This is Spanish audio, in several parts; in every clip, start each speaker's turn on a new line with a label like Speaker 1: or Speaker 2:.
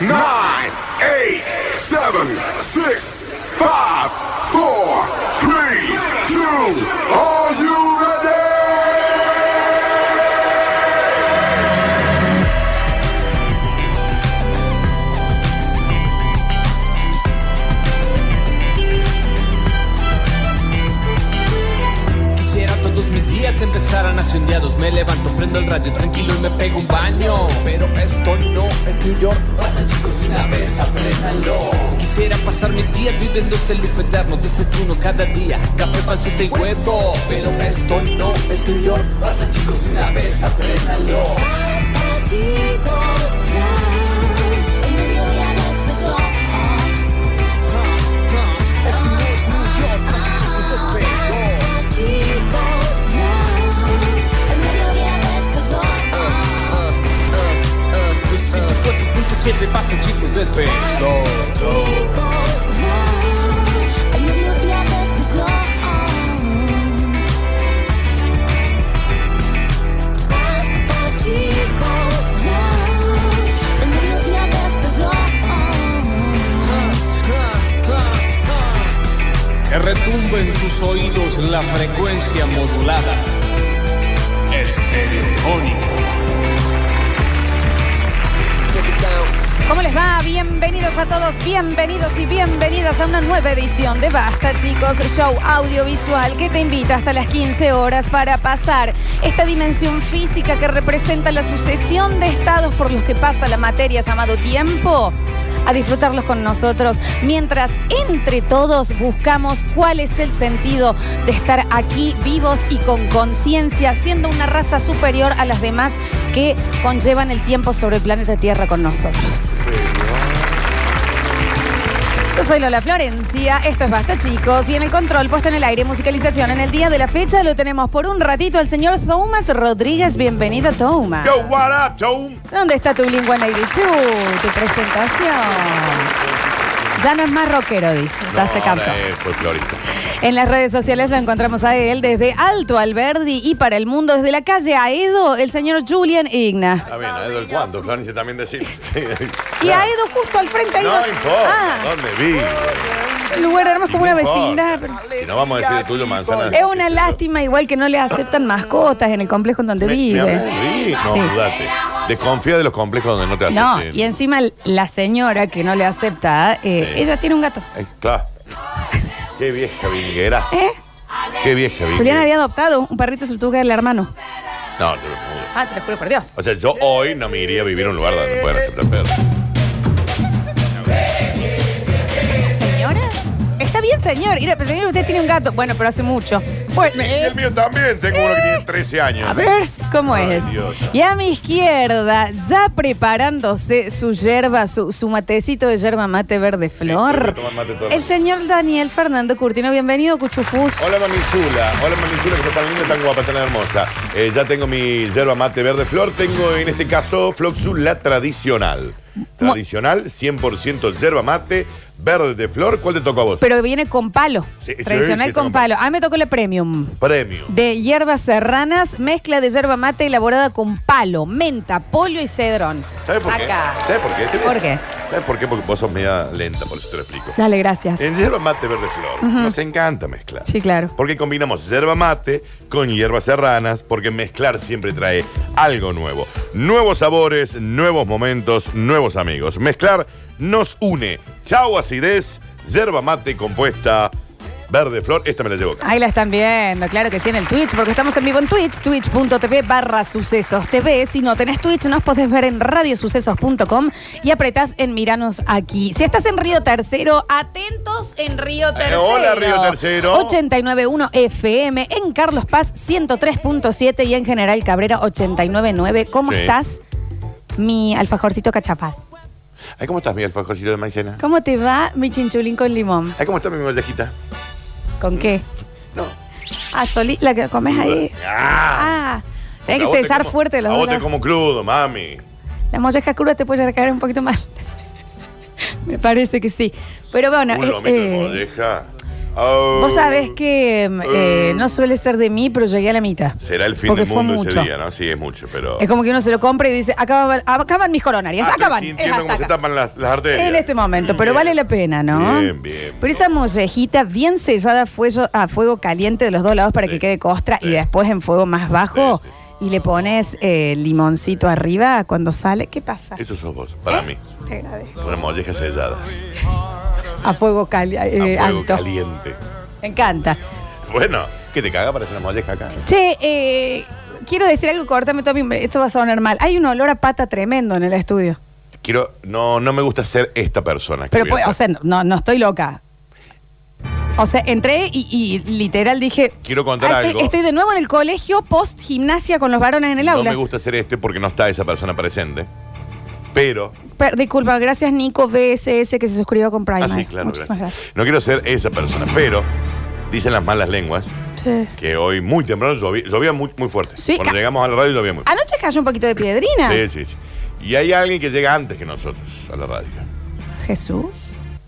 Speaker 1: nine, eight, seven, six, five, four, three, two. Are you ready?
Speaker 2: Quisiera todos mis días empezaran hace un día dos Me levanto, prendo el radio tranquilo y me pego un baño Pero esto no es New York Pasa chicos una vez, apréndanlo Quisiera pasar mis días viviendo ese loop eterno De ese turno cada día, café, pancita y huevo Pero esto no es New York Pasa chicos una vez, apréndanlo
Speaker 3: Chicos, ya, el mediodía despertó. Chicos, ya, el mediodía despertó.
Speaker 2: siete pasan chicos, despegó
Speaker 3: Chicos, ya, el mediodía despertó. Basta, chicos, ya, el mediodía despertó.
Speaker 2: Que retumbe en tus oídos la frecuencia modulada Estereofónica
Speaker 4: ¿Cómo les va? Bienvenidos a todos, bienvenidos y bienvenidas a una nueva edición de Basta, chicos, show audiovisual que te invita hasta las 15 horas para pasar esta dimensión física que representa la sucesión de estados por los que pasa la materia llamado tiempo a disfrutarlos con nosotros mientras entre todos buscamos cuál es el sentido de estar aquí vivos y con conciencia, siendo una raza superior a las demás que conllevan el tiempo sobre el planeta Tierra con nosotros. Yo soy Lola Florencia, esto es Basta Chicos y en el control puesto en el aire musicalización en el día de la fecha lo tenemos por un ratito al señor Thomas Rodríguez, bienvenido Thomas.
Speaker 1: Yo, what up, Tom?
Speaker 4: ¿Dónde está tu lingua negritud? Tu presentación. Ya no es más rockero, dice. Ya se cansó.
Speaker 1: Ahora es folclorista.
Speaker 4: En las redes sociales lo encontramos a él desde Alto Alberdi y para el mundo, desde la calle Aedo, el señor Julian Igna.
Speaker 1: Está bien, Edo el cuándo, Florencia también decir.
Speaker 4: Y Aedo justo al frente ahí.
Speaker 1: No importa,
Speaker 4: Ah,
Speaker 1: ¿dónde vi?
Speaker 4: el lugar hermoso como una
Speaker 1: No importa.
Speaker 4: vecindad. pero-
Speaker 1: Si no vamos a decir de tuyo, manzana.
Speaker 4: Es una lástima igual que no le aceptan mascotas en el complejo en donde
Speaker 1: Me- me
Speaker 4: vive.
Speaker 1: aburrí. No,
Speaker 4: Sí.
Speaker 1: dudate. Desconfía de los complejos donde no te
Speaker 4: No,
Speaker 1: acepten.
Speaker 4: y encima la señora que no le acepta, eh,
Speaker 1: Sí.
Speaker 4: ella tiene un gato.
Speaker 1: Eh, Claro. Qué vieja vinguera.
Speaker 4: ¿Eh?
Speaker 1: Qué vieja vinguera.
Speaker 4: Julián había adoptado un perrito soltuga del hermano.
Speaker 1: No, yo me mudo.
Speaker 4: Ah, te lo juro por Dios.
Speaker 1: O sea, yo hoy no me iría a vivir a un lugar donde puedan aceptar perros.
Speaker 4: ¿Señora? Está bien, señor. Mira, pero señor, usted tiene un gato. Bueno, pero hace mucho. Bueno, eh,
Speaker 1: El mío también, tengo uno que tiene 13 años.
Speaker 4: a ver cómo
Speaker 1: Ay,
Speaker 4: es.
Speaker 1: Dios.
Speaker 4: Y a mi izquierda, ya preparándose su yerba, su, su matecito de yerba mate verde
Speaker 1: voy a
Speaker 4: flor,
Speaker 1: tomar mate todo el
Speaker 4: el
Speaker 1: día.
Speaker 4: señor Daniel Fernando Curtino. Bienvenido, Cuchufus.
Speaker 1: Hola mamichula, hola mamichula que está tan linda, tan guapa, tan hermosa. Eh, ya tengo mi yerba mate verde flor, tengo en este caso Floxula tradicional. Tradicional, 100% yerba mate, verde de flor. ¿Cuál te tocó a vos?
Speaker 4: Pero viene con palo.
Speaker 1: Sí, sí,
Speaker 4: tradicional
Speaker 1: sí,
Speaker 4: con
Speaker 1: toma.
Speaker 4: palo. Ah, me tocó la premium.
Speaker 1: Premio.
Speaker 4: De hierbas serranas, mezcla de hierba mate elaborada con palo, menta, polio y cedrón.
Speaker 1: ¿Sabes por qué?
Speaker 4: Acá.
Speaker 1: ¿Sabes por qué? Te voy a
Speaker 4: ¿Por
Speaker 1: decir.
Speaker 4: qué?
Speaker 1: ¿Sabes por qué? Porque vos sos media lenta, por eso te lo explico.
Speaker 4: Dale, gracias.
Speaker 1: En yerba mate verde flor nos encanta mezclar.
Speaker 4: Sí, claro.
Speaker 1: Porque combinamos yerba mate con hierbas serranas, porque mezclar siempre trae algo nuevo. Nuevos sabores, nuevos momentos, nuevos amigos. Mezclar nos une. Chau acidez, yerba mate compuesta verde flor. Esta me la llevo acá.
Speaker 4: Ahí la están viendo, claro que sí, en el Twitch, porque estamos en vivo en Twitch, twitch.tv barra sucesos TV. Si no tenés Twitch, nos podés ver en radiosucesos.com y apretás en Miranos aquí. Si estás en Río Tercero, atentos en Río Tercero.
Speaker 1: Eh, hola, Río Tercero.
Speaker 4: 89.1 FM, en Carlos Paz 103.7 y en General Cabrera 89.9. ¿Cómo
Speaker 1: Sí.
Speaker 4: estás? Mi alfajorcito cachapaz.
Speaker 1: Ay, ¿cómo estás, mi alfajorcito de maicena?
Speaker 4: ¿Cómo te va mi chinchulín con limón?
Speaker 1: Ay, ¿cómo está mi mollejita?
Speaker 4: ¿Con qué?
Speaker 1: No.
Speaker 4: Ah, soli- la que comes ahí.
Speaker 1: Ah,
Speaker 4: Ah, tenés
Speaker 1: a
Speaker 4: que
Speaker 1: vos te
Speaker 4: sellar
Speaker 1: como-
Speaker 4: fuerte los
Speaker 1: A
Speaker 4: dos
Speaker 1: vos te
Speaker 4: lados.
Speaker 1: como crudo, mami.
Speaker 4: La molleja cruda te puede llegar a caer un poquito mal. Me parece que sí. Pero bueno,
Speaker 1: Un
Speaker 4: eh,
Speaker 1: lomito de Oh.
Speaker 4: eh,
Speaker 1: molleja. Oh.
Speaker 4: Vos sabés que mm, eh, no suele ser de mí, pero llegué a la mitad.
Speaker 1: Será el fin
Speaker 4: Porque
Speaker 1: del
Speaker 4: fue
Speaker 1: mundo ese
Speaker 4: mucho.
Speaker 1: día, ¿no? Sí, es mucho, pero.
Speaker 4: Es como que uno se lo compra y dice, acaban, acaban mis coronarias,
Speaker 1: Ah, estoy
Speaker 4: acaban. Es
Speaker 1: sintiendo
Speaker 4: hasta
Speaker 1: cómo se
Speaker 4: acá.
Speaker 1: tapan las, las arterias.
Speaker 4: En este momento, pero
Speaker 1: Mm, Bien.
Speaker 4: vale la pena, ¿no?
Speaker 1: Bien, bien.
Speaker 4: Pero esa mollejita bien sellada a fuego, a fuego caliente de los dos lados para
Speaker 1: Sí.
Speaker 4: que quede costra
Speaker 1: Sí.
Speaker 4: y después en fuego más bajo
Speaker 1: Sí,
Speaker 4: y le pones eh, limoncito arriba cuando sale. ¿Qué pasa?
Speaker 1: Eso sos vos, para mí.
Speaker 4: Eh, Te agradezco.
Speaker 1: Una molleja sellada.
Speaker 4: A fuego, cali- eh,
Speaker 1: a fuego
Speaker 4: alto.
Speaker 1: caliente.
Speaker 4: Me encanta.
Speaker 1: Bueno, que te caga para hacer una molleja acá.
Speaker 4: Che, eh, quiero decir algo, cortame, Tommy, esto va a sonar mal. Hay un olor a pata tremendo en el estudio.
Speaker 1: Quiero. No, no me gusta ser esta persona. que
Speaker 4: Pero,
Speaker 1: voy
Speaker 4: pues,
Speaker 1: a
Speaker 4: o
Speaker 1: ser.
Speaker 4: sea, no, no estoy loca. O sea, entré y, y literal dije.
Speaker 1: Quiero contar
Speaker 4: "Ah, estoy-
Speaker 1: algo".
Speaker 4: Estoy de nuevo en el colegio post gimnasia con los varones en el
Speaker 1: no
Speaker 4: aula.
Speaker 1: me gusta ser este porque no está esa persona presente. Pero.
Speaker 4: Per- disculpa, gracias Nico BSS que se suscribió con Prime.
Speaker 1: Ah, sí, claro,
Speaker 4: Muchísimas gracias.
Speaker 1: No quiero ser esa persona, pero dicen las malas lenguas
Speaker 4: Sí.
Speaker 1: que hoy muy temprano llovi- llovía muy, muy fuerte.
Speaker 4: Sí,
Speaker 1: Cuando
Speaker 4: ca-
Speaker 1: llegamos a la radio llovía muy fuerte.
Speaker 4: Anoche cayó un poquito de piedrina.
Speaker 1: Sí, sí, sí. Y hay alguien que llega antes que nosotros a la radio.
Speaker 4: Jesús.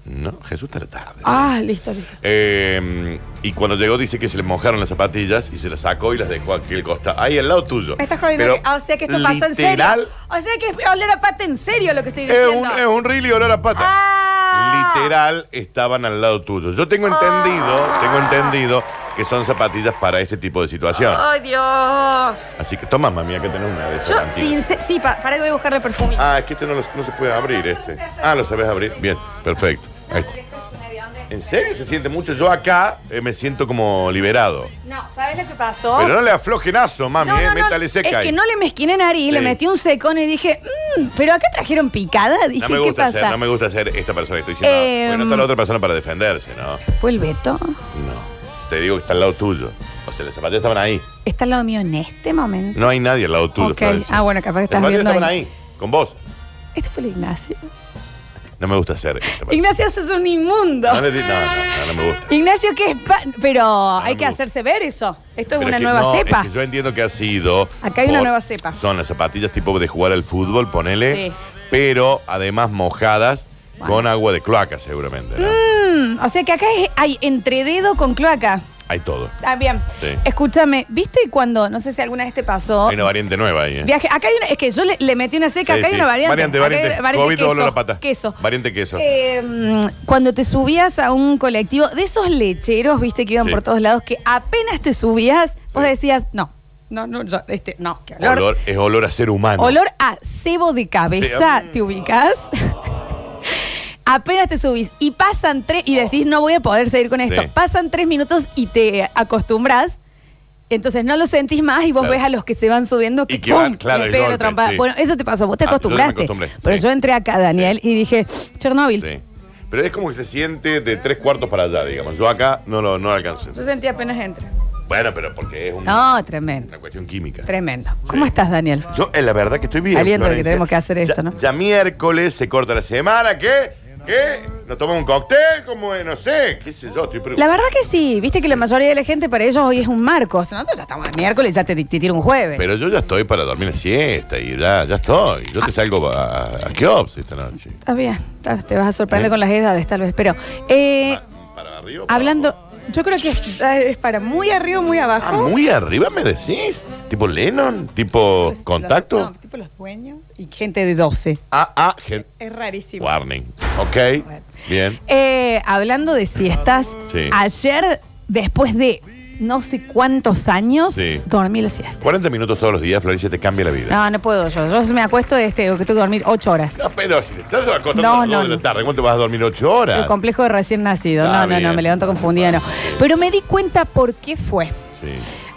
Speaker 1: No, Jesús está a la tarde.
Speaker 4: Ah, listo, listo.
Speaker 1: Eh, y cuando llegó dice que se le mojaron las zapatillas y se las sacó y las dejó aquí el costado. Ahí al lado tuyo.
Speaker 4: Me estás jodiendo.
Speaker 1: Pero
Speaker 4: que- ah, o sea que esto pasó en serio.
Speaker 1: literal,
Speaker 4: O sea que es oler a pata en serio lo que estoy
Speaker 1: Es
Speaker 4: diciendo.
Speaker 1: un, es un reel y olor a pata.
Speaker 4: Ah.
Speaker 1: Literal estaban al lado tuyo. Yo tengo entendido, tengo entendido que son zapatillas para ese tipo de situación.
Speaker 4: Ay, Dios.
Speaker 1: Así que toma, mami, hay que tener una de esas.
Speaker 4: Yo,
Speaker 1: antigas.
Speaker 4: sincer- sí, pa- para que voy a buscarle perfume.
Speaker 1: Ah, es que este no, lo- no se puede abrir, este. Ah, lo sabes abrir. Bien, perfecto. Ahí está. ¿En serio se siente mucho? Yo acá eh, me siento como liberado.
Speaker 4: No, ¿sabes lo que pasó?
Speaker 1: Pero no le aflojen aso, mami,
Speaker 4: No,
Speaker 1: eh,
Speaker 4: no, no,
Speaker 1: métale seca
Speaker 4: es
Speaker 1: ahí.
Speaker 4: que no le mezquiné nariz, le
Speaker 1: Sí.
Speaker 4: metí un secón y dije, "Mm, pero acá trajeron picada. Dije,
Speaker 1: No me
Speaker 4: ¿qué
Speaker 1: gusta
Speaker 4: pasa?
Speaker 1: ser, no me gusta ser esta persona que estoy diciendo.
Speaker 4: Eh,
Speaker 1: porque no está la otra persona para defenderse, ¿no?
Speaker 4: ¿Fue el Beto?
Speaker 1: No. Te digo que está al lado tuyo. O sea, las zapatillas estaban ahí.
Speaker 4: ¿Está al lado mío en este momento?
Speaker 1: No hay nadie al lado tuyo.
Speaker 4: Ok.
Speaker 1: Florencia.
Speaker 4: Ah, bueno, capaz que
Speaker 1: Las
Speaker 4: estás
Speaker 1: zapatillas
Speaker 4: viendo
Speaker 1: estaban
Speaker 4: ahí.
Speaker 1: ahí, con vos.
Speaker 4: ¿Este fue el Ignacio?
Speaker 1: No me gusta ser esta persona.
Speaker 4: Ignacio, sos un inmundo.
Speaker 1: No, le di- no, no, no, no me gusta.
Speaker 4: Ignacio, ¿qué es? pa- Pero hay
Speaker 1: me
Speaker 4: que
Speaker 1: gusta.
Speaker 4: hacerse ver eso. Esto es
Speaker 1: Pero
Speaker 4: una
Speaker 1: que
Speaker 4: nueva
Speaker 1: no,
Speaker 4: cepa.
Speaker 1: es que yo entiendo que ha sido.
Speaker 4: Acá hay una nueva cepa.
Speaker 1: Son las zapatillas tipo de jugar al fútbol, ponele.
Speaker 4: Sí.
Speaker 1: Pero además mojadas
Speaker 4: Bueno.
Speaker 1: con agua de cloaca, seguramente. ¿no?
Speaker 4: Mm, o sea que acá es- hay entrededo con cloaca.
Speaker 1: Hay todo.
Speaker 4: Ah, bien.
Speaker 1: Sí.
Speaker 4: Escúchame, ¿viste cuando, no sé si alguna vez te pasó,
Speaker 1: Hay una variante nueva ahí. ¿eh?
Speaker 4: Viaje. Acá hay una, es que yo le, le metí una seca,
Speaker 1: Sí,
Speaker 4: acá hay
Speaker 1: sí.
Speaker 4: una variante.
Speaker 1: Variante,
Speaker 4: Acá
Speaker 1: variante.
Speaker 4: hay
Speaker 1: COVID
Speaker 4: queso,
Speaker 1: voló la pata.
Speaker 4: Queso.
Speaker 1: Variante queso.
Speaker 4: Eh, mm, cuando te subías a un colectivo, de esos lecheros, viste, que iban
Speaker 1: Sí.
Speaker 4: por todos lados, que apenas te subías, vos
Speaker 1: Sí.
Speaker 4: decías, no, no, no, yo, este, no, qué olor. Olor,
Speaker 1: olor, es olor a ser humano.
Speaker 4: a cebo de cabeza,
Speaker 1: Sí, ah,
Speaker 4: ¿te ubicas? apenas te subís y pasan tres, y decís, no voy a poder seguir con esto.
Speaker 1: Sí.
Speaker 4: Pasan tres minutos y te acostumbras. Entonces no lo sentís más y vos
Speaker 1: Claro.
Speaker 4: ves a los que se van subiendo que,
Speaker 1: Y que van,
Speaker 4: ¡pum!
Speaker 1: claro,
Speaker 4: le
Speaker 1: el
Speaker 4: pegan
Speaker 1: golpe,
Speaker 4: la trompada.
Speaker 1: sí.
Speaker 4: Bueno, eso te pasó, vos te
Speaker 1: Ah, yo me
Speaker 4: acostumbraste.
Speaker 1: acostumbré,
Speaker 4: pero
Speaker 1: sí.
Speaker 4: yo entré acá, Daniel, y dije, Chernóbil.
Speaker 1: Sí. Pero es como que se siente de tres cuartos para allá, digamos. Yo acá no lo, no lo alcanzo.
Speaker 4: Yo sentí apenas entré.
Speaker 1: Bueno, pero porque es un-
Speaker 4: No, tremendo,
Speaker 1: una cuestión química.
Speaker 4: tremendo. ¿Cómo estás, Daniel?
Speaker 1: Yo, eh, la verdad que estoy bien.
Speaker 4: Saliendo de que
Speaker 1: Florencia.
Speaker 4: tenemos que hacer
Speaker 1: Ya-
Speaker 4: esto, ¿no?
Speaker 1: Ya miércoles se corta la semana, ¿qué? ¿Qué? ¿Nos tomamos un cóctel? Como, eh, no sé, qué sé yo, estoy
Speaker 4: La
Speaker 1: preguntando.
Speaker 4: verdad que sí, viste que la mayoría de la gente para ellos hoy es un marco. O sea, nosotros ya estamos el miércoles, ya te, te tiro un jueves.
Speaker 1: Pero yo ya estoy para dormir la siesta y ya, ya estoy. Yo te salgo a, a Kiops esta noche.
Speaker 4: Está bien, está- te vas a sorprender
Speaker 1: ¿Eh?
Speaker 4: con las edades, tal vez. Pero, eh,
Speaker 1: Pa- ¿Para arriba? o para
Speaker 4: hablando,
Speaker 1: abajo?
Speaker 4: yo creo que es, es para muy arriba, muy abajo.
Speaker 1: Ah, muy arriba me decís. Tipo Lennon, tipo
Speaker 4: Los-
Speaker 1: contacto.
Speaker 4: los- Pues, no, tipo los dueños y gente de 12.
Speaker 1: Ah, ah, gen-
Speaker 4: Es rarísimo.
Speaker 1: Warning. Ok. Bien.
Speaker 4: Eh, hablando de siestas,
Speaker 1: Sí.
Speaker 4: ayer, después de no sé cuántos años,
Speaker 1: Sí.
Speaker 4: dormí la siesta.
Speaker 1: 40 minutos todos los días, Florencia, te cambia la vida.
Speaker 4: No, no puedo yo. Yo si me acuesto este, que tengo que dormir 8 horas.
Speaker 1: No, pero si te estás acostando
Speaker 4: No,
Speaker 1: a las
Speaker 4: no,
Speaker 1: dos de
Speaker 4: no.
Speaker 1: la tarde, ¿cómo te vas a dormir 8 horas?
Speaker 4: El complejo de recién nacido.
Speaker 1: Está
Speaker 4: no, no,
Speaker 1: bien.
Speaker 4: no, me levanto confundida, no. Pero me di cuenta por qué fue.
Speaker 1: Sí.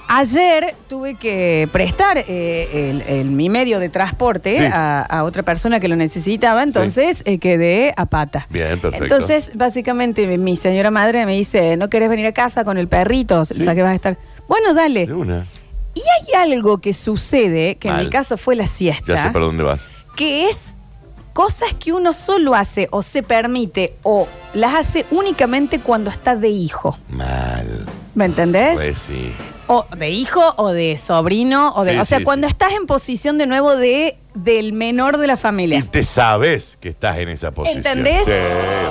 Speaker 4: Ayer tuve que prestar eh, el- el- mi medio de transporte
Speaker 1: Sí.
Speaker 4: a, a otra persona que lo necesitaba, entonces eh, quedé a pata.
Speaker 1: Bien, perfecto.
Speaker 4: Entonces, básicamente, mi- mi señora madre me dice, ¿no querés venir a casa con el perrito? O sea, que vas a estar... Bueno, dale.
Speaker 1: De una.
Speaker 4: Y hay algo que sucede, que en
Speaker 1: Mal.
Speaker 4: mi caso fue la
Speaker 1: Ya sé
Speaker 4: siesta,
Speaker 1: para dónde vas.
Speaker 4: que es cosas que uno solo hace o se permite o las hace únicamente cuando está de hijo.
Speaker 1: Mal.
Speaker 4: ¿Me entendés?
Speaker 1: Pues sí.
Speaker 4: O de hijo o de sobrino o de...
Speaker 1: Sí,
Speaker 4: o sea,
Speaker 1: sí,
Speaker 4: cuando estás en posición de nuevo de del menor de la
Speaker 1: Y
Speaker 4: familia.
Speaker 1: te sabes que estás en esa posición.
Speaker 4: ¿Entendés?
Speaker 1: Sí.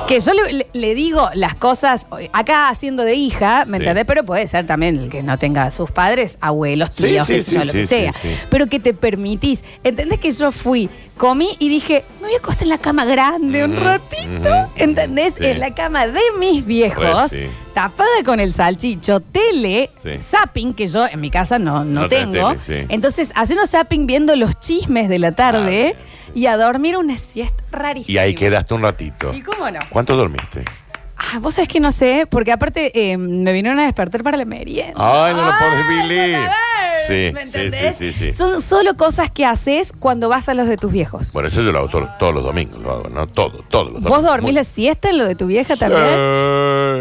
Speaker 4: Que yo le, le- le digo las cosas eh, acá haciendo de hija, ¿me
Speaker 1: Sí.
Speaker 4: entendés? Pero puede ser también el que no tenga sus padres, abuelos,
Speaker 1: Sí,
Speaker 4: tíos,
Speaker 1: sí,
Speaker 4: qué sé
Speaker 1: sí,
Speaker 4: yo, lo
Speaker 1: sí,
Speaker 4: que
Speaker 1: sí,
Speaker 4: sea.
Speaker 1: sí.
Speaker 4: Pero que te permitís. ¿Entendés que yo fui, comí y dije, me voy a acostar en la cama grande un
Speaker 1: Ujú,
Speaker 4: ratito?
Speaker 1: ujú,
Speaker 4: ¿Entendés?
Speaker 1: sí.
Speaker 4: En la cama de mis viejos,
Speaker 1: Re, sí.
Speaker 4: tapada con el salchicho, tele,
Speaker 1: Sí.
Speaker 4: zapping, que yo en mi casa no, no,
Speaker 1: No tenés
Speaker 4: tengo.
Speaker 1: tele, sí.
Speaker 4: Entonces, haciendo zapping, viendo los chismes de la tarde
Speaker 1: Ah,
Speaker 4: y a dormir una siesta rarísima.
Speaker 1: Y ahí quedaste un ratito.
Speaker 4: ¿Y cómo no?
Speaker 1: ¿Cuánto dormiste?
Speaker 4: Ah, vos sabés que no sé, porque aparte eh, me vinieron a despertar para la merienda.
Speaker 1: Ay, no lo podés
Speaker 4: Billy!
Speaker 1: vivir. Sí,
Speaker 4: ¿Me
Speaker 1: sí, sí,
Speaker 4: entendés?
Speaker 1: sí, sí.
Speaker 4: Son solo cosas que haces cuando vas a los de tus viejos.
Speaker 1: Bueno, eso yo lo hago to- todos los domingos, lo hago, ¿no? Todo, todos los domingos.
Speaker 4: ¿Vos dormís
Speaker 1: Muy-
Speaker 4: la siesta en lo de tu vieja también?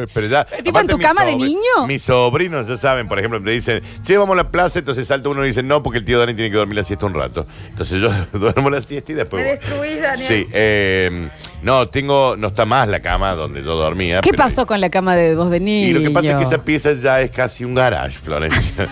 Speaker 1: Sí, pero ya.
Speaker 4: Pero tipo en
Speaker 1: aparte
Speaker 4: tu
Speaker 1: mis
Speaker 4: cama de
Speaker 1: sobri-
Speaker 4: niño.
Speaker 1: Mis sobrinos ya saben, por ejemplo, me dicen, che, vamos a la plaza, entonces salta uno y dice, no, porque el tío Dani tiene que dormir la siesta un rato. Entonces yo duermo la siesta y después.
Speaker 4: Me
Speaker 1: voy.
Speaker 4: destruís, Daniel.
Speaker 1: pues Sí, eh, no, tengo, no está más la cama donde yo dormía.
Speaker 4: ¿Qué
Speaker 1: pero-
Speaker 4: pasó con la cama de vos de niño?
Speaker 1: Y lo que pasa es que esa pieza ya es casi un garage, Florencia.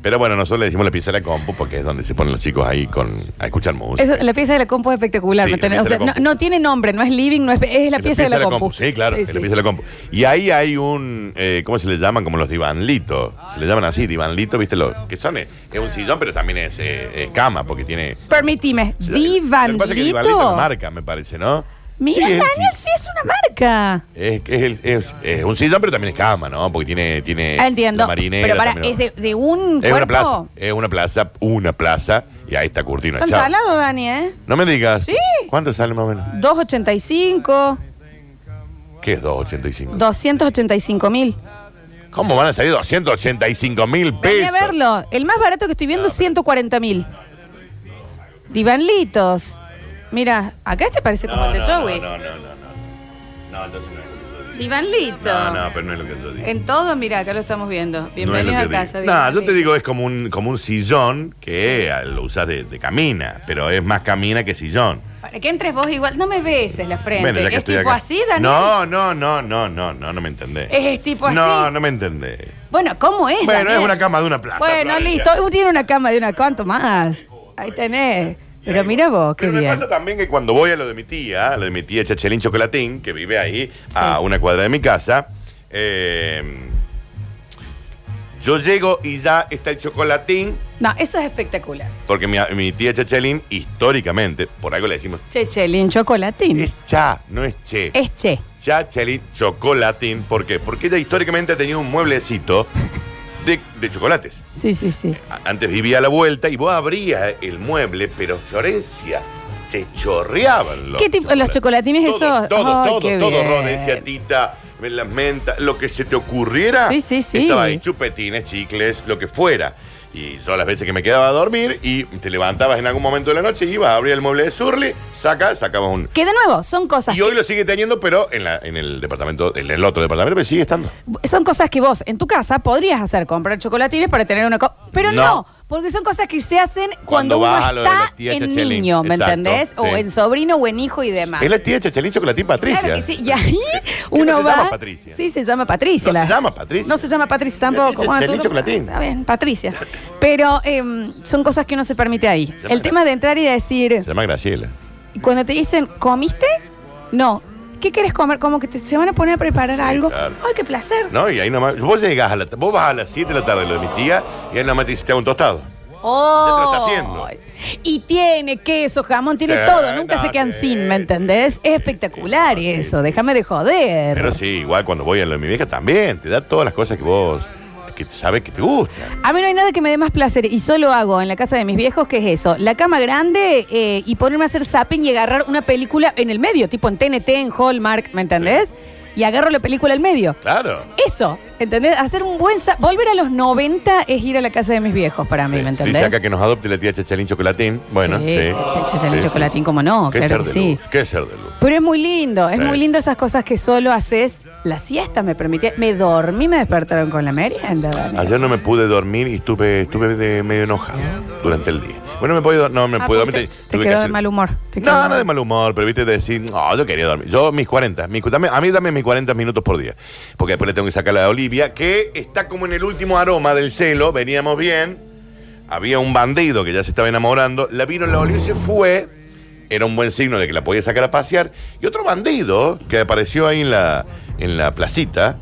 Speaker 1: Pero bueno, nosotros le decimos la pieza de la compu porque es donde se ponen los chicos ahí con, a escuchar música.
Speaker 4: Eso, la pieza de la compu es espectacular.
Speaker 1: Sí,
Speaker 4: ¿me
Speaker 1: la
Speaker 4: entendés?
Speaker 1: pieza de
Speaker 4: O
Speaker 1: la
Speaker 4: sea, no,
Speaker 1: compu.
Speaker 4: no tiene nombre, no es living, no es, es la
Speaker 1: En
Speaker 4: pieza de la, compu.
Speaker 1: Sí, claro, en
Speaker 4: sí.
Speaker 1: la pieza de la compu. Y ahí hay un, eh, ¿cómo se le llaman? Como los divanlitos. Se le llaman así, divanlitos, ¿viste? Lo, que son, eh, es un sillón, pero también es eh, eh, cama, porque tiene...
Speaker 4: Permitime,
Speaker 1: Lo que pasa es que divanlito es una
Speaker 4: divanlito.
Speaker 1: marca, me parece, ¿no?
Speaker 4: Mira,
Speaker 1: Sí, es-
Speaker 4: Daniel, sí es una marca.
Speaker 1: Es, es el- es- es un sillón, pero también es cama, ¿no? Porque tiene... tiene
Speaker 4: Ah, Entiendo.
Speaker 1: la marinera
Speaker 4: pero para,
Speaker 1: también.
Speaker 4: es de, de un
Speaker 1: Es
Speaker 4: cuerpo.
Speaker 1: una plaza, es una plaza, una plaza, y ahí está Curtino.
Speaker 4: Tan
Speaker 1: Chao.
Speaker 4: salado, Dani, ¿eh?
Speaker 1: No me digas.
Speaker 4: Sí.
Speaker 1: ¿Cuánto sale más o menos?
Speaker 4: 285,
Speaker 1: ¿Qué es 285?
Speaker 4: 285 mil.
Speaker 1: ¿Cómo van a salir 285 mil pesos?
Speaker 4: Vení a verlo. El más barato que estoy viendo, 140 mil. Divanlitos. Mira, acá este parece como el de Joey.
Speaker 1: No, no, no, no, no. No, entonces no es.
Speaker 4: Divanlito.
Speaker 1: No, no, pero no es lo que yo digo.
Speaker 4: En todo, mira, acá lo estamos viendo.
Speaker 1: No es lo
Speaker 4: Bienvenidos
Speaker 1: que
Speaker 4: a
Speaker 1: digo.
Speaker 4: casa.
Speaker 1: No, yo
Speaker 4: Divanlito.
Speaker 1: te digo, es como un, como un sillón que eh, lo usas de, de camina, pero es más camina que sillón.
Speaker 4: Para que entres vos igual, no me beses la frente.
Speaker 1: Bueno, ya que
Speaker 4: ¿Es
Speaker 1: estoy
Speaker 4: tipo
Speaker 1: acá.
Speaker 4: así, Daniel?
Speaker 1: No, no, no, no, no, no, no me entendés.
Speaker 4: ¿Es tipo así?
Speaker 1: No, no me entendés.
Speaker 4: Bueno, ¿cómo es?
Speaker 1: Bueno, es
Speaker 4: Daniel?
Speaker 1: una cama de una plaza.
Speaker 4: Bueno,
Speaker 1: Florencia.
Speaker 4: listo. Uh, Tiene una cama de una. ¿Cuánto más? Ahí tenés. Pero mira vos, qué
Speaker 1: Pero me
Speaker 4: bien.
Speaker 1: pasa también que cuando voy a lo de mi tía, a lo de mi tía Chachelín Chocolatín, que vive ahí, a una cuadra de mi casa, eh, yo llego y ya está el chocolatín,
Speaker 4: No, eso es espectacular.
Speaker 1: porque mi, mi tía Chachelín, históricamente, por algo le decimos,
Speaker 4: Che, chelín, chocolatín. Es,
Speaker 1: es cha, no es che.
Speaker 4: che.
Speaker 1: Chachelín Chocolatín, ¿por qué? Porque ella históricamente ha tenido un mueblecito de- de chocolates.
Speaker 4: Sí, sí, sí.
Speaker 1: A- Antes vivía a la vuelta y vos abrías el mueble, pero Florencia, te chorreaban los
Speaker 4: ¿Qué tipo- los chocolatines
Speaker 1: Todos,
Speaker 4: esos?
Speaker 1: Todo,
Speaker 4: Ay,
Speaker 1: todo,
Speaker 4: qué
Speaker 1: todo,
Speaker 4: bien.
Speaker 1: Rodencia, tita, me- las mentas, lo que se te ocurriera.
Speaker 4: Sí, sí, sí.
Speaker 1: Estaba ahí, chupetines, chicles, lo que fuera. Y yo las veces que me quedaba a dormir y te levantabas en algún momento de la noche, ibas a abrir el mueble de Surly, saca, sacabas un...
Speaker 4: Que de nuevo, son cosas.
Speaker 1: Y hoy lo sigue teniendo, pero en, la- en el departamento, en el otro departamento, pero sigue estando.
Speaker 4: que- son cosas que vos en tu casa podrías hacer, comprar chocolatines para tener una. co- Pero no.
Speaker 1: No.
Speaker 4: porque son cosas que se hacen
Speaker 1: Cuando
Speaker 4: cuando,
Speaker 1: vas a
Speaker 4: uno
Speaker 1: lo de la
Speaker 4: está
Speaker 1: tía
Speaker 4: en
Speaker 1: Chachelín.
Speaker 4: niño, ¿me
Speaker 1: Exacto,
Speaker 4: entendés? O
Speaker 1: sí.
Speaker 4: en sobrino o en hijo y demás.
Speaker 1: Es la tía Chachelín Chocolatín Patricia.
Speaker 4: Claro que sí. Y ahí
Speaker 1: no
Speaker 4: uno
Speaker 1: se
Speaker 4: va.
Speaker 1: llama Patricia.
Speaker 4: Sí, se llama Patricia.
Speaker 1: No se llama Patricia.
Speaker 4: No se llama Patricia tampoco.
Speaker 1: Patricia,
Speaker 4: Bueno,
Speaker 1: Chelín
Speaker 4: tú-
Speaker 1: Chocolatín.
Speaker 4: Está bien, Patricia. Pero em, son cosas que uno se permite ahí.
Speaker 1: llama
Speaker 4: El tema de entrar y decir,
Speaker 1: Se llama Graciela.
Speaker 4: cuando te dicen, ¿comiste? No. ¿Qué quieres comer? Como que te- se van a poner a preparar algo.
Speaker 1: claro.
Speaker 4: ¡Ay, qué placer!
Speaker 1: No, y ahí nomás. Vos llegás a la. Vos vas a las 7 de la tarde, lo de mi tía, y ahí nomás te dice, te hago un tostado.
Speaker 4: ¡Oh!
Speaker 1: Ya te lo está
Speaker 4: Y tiene queso, jamón, tiene
Speaker 1: Sí,
Speaker 4: todo. Nunca
Speaker 1: no,
Speaker 4: se quedan
Speaker 1: sí,
Speaker 4: sin, ¿me
Speaker 1: sí,
Speaker 4: entendés?
Speaker 1: sí,
Speaker 4: Es espectacular
Speaker 1: sí, sí,
Speaker 4: eso.
Speaker 1: sí.
Speaker 4: Déjame de joder.
Speaker 1: Pero sí, igual cuando voy a lo de mi vieja también, te da todas las cosas que vos. que sabes que te gustan.
Speaker 4: A mí no hay nada que me dé más placer y solo hago en la casa de mis viejos que es eso, la cama grande eh, y ponerme a hacer zapping y agarrar una película en el medio, tipo en TNT, en Hallmark, ¿me entendés? Y agarro la película al medio.
Speaker 1: Claro.
Speaker 4: Eso, ¿entendés? Hacer un buen... za- Volver a los 90 es ir a la casa de mis viejos para mí,
Speaker 1: Sí.
Speaker 4: ¿me entendés?
Speaker 1: Dice acá que nos adopte la tía Chachalín Chocolatín. Bueno, sí.
Speaker 4: Chachalín
Speaker 1: Sí, sí.
Speaker 4: Chocolatín, cómo no,
Speaker 1: Qué
Speaker 4: claro
Speaker 1: ser
Speaker 4: que
Speaker 1: de
Speaker 4: sí.
Speaker 1: luz, qué ser de luz.
Speaker 4: Pero es muy lindo, es
Speaker 1: Sí.
Speaker 4: muy lindo esas cosas que solo haces. La siesta me permitía... Me dormí, me despertaron con la merienda, Dani.
Speaker 1: Ayer no me pude dormir y estuve, estuve de medio enojado durante el día. Bueno, me puedo, no me
Speaker 4: Ah,
Speaker 1: puedo
Speaker 4: porque
Speaker 1: dormir.
Speaker 4: te-
Speaker 1: tuve
Speaker 4: te
Speaker 1: que
Speaker 4: quedó de
Speaker 1: hacer-
Speaker 4: mal humor, te quedó
Speaker 1: no,
Speaker 4: mal
Speaker 1: no de
Speaker 4: humor.
Speaker 1: mal humor, pero viste decir, no, yo quería dormir. Yo mis 40, mis, cu- dame- a mí dame mis 40 minutos por día. Porque después le tengo que sacar a la Olivia, que está como en el último aroma del celo, veníamos bien. Había un bandido que ya se estaba enamorando, la vino, la olió y se fue. Era un buen signo de que la podía sacar a pasear. Y otro bandido que apareció ahí en la, en la placita,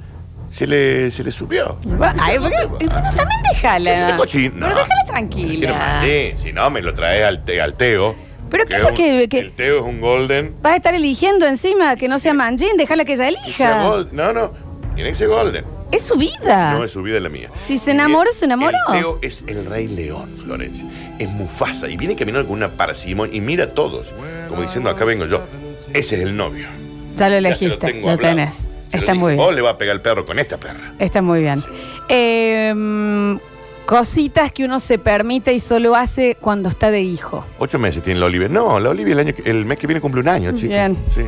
Speaker 1: se le, se le subió.
Speaker 4: Ay, porque- bueno, también déjala.
Speaker 1: Es un cochino.
Speaker 4: Pero déjala
Speaker 1: Si no,
Speaker 4: tranquila.
Speaker 1: mandé, si no, me lo traes al, te- al Teo.
Speaker 4: Pero
Speaker 1: que
Speaker 4: qué
Speaker 1: es
Speaker 4: por
Speaker 1: un-
Speaker 4: qué- que-
Speaker 1: El Teo es un golden.
Speaker 4: Vas a estar eligiendo encima que no sea Manjín, déjala que ella
Speaker 1: Y sea
Speaker 4: elija.
Speaker 1: gold- no, no. Tiene que ser golden.
Speaker 4: Es su vida.
Speaker 1: No es su vida es la mía.
Speaker 4: Si se enamoró,
Speaker 1: Eh,
Speaker 4: se enamoró.
Speaker 1: El Teo es el rey león, Florencia. Es Mufasa. Y viene caminando con una parsimón y mira a todos. Como diciendo, acá vengo yo. Ese es el novio.
Speaker 4: Ya lo
Speaker 1: Ya se
Speaker 4: elegiste,
Speaker 1: tengo
Speaker 4: lo,
Speaker 1: hablado.
Speaker 4: tenés.
Speaker 1: Se lo
Speaker 4: Está
Speaker 1: dije,
Speaker 4: muy
Speaker 1: Vos
Speaker 4: bien.
Speaker 1: le va a pegar el perro con esta perra.
Speaker 4: Está muy bien. Eh, cositas que uno se permite y solo hace cuando está de hijo.
Speaker 1: Ocho meses tiene la Olivia. No, la Olivia el, año, que- el mes que viene cumple un año, chicos.
Speaker 4: Bien.
Speaker 1: Sí.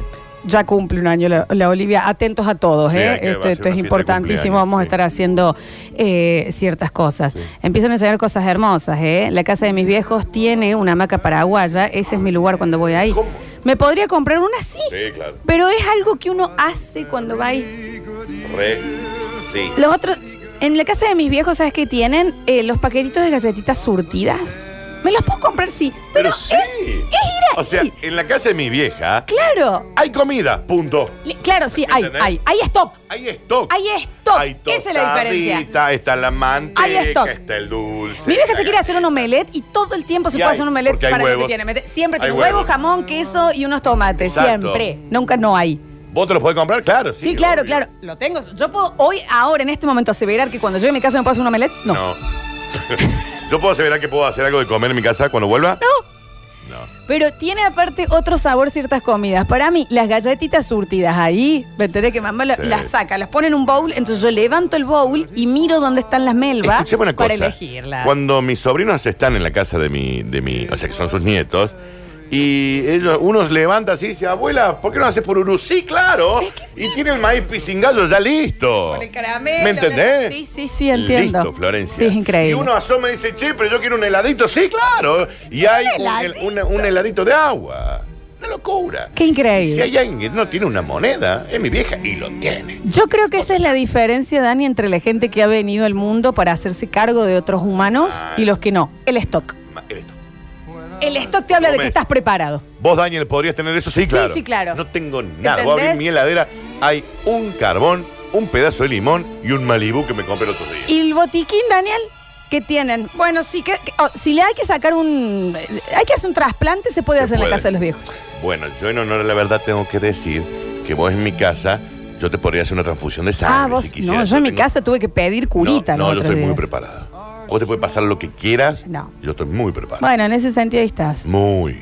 Speaker 4: Ya cumple un año la, la Olivia. Atentos a todos,
Speaker 1: Sí,
Speaker 4: ¿eh?
Speaker 1: hay que- va a
Speaker 4: Esto, esto
Speaker 1: ser una
Speaker 4: es
Speaker 1: fiesta de
Speaker 4: importantísimo.
Speaker 1: cumpleaños,
Speaker 4: Vamos a
Speaker 1: sí.
Speaker 4: estar haciendo eh, ciertas cosas. Empiezan a llegar cosas hermosas, ¿eh? La casa de mis viejos tiene una hamaca paraguaya. Ese es mi lugar cuando voy ahí.
Speaker 1: ¿Cómo?
Speaker 4: ¿Me podría comprar una? Sí.
Speaker 1: Sí, claro.
Speaker 4: Pero es algo que uno hace cuando va ahí.
Speaker 1: Re. Sí.
Speaker 4: Los otros. En la casa de mis viejos, ¿sabes qué tienen? Eh, los paquetitos de galletitas surtidas. ¿Me los puedo comprar? Sí. Pero,
Speaker 1: sí.
Speaker 4: es, es ir ahí.
Speaker 1: O sea, en la casa de mi vieja
Speaker 4: claro.
Speaker 1: hay comida, punto.
Speaker 4: Li- Claro, sí, hay,
Speaker 1: ¿Entendés?
Speaker 4: hay, hay stock.
Speaker 1: Hay stock.
Speaker 4: Hay stock. Esa es la diferencia.
Speaker 1: tostadita, Está la manteca,
Speaker 4: Hay stock.
Speaker 1: está el dulce.
Speaker 4: Mi vieja
Speaker 1: la
Speaker 4: se quiere hacer un
Speaker 1: galleta.
Speaker 4: omelette y todo el tiempo se
Speaker 1: Y
Speaker 4: puede
Speaker 1: hay,
Speaker 4: hacer un omelette
Speaker 1: porque hay
Speaker 4: para lo que
Speaker 1: huevos.
Speaker 4: tiene. Mete- Siempre
Speaker 1: Hay
Speaker 4: tiene huevo,
Speaker 1: huevos.
Speaker 4: jamón, queso y unos tomates.
Speaker 1: Exacto.
Speaker 4: Siempre. Nunca no hay.
Speaker 1: ¿Vos te lo podés comprar? Claro.
Speaker 4: Sí, claro,
Speaker 1: obvio.
Speaker 4: claro. Lo tengo. Yo puedo hoy, ahora, en este momento, aseverar que cuando llegue a mi casa me puedo hacer un omelette. No.
Speaker 1: No. Yo puedo aseverar que puedo hacer algo de comer en mi casa cuando vuelva. No.
Speaker 4: Pero tiene aparte otro sabor ciertas comidas. Para mí, las galletitas surtidas ahí, me enteré que mamá la-
Speaker 1: Sí.
Speaker 4: las saca, las pone en un bowl, entonces yo levanto el bowl y miro dónde están las melvas
Speaker 1: Escuchame una
Speaker 4: para
Speaker 1: cosa.
Speaker 4: elegirlas.
Speaker 1: Cuando mis sobrinos están en la casa de mi, de mi, o sea que son sus nietos, y ellos, unos levanta así y dice, abuela, ¿por qué no haces por Uru? Sí, claro. Y tiene el maíz pisingallo ya listo.
Speaker 4: Con el caramelo.
Speaker 1: ¿Me
Speaker 4: la-
Speaker 1: entendés?
Speaker 4: Sí, sí, sí, entiendo.
Speaker 1: Listo, Florencia.
Speaker 4: Sí, es increíble.
Speaker 1: Y uno asoma y dice, che, pero yo quiero un heladito. Sí, claro. Y hay un,
Speaker 4: heladito?
Speaker 1: hel- una- un heladito de agua. Una locura.
Speaker 4: Qué increíble.
Speaker 1: Y Si hay alguien que no tiene una moneda, es mi vieja y lo tiene.
Speaker 4: Yo creo que esa es la diferencia, Dani, entre la gente que ha venido al mundo para hacerse cargo de otros humanos
Speaker 1: Ah.
Speaker 4: y los que no. El stock.
Speaker 1: Ma- el esto.
Speaker 4: El stock te habla de que
Speaker 1: Comes.
Speaker 4: estás preparado.
Speaker 1: Vos, Daniel, podrías tener eso. Sí,
Speaker 4: Sí,
Speaker 1: claro.
Speaker 4: sí, claro.
Speaker 1: No tengo nada. Voy a abrir
Speaker 4: ¿Entendés?
Speaker 1: mi heladera. Hay un carbón, un pedazo de limón y un malibú que me compré el otro día.
Speaker 4: ¿Y el botiquín, Daniel? ¿Qué tienen? Bueno, sí que, que- oh, si le hay que sacar un... Hay que hacer un trasplante, se puede
Speaker 1: Se
Speaker 4: hacer en la
Speaker 1: puede.
Speaker 4: casa de los viejos.
Speaker 1: Bueno, yo en honor a la verdad tengo que decir que vos en mi casa, yo te podría hacer una transfusión de sangre.
Speaker 4: ah, vos...
Speaker 1: si quisieras.
Speaker 4: no, yo en mi
Speaker 1: tengo-
Speaker 4: casa tuve que pedir curita. los
Speaker 1: No, no yo
Speaker 4: otros
Speaker 1: estoy muy
Speaker 4: días.
Speaker 1: preparada. Vos te puede pasar lo que quieras.
Speaker 4: No.
Speaker 1: Yo estoy muy preparada.
Speaker 4: Bueno, en ese sentido ahí estás.
Speaker 1: Muy.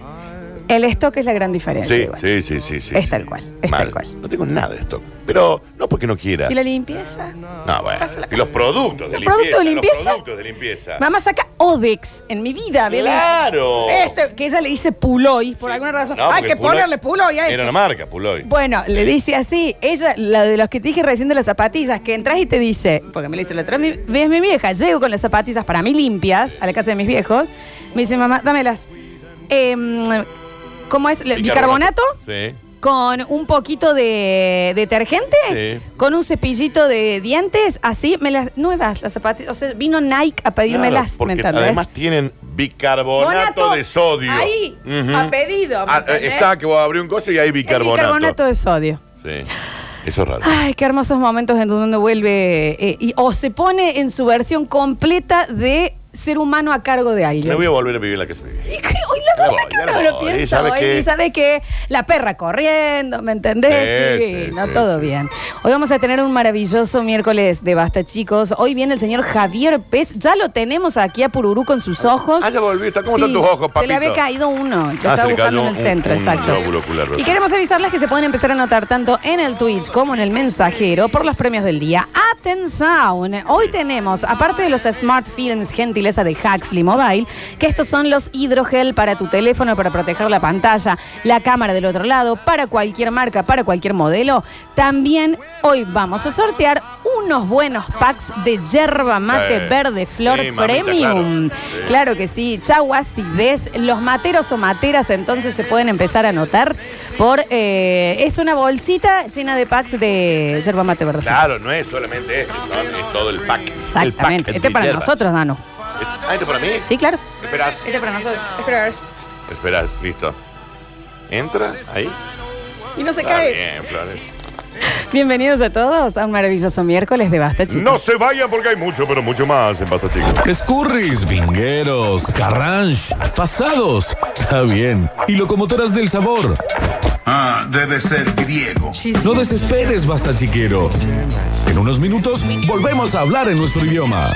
Speaker 4: El stock es la gran diferencia.
Speaker 1: Sí,
Speaker 4: igual.
Speaker 1: sí, sí, sí, sí.
Speaker 4: Es
Speaker 1: sí.
Speaker 4: tal cual, es
Speaker 1: Mal.
Speaker 4: tal cual.
Speaker 1: No tengo nada de esto. Pero no porque no quiera.
Speaker 4: ¿Y la limpieza?
Speaker 1: No, bueno.
Speaker 4: Pasa la
Speaker 1: Y los productos
Speaker 4: ¿Los
Speaker 1: de limpieza.
Speaker 4: productos de limpieza?
Speaker 1: Los productos de limpieza.
Speaker 4: Mamá saca Odex en mi vida, bebé.
Speaker 1: ¡Claro!
Speaker 4: Esto, que ella le dice Puloy, por alguna razón.
Speaker 1: No,
Speaker 4: Hay
Speaker 1: porque
Speaker 4: que
Speaker 1: Puloy-
Speaker 4: ponerle Puloy a
Speaker 1: Era
Speaker 4: esto.
Speaker 1: una marca, Puloy.
Speaker 4: Bueno, le dice así, ella, la de los que te dije recién de las zapatillas, que entras y te dice, porque me lo hizo la otra vez, mi- ves mi vieja, llego con las zapatillas para mí limpias a la casa de mis viejos, me dice, mamá, dámelas. Em, ¿Cómo es? Le- Bicarbonato,
Speaker 1: Sí.
Speaker 4: con un poquito de detergente,
Speaker 1: Sí.
Speaker 4: con un cepillito de dientes, así, me las nuevas, las zapatillas. O sea, vino Nike a pedírmelas,
Speaker 1: Claro, porque
Speaker 4: ¿me entendés?
Speaker 1: además tienen bicarbonato
Speaker 4: Bonato,
Speaker 1: de sodio.
Speaker 4: Ahí,
Speaker 1: Ujú.
Speaker 4: a pedido. ¿me
Speaker 1: Ah,
Speaker 4: entendés?
Speaker 1: está que vos abrís un coso y hay
Speaker 4: El bicarbonato. de sodio.
Speaker 1: Sí. Eso es raro.
Speaker 4: Ay, qué hermosos momentos en donde uno vuelve eh, y- o se pone en su versión completa de ser humano a cargo de
Speaker 1: Me
Speaker 4: alguien.
Speaker 1: voy a volver a vivir la casa de mi vieja.
Speaker 4: Y que- hoy la
Speaker 1: Ya
Speaker 4: verdad
Speaker 1: voy,
Speaker 4: que
Speaker 1: ya
Speaker 4: uno
Speaker 1: voy.
Speaker 4: lo
Speaker 1: Y
Speaker 4: piensa
Speaker 1: sabe
Speaker 4: hoy
Speaker 1: que-
Speaker 4: y sabe que la perra corriendo, ¿me entendés?
Speaker 1: Sí,
Speaker 4: Divino,
Speaker 1: sí, sí,
Speaker 4: todo
Speaker 1: sí.
Speaker 4: bien. Hoy vamos a tener un maravilloso miércoles de Basta, chicos. Hoy viene el señor Javier Pez. Ya lo tenemos aquí a Pururú con sus ojos.
Speaker 1: Ah, ya volví. Está- ¿Cómo
Speaker 4: Sí,
Speaker 1: están tus ojos, papito?
Speaker 4: Se le había caído uno. Lo
Speaker 1: Ah,
Speaker 4: estaba
Speaker 1: se le
Speaker 4: buscando en
Speaker 1: cayó
Speaker 4: el
Speaker 1: un-
Speaker 4: centro,
Speaker 1: un
Speaker 4: exacto.
Speaker 1: glóbulo ocular,
Speaker 4: y
Speaker 1: ¿verdad?
Speaker 4: queremos avisarlas que se pueden empezar a anotar tanto en el Twitch como en el mensajero por los premios del día. Atención. Hoy tenemos, aparte de los Smart Films gentileza de Huxley Mobile, que estos son los hidrogel para tu teléfono, para proteger la pantalla, la cámara del otro lado, para cualquier marca, para cualquier modelo. También hoy vamos a sortear unos buenos packs de yerba mate
Speaker 1: Sí.
Speaker 4: verde flor
Speaker 1: Sí, mamita,
Speaker 4: premium.
Speaker 1: claro. Sí.
Speaker 4: Claro que sí, chau acidez. Los materos o materas entonces se pueden empezar a anotar por... eh, es una bolsita llena de packs de yerba mate verde.
Speaker 1: Claro, no es solamente este, son- es todo el pack. El pack
Speaker 4: Exactamente.
Speaker 1: de
Speaker 4: Este es para
Speaker 1: hierbas.
Speaker 4: nosotros, Danu.
Speaker 1: Ah, ¿esto para mí?
Speaker 4: Sí, claro.
Speaker 1: Esperás.
Speaker 4: Este para nosotros. Esperas.
Speaker 1: Esperás, listo. Entra, ahí.
Speaker 4: Y no se
Speaker 1: Está
Speaker 4: cae.
Speaker 1: bien, Flores.
Speaker 4: Bienvenidos a todos a un maravilloso miércoles de Basta, chicos.
Speaker 1: No se vayan porque hay mucho, pero mucho más en Basta Chicos.
Speaker 5: Escurris, vingueros, carranche, pasados. Está bien. Y locomotoras del sabor.
Speaker 6: Ah, debe ser griego.
Speaker 5: No desesperes, basta chiquero. En unos minutos volvemos a hablar en nuestro idioma.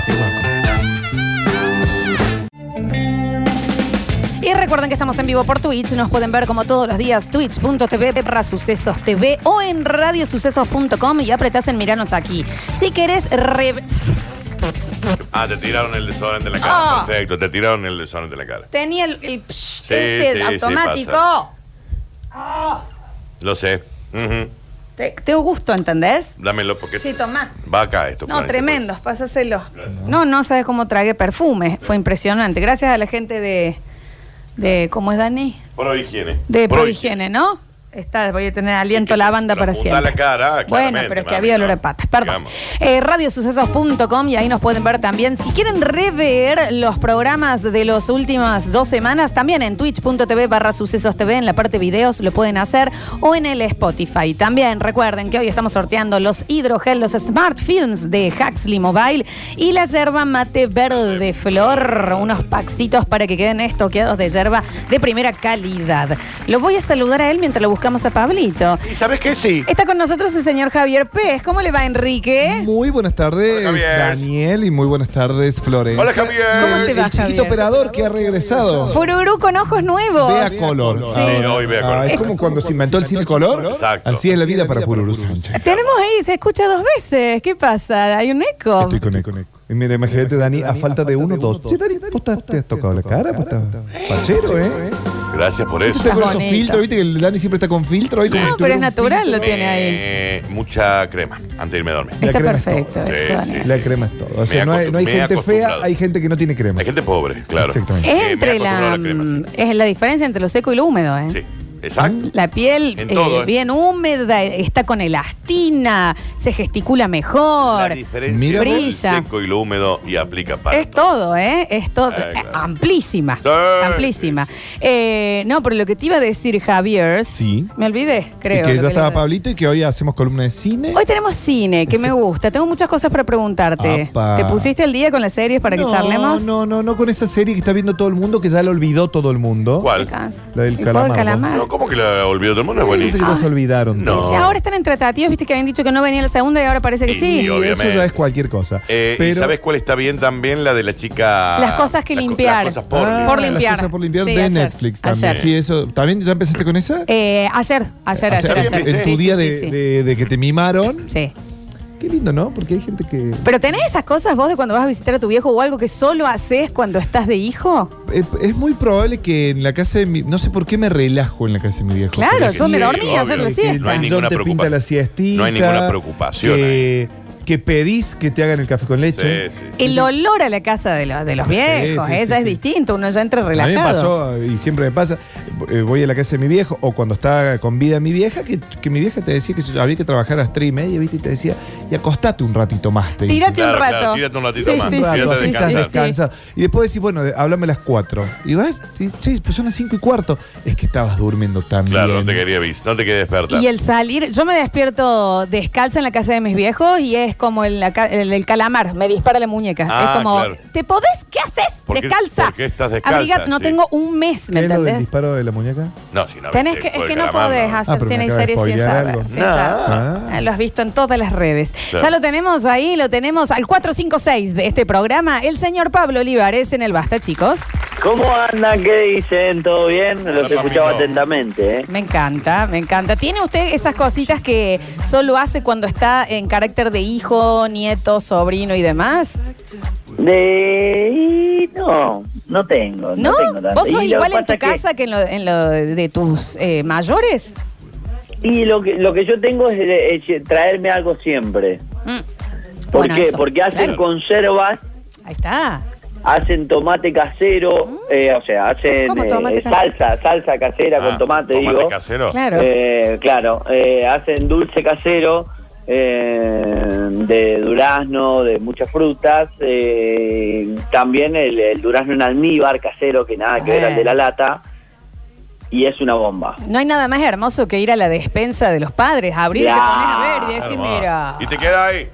Speaker 4: Y recuerden que estamos en vivo por Twitch. Nos pueden ver como todos los días, twitch.tv barra sucesos TV o en radiosucesos.com y apretás en miranos aquí. Si querés re-
Speaker 1: Ah, te tiraron el desorden de la cara.
Speaker 4: Ah.
Speaker 1: Perfecto, te tiraron el desorden de la cara.
Speaker 4: Tenía el, el psh, este
Speaker 1: sí, sí,
Speaker 4: automático.
Speaker 1: pasa. Lo sé. Ujú.
Speaker 4: te, te dio gusto, ¿entendés?
Speaker 1: Dámelo porque
Speaker 4: Sí, tomá.
Speaker 1: va acá esto.
Speaker 4: No,
Speaker 1: Florencia.
Speaker 4: tremendo, pásaselo. No, no sabes cómo tragué perfume. Fue impresionante. Gracias a la gente de. de ¿Cómo es Dani?
Speaker 1: Pro higiene.
Speaker 4: De Prohigiene, ¿no? Está, voy a tener aliento
Speaker 1: Es que
Speaker 4: lavanda
Speaker 1: te
Speaker 4: para
Speaker 1: apunta
Speaker 4: siempre.
Speaker 1: la cara,
Speaker 4: bueno,
Speaker 1: claramente,
Speaker 4: pero es que
Speaker 1: mami,
Speaker 4: había olor
Speaker 1: ¿no?
Speaker 4: a patas. Perdón.
Speaker 1: Digamos.
Speaker 4: Eh, radiosucesos.com y ahí nos pueden ver también. Si quieren rever los programas de las últimas dos semanas, también en twitch.tv barra sucesos TV en la parte videos lo pueden hacer o en el Spotify. También recuerden que hoy estamos sorteando los hidrogel, los smart films de Huxley Mobile y la yerba mate verde flor, unos paxitos para que queden estoqueados de yerba de primera calidad. Lo voy a saludar a él mientras lo buscamos a Pablito.
Speaker 1: ¿Y sabes qué? Sí.
Speaker 4: Está con nosotros el señor Javier Pérez. ¿Cómo le va, Enrique?
Speaker 7: Muy buenas tardes,
Speaker 1: Hola, Javier.
Speaker 7: Daniel, y muy buenas tardes, Flores.
Speaker 1: Hola, Javier.
Speaker 4: ¿Cómo te va,
Speaker 7: El chiquito
Speaker 4: Javier?
Speaker 7: operador que ha regresado.
Speaker 4: Fururú con ojos nuevos.
Speaker 7: Vea color.
Speaker 1: Sí,
Speaker 7: ahora.
Speaker 1: hoy vea color.
Speaker 7: Ah, es como cuando se inventó el cine color.
Speaker 1: Exacto.
Speaker 7: Así es la vida para Pururu Sánchez.
Speaker 4: Tenemos ahí, se escucha dos veces. ¿Qué pasa? ¿Hay un eco?
Speaker 7: Estoy con eco. Y mira, imagínate, Dani, a falta de uno, dos. Che, Dani, vos te- te has tocado la cara, pues estás fachero, ¿eh?
Speaker 1: Gracias por
Speaker 7: ¿Viste
Speaker 1: eso.
Speaker 7: con esos
Speaker 4: bonito.
Speaker 7: filtros? ¿Viste que el Dani siempre está con filtro? Ahí
Speaker 1: Sí.
Speaker 7: como si
Speaker 4: No, pero es
Speaker 7: tuviera un
Speaker 4: natural, Ah, lo
Speaker 7: filtro.
Speaker 4: tiene ahí.
Speaker 1: Eh, mucha crema antes de irme a dormir.
Speaker 7: la
Speaker 4: Está
Speaker 7: crema es
Speaker 4: perfecto
Speaker 1: todo.
Speaker 4: eso.
Speaker 1: Sí,
Speaker 4: Ana.
Speaker 1: sí,
Speaker 7: La crema es todo. O sea,
Speaker 1: Me
Speaker 7: no hay, no
Speaker 1: acostum-
Speaker 7: hay
Speaker 1: me
Speaker 7: gente fea,
Speaker 1: acostumbrado.
Speaker 7: hay gente que no tiene crema.
Speaker 1: Hay gente pobre, claro.
Speaker 7: Exactamente.
Speaker 1: Eh, me
Speaker 4: Es
Speaker 1: he
Speaker 4: entre
Speaker 1: acostumbrado
Speaker 4: la,
Speaker 1: a crema, sí.
Speaker 4: es la diferencia entre lo seco y lo húmedo, ¿eh?
Speaker 1: Sí, exacto.
Speaker 4: La piel
Speaker 1: En
Speaker 4: eh,
Speaker 1: todo, ¿eh?
Speaker 4: bien húmeda, está con elastina, se gesticula
Speaker 1: La
Speaker 4: mejor.
Speaker 1: diferencia
Speaker 7: Mira
Speaker 1: entre el
Speaker 4: Brilla.
Speaker 1: seco y lo húmedo y aplica para
Speaker 4: Es todo, ¿eh? Es todo.
Speaker 1: Ah, claro.
Speaker 4: Amplísima.
Speaker 1: Sí.
Speaker 4: Amplísima. Eh, no, pero lo que te iba a decir, Javier.
Speaker 7: Sí.
Speaker 4: Me olvidé,
Speaker 7: Y
Speaker 4: creo.
Speaker 7: que
Speaker 4: lo
Speaker 7: ya
Speaker 4: le iba a
Speaker 7: estaba
Speaker 4: decir.
Speaker 7: Pablito y que hoy hacemos columna de cine.
Speaker 4: Hoy tenemos cine, que me gusta. Tengo muchas cosas para preguntarte.
Speaker 7: Apa.
Speaker 4: ¿Te pusiste al día con las series para que charlemos?
Speaker 7: No, no, no con esa serie que está viendo todo el mundo, que ya la olvidó todo el mundo.
Speaker 1: ¿Cuál?
Speaker 4: Me cansa.
Speaker 7: La del
Speaker 4: El juego del
Speaker 7: calamar,
Speaker 1: No, ¿cómo que la olvidó todo el mundo? Es
Speaker 7: Parece que
Speaker 1: buenísimo.
Speaker 7: ya se olvidaron.
Speaker 1: No.
Speaker 4: Dice, ahora están en tratativas, viste que habían dicho que no venía la segunda y ahora parece que
Speaker 1: Y
Speaker 4: sí.
Speaker 1: yo-
Speaker 7: Eso
Speaker 1: Obviamente.
Speaker 7: ya es cualquier cosa.
Speaker 1: Eh, ¿y
Speaker 7: Pero-
Speaker 1: ¿Sabes cuál está bien también? La de la chica.
Speaker 4: Las cosas que
Speaker 1: las co-
Speaker 4: limpiar.
Speaker 1: Las cosas por
Speaker 7: Ah,
Speaker 4: Por
Speaker 7: las
Speaker 4: limpiar.
Speaker 7: cosas por limpiar
Speaker 4: Sí,
Speaker 7: de
Speaker 4: ayer,
Speaker 7: Netflix también.
Speaker 4: ayer.
Speaker 7: Sí, eso. ¿También ya empezaste con esa?
Speaker 4: Eh, ayer, ayer, ayer,
Speaker 1: ¿Ayer?
Speaker 4: ayer.
Speaker 7: En
Speaker 4: Sí,
Speaker 7: tu
Speaker 4: sí,
Speaker 7: día
Speaker 4: sí,
Speaker 7: de,
Speaker 4: sí.
Speaker 7: de- de que te mimaron.
Speaker 4: Sí.
Speaker 7: Qué lindo, ¿no? Porque hay gente que.
Speaker 4: ¿Pero tenés esas cosas vos de cuando vas a visitar a tu viejo o algo que solo haces cuando estás de hijo?
Speaker 7: Eh, Es muy probable que en la casa de mi. No sé por qué me relajo en la casa de mi viejo.
Speaker 4: Claro,
Speaker 7: Pero
Speaker 1: sí,
Speaker 4: yo me
Speaker 1: sí,
Speaker 4: dormí
Speaker 1: obvio.
Speaker 4: ayer la
Speaker 1: Sí,
Speaker 7: Que el
Speaker 1: No hay
Speaker 4: siesta.
Speaker 1: ninguna
Speaker 7: sillón te pinta
Speaker 1: preocupación.
Speaker 7: la siestita.
Speaker 1: No hay ninguna preocupación
Speaker 7: Que, que pedís que te hagan el café con leche.
Speaker 1: Sí, sí.
Speaker 4: El olor a la casa de, los- de los viejos,
Speaker 7: Sí, sí,
Speaker 4: ella es
Speaker 7: sí, sí.
Speaker 4: distinto, uno ya entra relajado.
Speaker 7: A mí me pasó, y siempre me pasa, eh, voy a la casa de mi viejo, o cuando estaba con vida mi vieja, que, que mi vieja te decía que si- había que trabajar a las 3 y media, ¿viste? Y te decía, y acostate un ratito más. Te dice.
Speaker 4: Tírate
Speaker 1: Claro,
Speaker 4: un rato.
Speaker 1: claro, tírate un ratito
Speaker 4: Sí,
Speaker 1: más.
Speaker 4: sí,
Speaker 7: Un
Speaker 4: sí,
Speaker 7: rato,
Speaker 1: Tírate a
Speaker 7: así
Speaker 4: sí,
Speaker 7: estás
Speaker 4: sí, sí.
Speaker 7: descansado. Y después decís, bueno, de- háblame a las 4. Y vas, y, che, pues son las 5 y cuarto. Es que estabas durmiendo tan
Speaker 1: Claro, no
Speaker 7: bien.
Speaker 1: te quería vis, no te quería despertar.
Speaker 4: Y el salir, yo me despierto descalza en la casa de mis viejos y es como el, aca- el- el calamar, me dispara la muñeca.
Speaker 1: Ah,
Speaker 4: es como,
Speaker 1: claro.
Speaker 4: ¿te podés? ¿Qué haces?
Speaker 1: ¿Por qué-
Speaker 4: descalza.
Speaker 1: por qué estás descalza?
Speaker 4: Abriga- no
Speaker 1: Sí.
Speaker 4: tengo un mes,
Speaker 7: ¿Qué
Speaker 4: ¿me
Speaker 7: es lo del
Speaker 4: entendés?
Speaker 7: disparo de la muñeca?
Speaker 1: No, si no
Speaker 4: Tenés
Speaker 1: viste
Speaker 4: que, es
Speaker 1: el
Speaker 4: que no
Speaker 1: calamar,
Speaker 4: podés hacer
Speaker 7: Ah, pero me
Speaker 4: cine y
Speaker 7: acaba de
Speaker 4: series sin
Speaker 7: spoilear
Speaker 4: saber.
Speaker 7: algo.
Speaker 4: sin
Speaker 1: No.
Speaker 4: saber.
Speaker 7: Ah.
Speaker 4: Lo has visto en todas las redes.
Speaker 1: Claro.
Speaker 4: Ya lo tenemos ahí, lo tenemos al 456 de este programa, el señor Pablo Olivares en el Basta, chicos.
Speaker 8: ¿Cómo andan? ¿Qué dicen? ¿Todo bien?
Speaker 1: Hola,
Speaker 8: Los he escuchado
Speaker 1: papito.
Speaker 8: atentamente, ¿eh?
Speaker 4: Me encanta, me encanta. ¿Tiene usted esas cositas que solo hace cuando está en carácter de hijo, nieto, sobrino y demás?
Speaker 8: De... y No, no tengo.
Speaker 4: ¿No?
Speaker 8: No, tengo tanto.
Speaker 4: ¿Vos sos
Speaker 8: Y lo
Speaker 4: igual
Speaker 8: que
Speaker 4: en tu
Speaker 8: pasa es que-
Speaker 4: casa que, en, lo, en lo de tus eh, mayores?
Speaker 8: y lo que, lo que yo tengo es, eh, eh, traerme algo siempre.
Speaker 4: Mm.
Speaker 8: ¿Por
Speaker 4: Bueno,
Speaker 8: qué?
Speaker 4: eso,
Speaker 8: Porque hacen
Speaker 4: claro.
Speaker 8: conservas,
Speaker 4: Ahí está. Mm.
Speaker 8: hacen tomate casero, eh, o sea, hacen
Speaker 4: ¿Cómo
Speaker 8: eh,
Speaker 4: tomate casero?
Speaker 8: salsa, salsa casera
Speaker 1: Ah,
Speaker 8: con tomate, digo.
Speaker 1: casero.
Speaker 4: Claro.
Speaker 8: Eh, claro, eh, hacen dulce casero, eh, de durazno, de muchas frutas, eh, también el, el durazno en almíbar casero, que nada que ver al de la lata, y es una bomba.
Speaker 4: No hay nada más hermoso que ir a la despensa de los padres, abrir,
Speaker 8: Ya.
Speaker 4: te pones a ver y decir, mira.
Speaker 1: Y te queda ahí.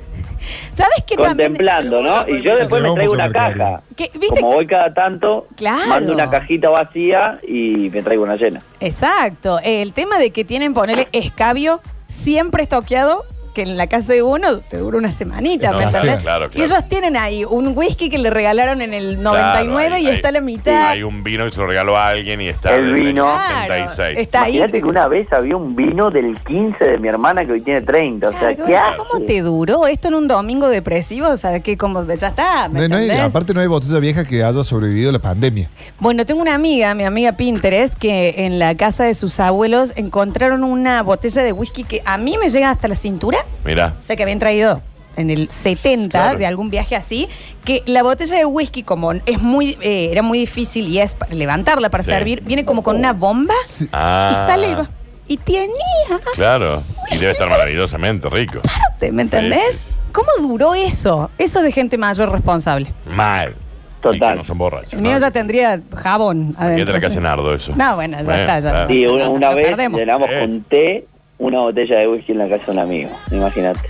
Speaker 4: ¿Sabes qué también?
Speaker 8: Contemplando, ¿no? Y yo después me traigo una caja.
Speaker 4: Que- ¿viste?
Speaker 8: Como voy cada tanto,
Speaker 4: Claro.
Speaker 8: mando una cajita vacía y me traigo una llena.
Speaker 4: Exacto. El tema de que tienen, ponerle escabio, siempre estoqueado, que en la casa de uno te dura una semanita,
Speaker 1: No,
Speaker 4: ¿me
Speaker 1: Ah, sí,
Speaker 4: entendés?
Speaker 1: claro,
Speaker 4: Y
Speaker 1: claro.
Speaker 4: ellos tienen ahí un whisky que le regalaron en el 99
Speaker 1: Claro,
Speaker 4: y
Speaker 1: hay-
Speaker 4: está a la
Speaker 1: hay-
Speaker 4: mitad.
Speaker 1: Hay un vino que se lo regaló a alguien y está.
Speaker 8: El
Speaker 1: desde
Speaker 8: vino.
Speaker 4: Claro,
Speaker 1: 76.
Speaker 4: está ahí.
Speaker 8: Fíjate que una vez había un vino del 15 de mi hermana que hoy tiene 30. O sea,
Speaker 4: Claro,
Speaker 8: ¿qué
Speaker 4: ¿Cómo te duró esto en un domingo depresivo? O sea, que como ya está, ¿me
Speaker 7: No, no hay-
Speaker 4: entendés?
Speaker 7: aparte no hay botella vieja que haya sobrevivido la pandemia.
Speaker 4: Bueno, tengo una amiga, mi amiga Pinterest, que en la casa de sus abuelos encontraron una botella de whisky que a mí me llega hasta la cintura.
Speaker 1: Mirá.
Speaker 4: O sea, que habían traído en el 70
Speaker 1: Claro.
Speaker 4: de algún viaje así, que la botella de whisky, como es muy, eh, era muy difícil y es pa- levantarla para
Speaker 1: Sí.
Speaker 4: servir, viene como con una bomba
Speaker 7: Sí.
Speaker 1: Ah,
Speaker 4: y sale algo. Y tenía,
Speaker 1: Claro. Y debe estar maravillosamente rico.
Speaker 4: ¿me entendés?
Speaker 1: Sí, sí, sí.
Speaker 4: ¿Cómo duró eso? Eso es de gente mayor responsable.
Speaker 1: Mal.
Speaker 8: Total.
Speaker 1: Y que no son borrachos.
Speaker 4: El mío
Speaker 1: ¿no?
Speaker 4: ya tendría jabón
Speaker 1: Aquí te
Speaker 4: adentro.
Speaker 1: la que
Speaker 4: sí.
Speaker 1: hace Nardo eso.
Speaker 4: No, bueno, ya está, ya
Speaker 1: claro.
Speaker 4: está.
Speaker 8: Sí, una,
Speaker 4: No,
Speaker 8: una
Speaker 4: lo
Speaker 8: vez
Speaker 4: perdemos.
Speaker 8: llenamos
Speaker 1: Eh.
Speaker 8: con té una botella de whisky en la casa de un amigo, imagínate.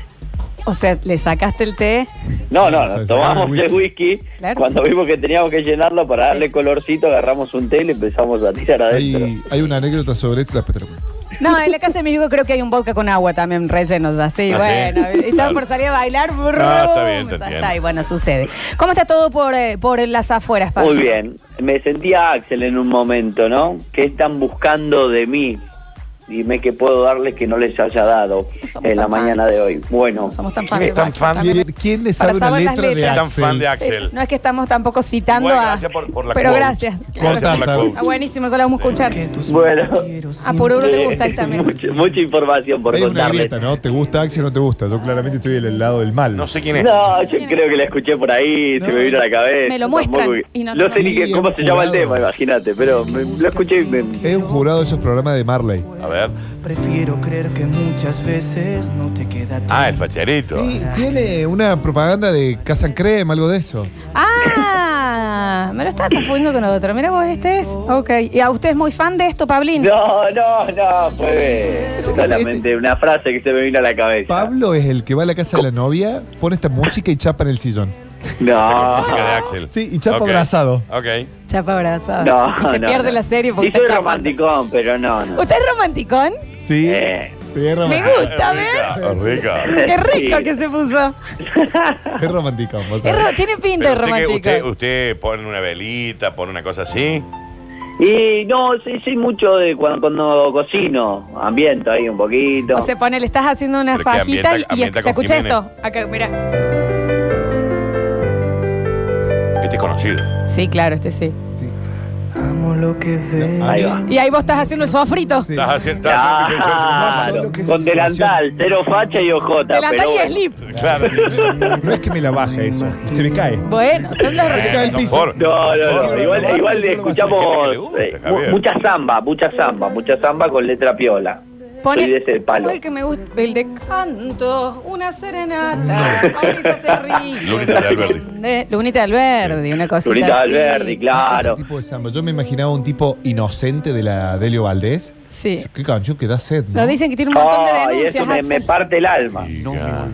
Speaker 4: O sea, le sacaste el té.
Speaker 8: No, no,
Speaker 7: Se
Speaker 8: nos
Speaker 7: sacaron
Speaker 8: tomamos
Speaker 7: el
Speaker 8: el whisky.
Speaker 4: Claro.
Speaker 8: Cuando vimos que teníamos que llenarlo para
Speaker 4: Sí.
Speaker 8: darle colorcito, agarramos un té y le empezamos a tirar adentro.
Speaker 7: Hay, hay una anécdota sobre esto. después te la cuento.
Speaker 4: No, en la casa de mi hijo creo que hay un vodka con agua también, rellenos así.
Speaker 1: ¿Ah,
Speaker 4: bueno,
Speaker 1: sí?
Speaker 4: y todo
Speaker 1: Claro.
Speaker 4: por salir a bailar.
Speaker 1: está bien,
Speaker 4: brum,
Speaker 1: está
Speaker 4: ya
Speaker 1: bien.
Speaker 4: está, y bueno, sucede. ¿Cómo está todo por, eh, por las afueras, Pablo?
Speaker 8: Muy bien. Me sentía Axel en un momento, ¿no? ¿Qué están buscando de mí? Dime qué puedo darles que no les haya dado
Speaker 4: No somos
Speaker 8: en la
Speaker 4: tan
Speaker 8: mañana
Speaker 4: fans.
Speaker 8: de hoy. Bueno,
Speaker 4: No somos tan
Speaker 1: ¿Quién
Speaker 4: fan de
Speaker 1: es tan
Speaker 4: Bach,
Speaker 1: fan?
Speaker 4: también.
Speaker 7: ¿Quién- ¿Quién le
Speaker 4: Para
Speaker 7: sabe una
Speaker 4: saber las
Speaker 7: letra de
Speaker 4: letras.
Speaker 1: Tan
Speaker 7: Axel?
Speaker 1: fan de
Speaker 4: Sí,
Speaker 1: Axel.
Speaker 4: no es que estamos tampoco citando
Speaker 1: Igual,
Speaker 4: a.
Speaker 1: gracias por- por la
Speaker 4: pero
Speaker 1: quote.
Speaker 4: gracias.
Speaker 1: Gracias por la
Speaker 7: Cortázar.
Speaker 1: quote.
Speaker 4: Está buenísimo, ya la vamos a escuchar.
Speaker 8: bueno.
Speaker 4: A por uno le
Speaker 8: Eh,
Speaker 4: gusta ahí también.
Speaker 8: mucha, mucha información por
Speaker 7: Hay una
Speaker 8: contarles.
Speaker 7: grieta, ¿no? ¿Te gusta Axel o no te gusta? Yo claramente estoy del lado del mal.
Speaker 1: No sé quién es.
Speaker 8: No, yo creo que la escuché por ahí, se
Speaker 7: No.
Speaker 8: me vino a la cabeza.
Speaker 4: Me lo muestran
Speaker 8: Tampoco-
Speaker 4: y no-
Speaker 8: no sé
Speaker 7: no.
Speaker 8: ni qué-
Speaker 7: Sí,
Speaker 8: cómo
Speaker 7: es
Speaker 8: se llama el
Speaker 7: jurado.
Speaker 8: tema, imagínate, pero me- lo escuché y me...
Speaker 7: Es un jurado de esos programas de Marley.
Speaker 1: A ver.
Speaker 9: Prefiero creer que muchas veces no te queda
Speaker 1: Ah, el facherito.
Speaker 7: Sí, tiene una propaganda de Casa en Crema, algo de eso.
Speaker 4: Ah, me lo estaba confundiendo con otro. Mira vos, este es. Ok. ¿Y a usted es muy fan de esto, Pablín?
Speaker 8: No, no, no, ah, fue solamente una frase que se me vino a la cabeza.
Speaker 7: Pablo es el que va a la casa de la novia, pone esta música y chapa en el sillón.
Speaker 8: No.
Speaker 1: Música de Axel.
Speaker 7: Sí, y chapa
Speaker 1: Ok.
Speaker 7: abrazado.
Speaker 1: Ok.
Speaker 4: Chapa abrazada.
Speaker 8: No,
Speaker 4: y se
Speaker 8: no,
Speaker 4: pierde
Speaker 8: no.
Speaker 4: la serie porque
Speaker 8: Sí, soy
Speaker 4: está chapando.
Speaker 8: romanticón, pero no, no.
Speaker 4: ¿Usted es romanticón?
Speaker 7: Sí.
Speaker 8: Eh.
Speaker 7: sí, es
Speaker 4: Me
Speaker 7: romántico.
Speaker 4: gusta, ¿ves?
Speaker 1: Rica, rica.
Speaker 4: Qué rico
Speaker 8: Sí.
Speaker 4: que se puso.
Speaker 7: Es romántico. vos
Speaker 4: Es
Speaker 7: sabés.
Speaker 4: ro- tiene pinta de
Speaker 1: Pero usted, que- usted,
Speaker 4: romántico.
Speaker 1: usted pone una velita, pone una cosa así.
Speaker 8: Y no, sí, sí, mucho de cuando, cuando cocino, ambiento ahí un poquito.
Speaker 4: O sea, pone, le estás haciendo una
Speaker 1: Pero que
Speaker 4: fajita
Speaker 1: ambienta-
Speaker 4: y, y
Speaker 1: ambienta
Speaker 4: se
Speaker 1: con
Speaker 4: escucha
Speaker 1: Jiménez.
Speaker 4: esto. Acá, mira.
Speaker 1: Este es conocido.
Speaker 4: Sí, claro, este sí.
Speaker 7: Sí.
Speaker 9: Amo lo que ve.
Speaker 7: A
Speaker 8: ahí
Speaker 7: mí-
Speaker 8: va.
Speaker 4: Y ahí vos estás haciendo el sofrito.
Speaker 7: Sí.
Speaker 1: Estás haciendo. estás haciendo-
Speaker 8: Claro,
Speaker 7: solo que esa
Speaker 8: Ah, con delantal, cero facha y ojota.
Speaker 4: Te la
Speaker 8: pero
Speaker 4: y
Speaker 8: bueno.
Speaker 4: slip.
Speaker 1: Claro.
Speaker 7: No es que me la baje eso. Se me cae. Eh,
Speaker 4: Bueno, son los
Speaker 7: cae el
Speaker 1: No,
Speaker 7: piso.
Speaker 1: por-
Speaker 8: No, no,
Speaker 1: por-
Speaker 8: no, igual, igual
Speaker 7: Eso lo vas a hacer.
Speaker 1: ¿Qué
Speaker 8: escuchamos
Speaker 1: le gusta,
Speaker 8: eh,
Speaker 1: Javier?
Speaker 8: mu- mucha samba, mucha samba, mucha samba con letra piola. Soy de ese palo.
Speaker 4: ¿cómo el que me gusta, el de canto, una serenata, Mauricio Cerrillo,
Speaker 1: Lunita de Alberdi.
Speaker 4: de- Lunita de Alberdi, una cosita
Speaker 8: Lunita
Speaker 4: así.
Speaker 8: Alberdi,
Speaker 7: Ese
Speaker 8: claro.
Speaker 7: tipo de samba. Yo me imaginaba un tipo inocente de la Delio Valdés.
Speaker 4: Sí.
Speaker 7: Qué canción que da sed, ¿no?
Speaker 4: Nos dicen que tiene un montón de
Speaker 8: Ay, eso
Speaker 4: denuncias,
Speaker 8: me, me
Speaker 4: Axel.
Speaker 8: parte el alma.
Speaker 1: Rica.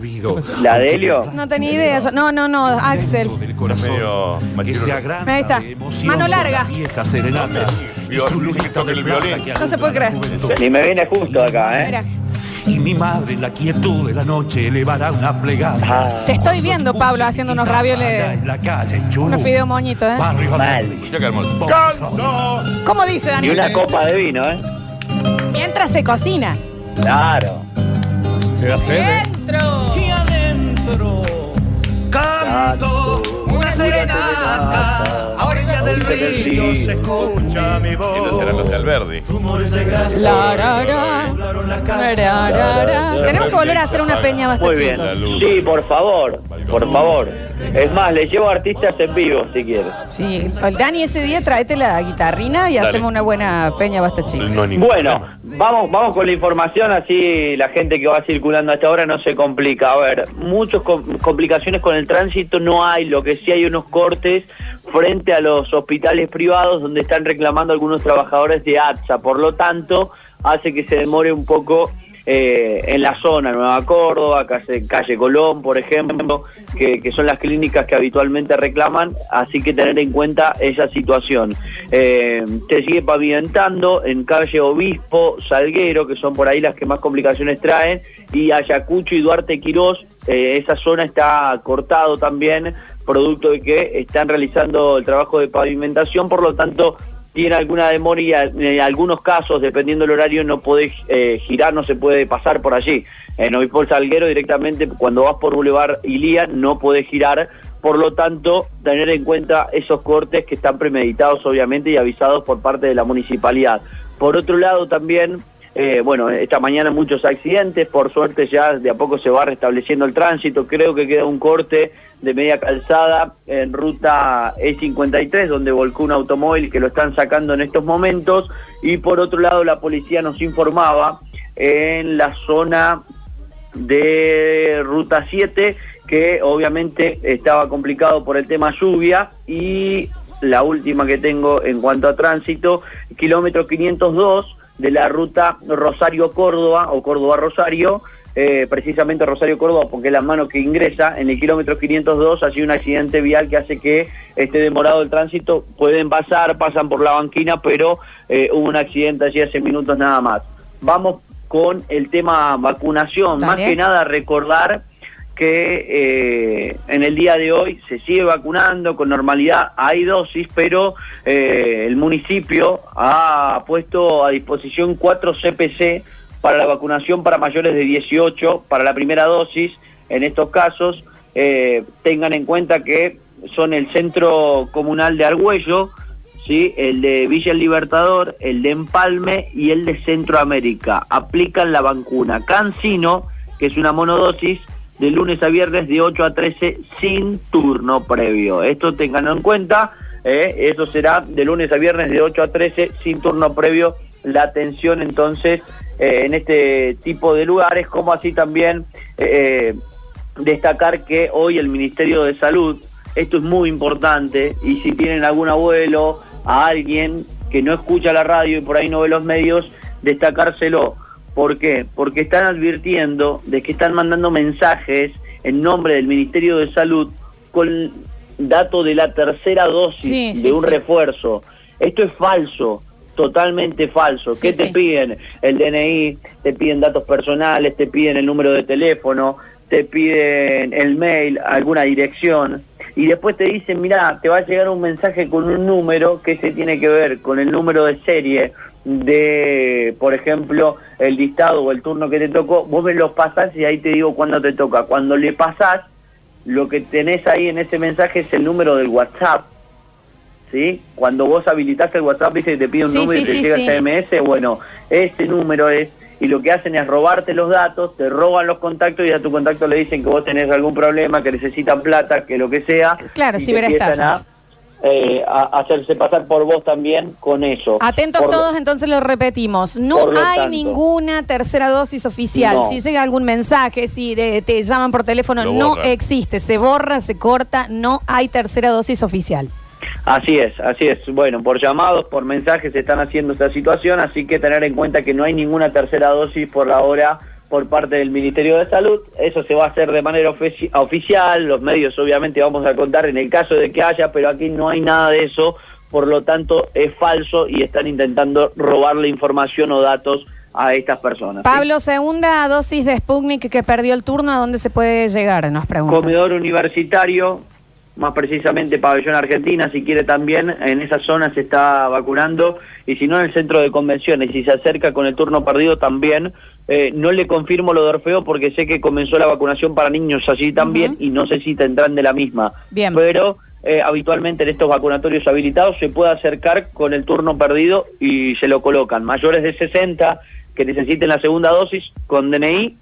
Speaker 8: La de Helio.
Speaker 4: No tenía idea. yo- No, no, no, Axel.
Speaker 1: Medio machirulo.
Speaker 4: Ahí está. Mano larga.
Speaker 1: Vio- dice que toca el violín.
Speaker 4: No se puede creer.
Speaker 8: Ni me viene justo acá, ¿eh?
Speaker 4: Mira,
Speaker 9: Y mi madre, en la quietud de la noche, elevará una plegada.
Speaker 8: Ah,
Speaker 4: te estoy viendo, Pablo, haciendo unos ravioles,
Speaker 9: En la calle, en Chubut,
Speaker 4: unos fideos moñitos, ¿eh?
Speaker 9: barrio
Speaker 8: Mal.
Speaker 1: Mira qué hermoso. ¡Canto!
Speaker 4: ¿Cómo dice
Speaker 8: y
Speaker 4: Daniel?
Speaker 8: una copa de vino, ¿eh?
Speaker 4: Mientras se cocina.
Speaker 8: Claro.
Speaker 7: Te da sed. ¿eh?
Speaker 4: Dentro.
Speaker 9: Y adentro canto una serenata. A orilla Ah, del río se escucha mi
Speaker 1: Estos eran los
Speaker 9: voz.
Speaker 1: de Alberdi.
Speaker 9: Rumores de grasa
Speaker 4: La, ra, ra,
Speaker 9: poblaron la casa.
Speaker 4: ra, ra, ra. Tenemos que volver a este hacer una peña
Speaker 8: Muy
Speaker 4: bastante
Speaker 8: bien.
Speaker 4: chicos.
Speaker 8: Sí, por favor. Por favor. Es más, le llevo artistas en vivo si quieres.
Speaker 4: Sí, el Dani ese día tráete la guitarrina y
Speaker 1: Dale.
Speaker 4: hacemos una buena peña basta chico.
Speaker 1: No, ni-
Speaker 8: Bueno, Vamos, vamos con la información, así la gente que va circulando hasta ahora no se complica. A ver, muchas complicaciones con el tránsito no hay, lo que sí hay unos cortes frente a los hospitales privados donde están reclamando algunos trabajadores de ATSA. Por lo tanto, hace que se demore un poco eh, en la zona, Nueva Córdoba, calle, calle Colón, por ejemplo, que, que son las clínicas que habitualmente reclaman, así que tener en cuenta esa situación. Eh, se sigue pavimentando en calle Obispo, Salguero, que son por ahí las que más complicaciones traen, y Ayacucho y Duarte Quirós, eh, esa zona está cortado también, producto de que están realizando el trabajo de pavimentación, por lo tanto tiene alguna demora y a- en algunos casos, dependiendo del horario, no podés eh, girar, no se puede pasar por allí. En Obispo Salguero directamente, cuando vas por Boulevard Ilía, no podés girar. Por lo tanto, tener en cuenta esos cortes que están premeditados, obviamente, y avisados por parte de la municipalidad. Por otro lado, también eh, bueno, esta mañana muchos accidentes, por suerte ya de a poco se va restableciendo el tránsito, creo que queda un corte de media calzada en ruta E53, donde volcó un automóvil que lo están sacando en estos momentos, y por otro lado la policía nos informaba en la zona de ruta 7 que obviamente estaba complicado por el tema lluvia y la última que tengo en cuanto a tránsito, kilómetro 502 de la ruta Rosario-Córdoba o Córdoba-Rosario, eh, precisamente Rosario-Córdoba porque es la mano que ingresa, en el kilómetro 502 hay un accidente vial que hace que esté demorado el tránsito, pueden pasar, pasan por la banquina, pero eh, hubo un accidente allí hace minutos nada más. Vamos con el tema vacunación, más
Speaker 4: Dale.
Speaker 8: que nada recordar que eh, en el día de hoy se sigue vacunando con normalidad, hay dosis, pero eh, el municipio ha puesto a disposición 4 CPC para la vacunación para mayores de 18, para la primera dosis, en estos casos, eh, tengan en cuenta que son el Centro Comunal de Argüello, ¿sí? el de Villa El Libertador, el de Empalme y el de Centroamérica. Aplican la vacuna Cancino, que es una monodosis, de lunes a viernes de 8 a 13 sin turno previo. Esto tenganlo en cuenta, ¿eh? eso será de lunes a viernes de 8 a 13 sin turno previo. La atención entonces eh, en este tipo de lugares, como así también eh, destacar que hoy el Ministerio de Salud, esto es muy importante, y si tienen algún abuelo, a alguien que no escucha la radio y por ahí no ve los medios, destacárselo. ¿Por qué? Porque están advirtiendo de que están mandando mensajes en nombre del Ministerio de Salud con dato de la tercera dosis
Speaker 4: Sí,
Speaker 8: de
Speaker 4: sí,
Speaker 8: un
Speaker 4: sí.
Speaker 8: refuerzo. Esto es falso, totalmente falso.
Speaker 4: Sí,
Speaker 8: ¿Qué te
Speaker 4: sí.
Speaker 8: piden? El DNI, te piden datos personales, te piden el número de teléfono, te piden el mail, alguna dirección. Y después te dicen, mirá, te va a llegar un mensaje con un número que se tiene que ver con el número de serie de, por ejemplo, el listado o el turno que te tocó. Vos me los pasás y ahí te digo cuándo te toca. Cuando le pasás, lo que tenés ahí en ese mensaje es el número del WhatsApp. ¿sí? Cuando vos habilitaste el WhatsApp, viste que te pide un
Speaker 4: Sí, sí,
Speaker 8: número y te
Speaker 4: sí,
Speaker 8: llega
Speaker 4: sí.
Speaker 8: SMS, bueno, este número es, y lo que hacen es robarte los datos, te roban los contactos y a tu contacto le dicen que vos tenés algún problema, que necesitan plata, que lo que sea.
Speaker 4: Claro,
Speaker 8: y te
Speaker 4: ciberestafas.
Speaker 8: empiezan a, eh, a hacerse pasar por vos también con eso.
Speaker 4: Atentos
Speaker 8: Por lo-
Speaker 4: todos, entonces lo repetimos. No
Speaker 8: por lo
Speaker 4: hay
Speaker 8: tanto.
Speaker 4: ninguna tercera dosis oficial.
Speaker 8: No.
Speaker 4: Si llega algún mensaje, si de- te llaman por teléfono,
Speaker 1: Lo
Speaker 4: no
Speaker 1: borran.
Speaker 4: existe. Se borra, se corta, no hay tercera dosis oficial.
Speaker 8: Así es, así es. Bueno, por llamados, por mensajes se están haciendo esta situación, así que tener en cuenta que no hay ninguna tercera dosis por ahora por parte del Ministerio de Salud. Eso se va a hacer de manera ofici- oficial, los medios obviamente vamos a contar en el caso de que haya, pero aquí no hay nada de eso, por lo tanto es falso y están intentando robarle información o datos a estas personas.
Speaker 4: Pablo, segunda dosis de Sputnik que perdió el turno, ¿a dónde se puede llegar? Nos pregunta.
Speaker 8: comedor universitario, más precisamente pabellón Argentina, si quiere también, en esa zona se está vacunando, y si no en el centro de convenciones, si se acerca con el turno perdido también. Eh, no le confirmo lo de Orfeo porque sé que comenzó la vacunación para niños allí también
Speaker 4: Ujú.
Speaker 8: y no sé si tendrán de la misma.
Speaker 4: Bien.
Speaker 8: Pero eh, habitualmente en estos vacunatorios habilitados se puede acercar con el turno perdido y se lo colocan. Mayores de 60 que necesiten la segunda dosis con DNI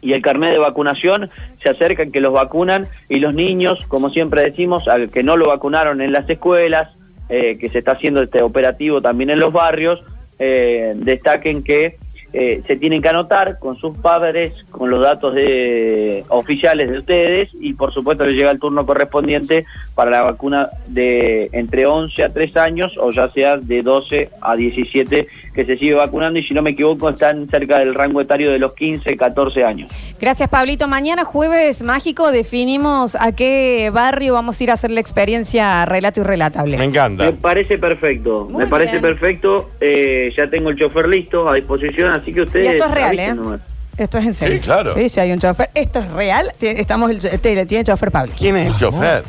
Speaker 8: y el carnet de vacunación, se acercan que los vacunan y los niños, como siempre decimos, al que no lo vacunaron en las escuelas, eh, que se está haciendo este operativo también en los barrios, eh, destaquen que eh, se tienen que anotar con sus padres, con los datos de, oficiales de ustedes y por supuesto les llega el turno correspondiente para la vacuna de entre 11 a 3 años o ya sea de 12 a 17 que se sigue vacunando y si no me equivoco están cerca del rango etario de los 15, 14 años.
Speaker 4: Gracias, Pablito. Mañana, jueves mágico, definimos a qué barrio vamos a ir a hacer la experiencia relato y relatable.
Speaker 1: Me encanta.
Speaker 8: Me parece perfecto,
Speaker 4: Muy
Speaker 8: me parece
Speaker 4: bien.
Speaker 8: perfecto. eh, ya tengo el chofer listo, a disposición, así que ustedes.
Speaker 4: Y esto es real,
Speaker 8: avisen
Speaker 4: ¿eh?
Speaker 8: nomás.
Speaker 4: Esto es en serio.
Speaker 1: claro.
Speaker 4: Sí, sí, hay un chofer. Esto es real. Tie- Estamos el, cho- este- tiene chofer Pablo.
Speaker 1: ¿Quién es el chofer?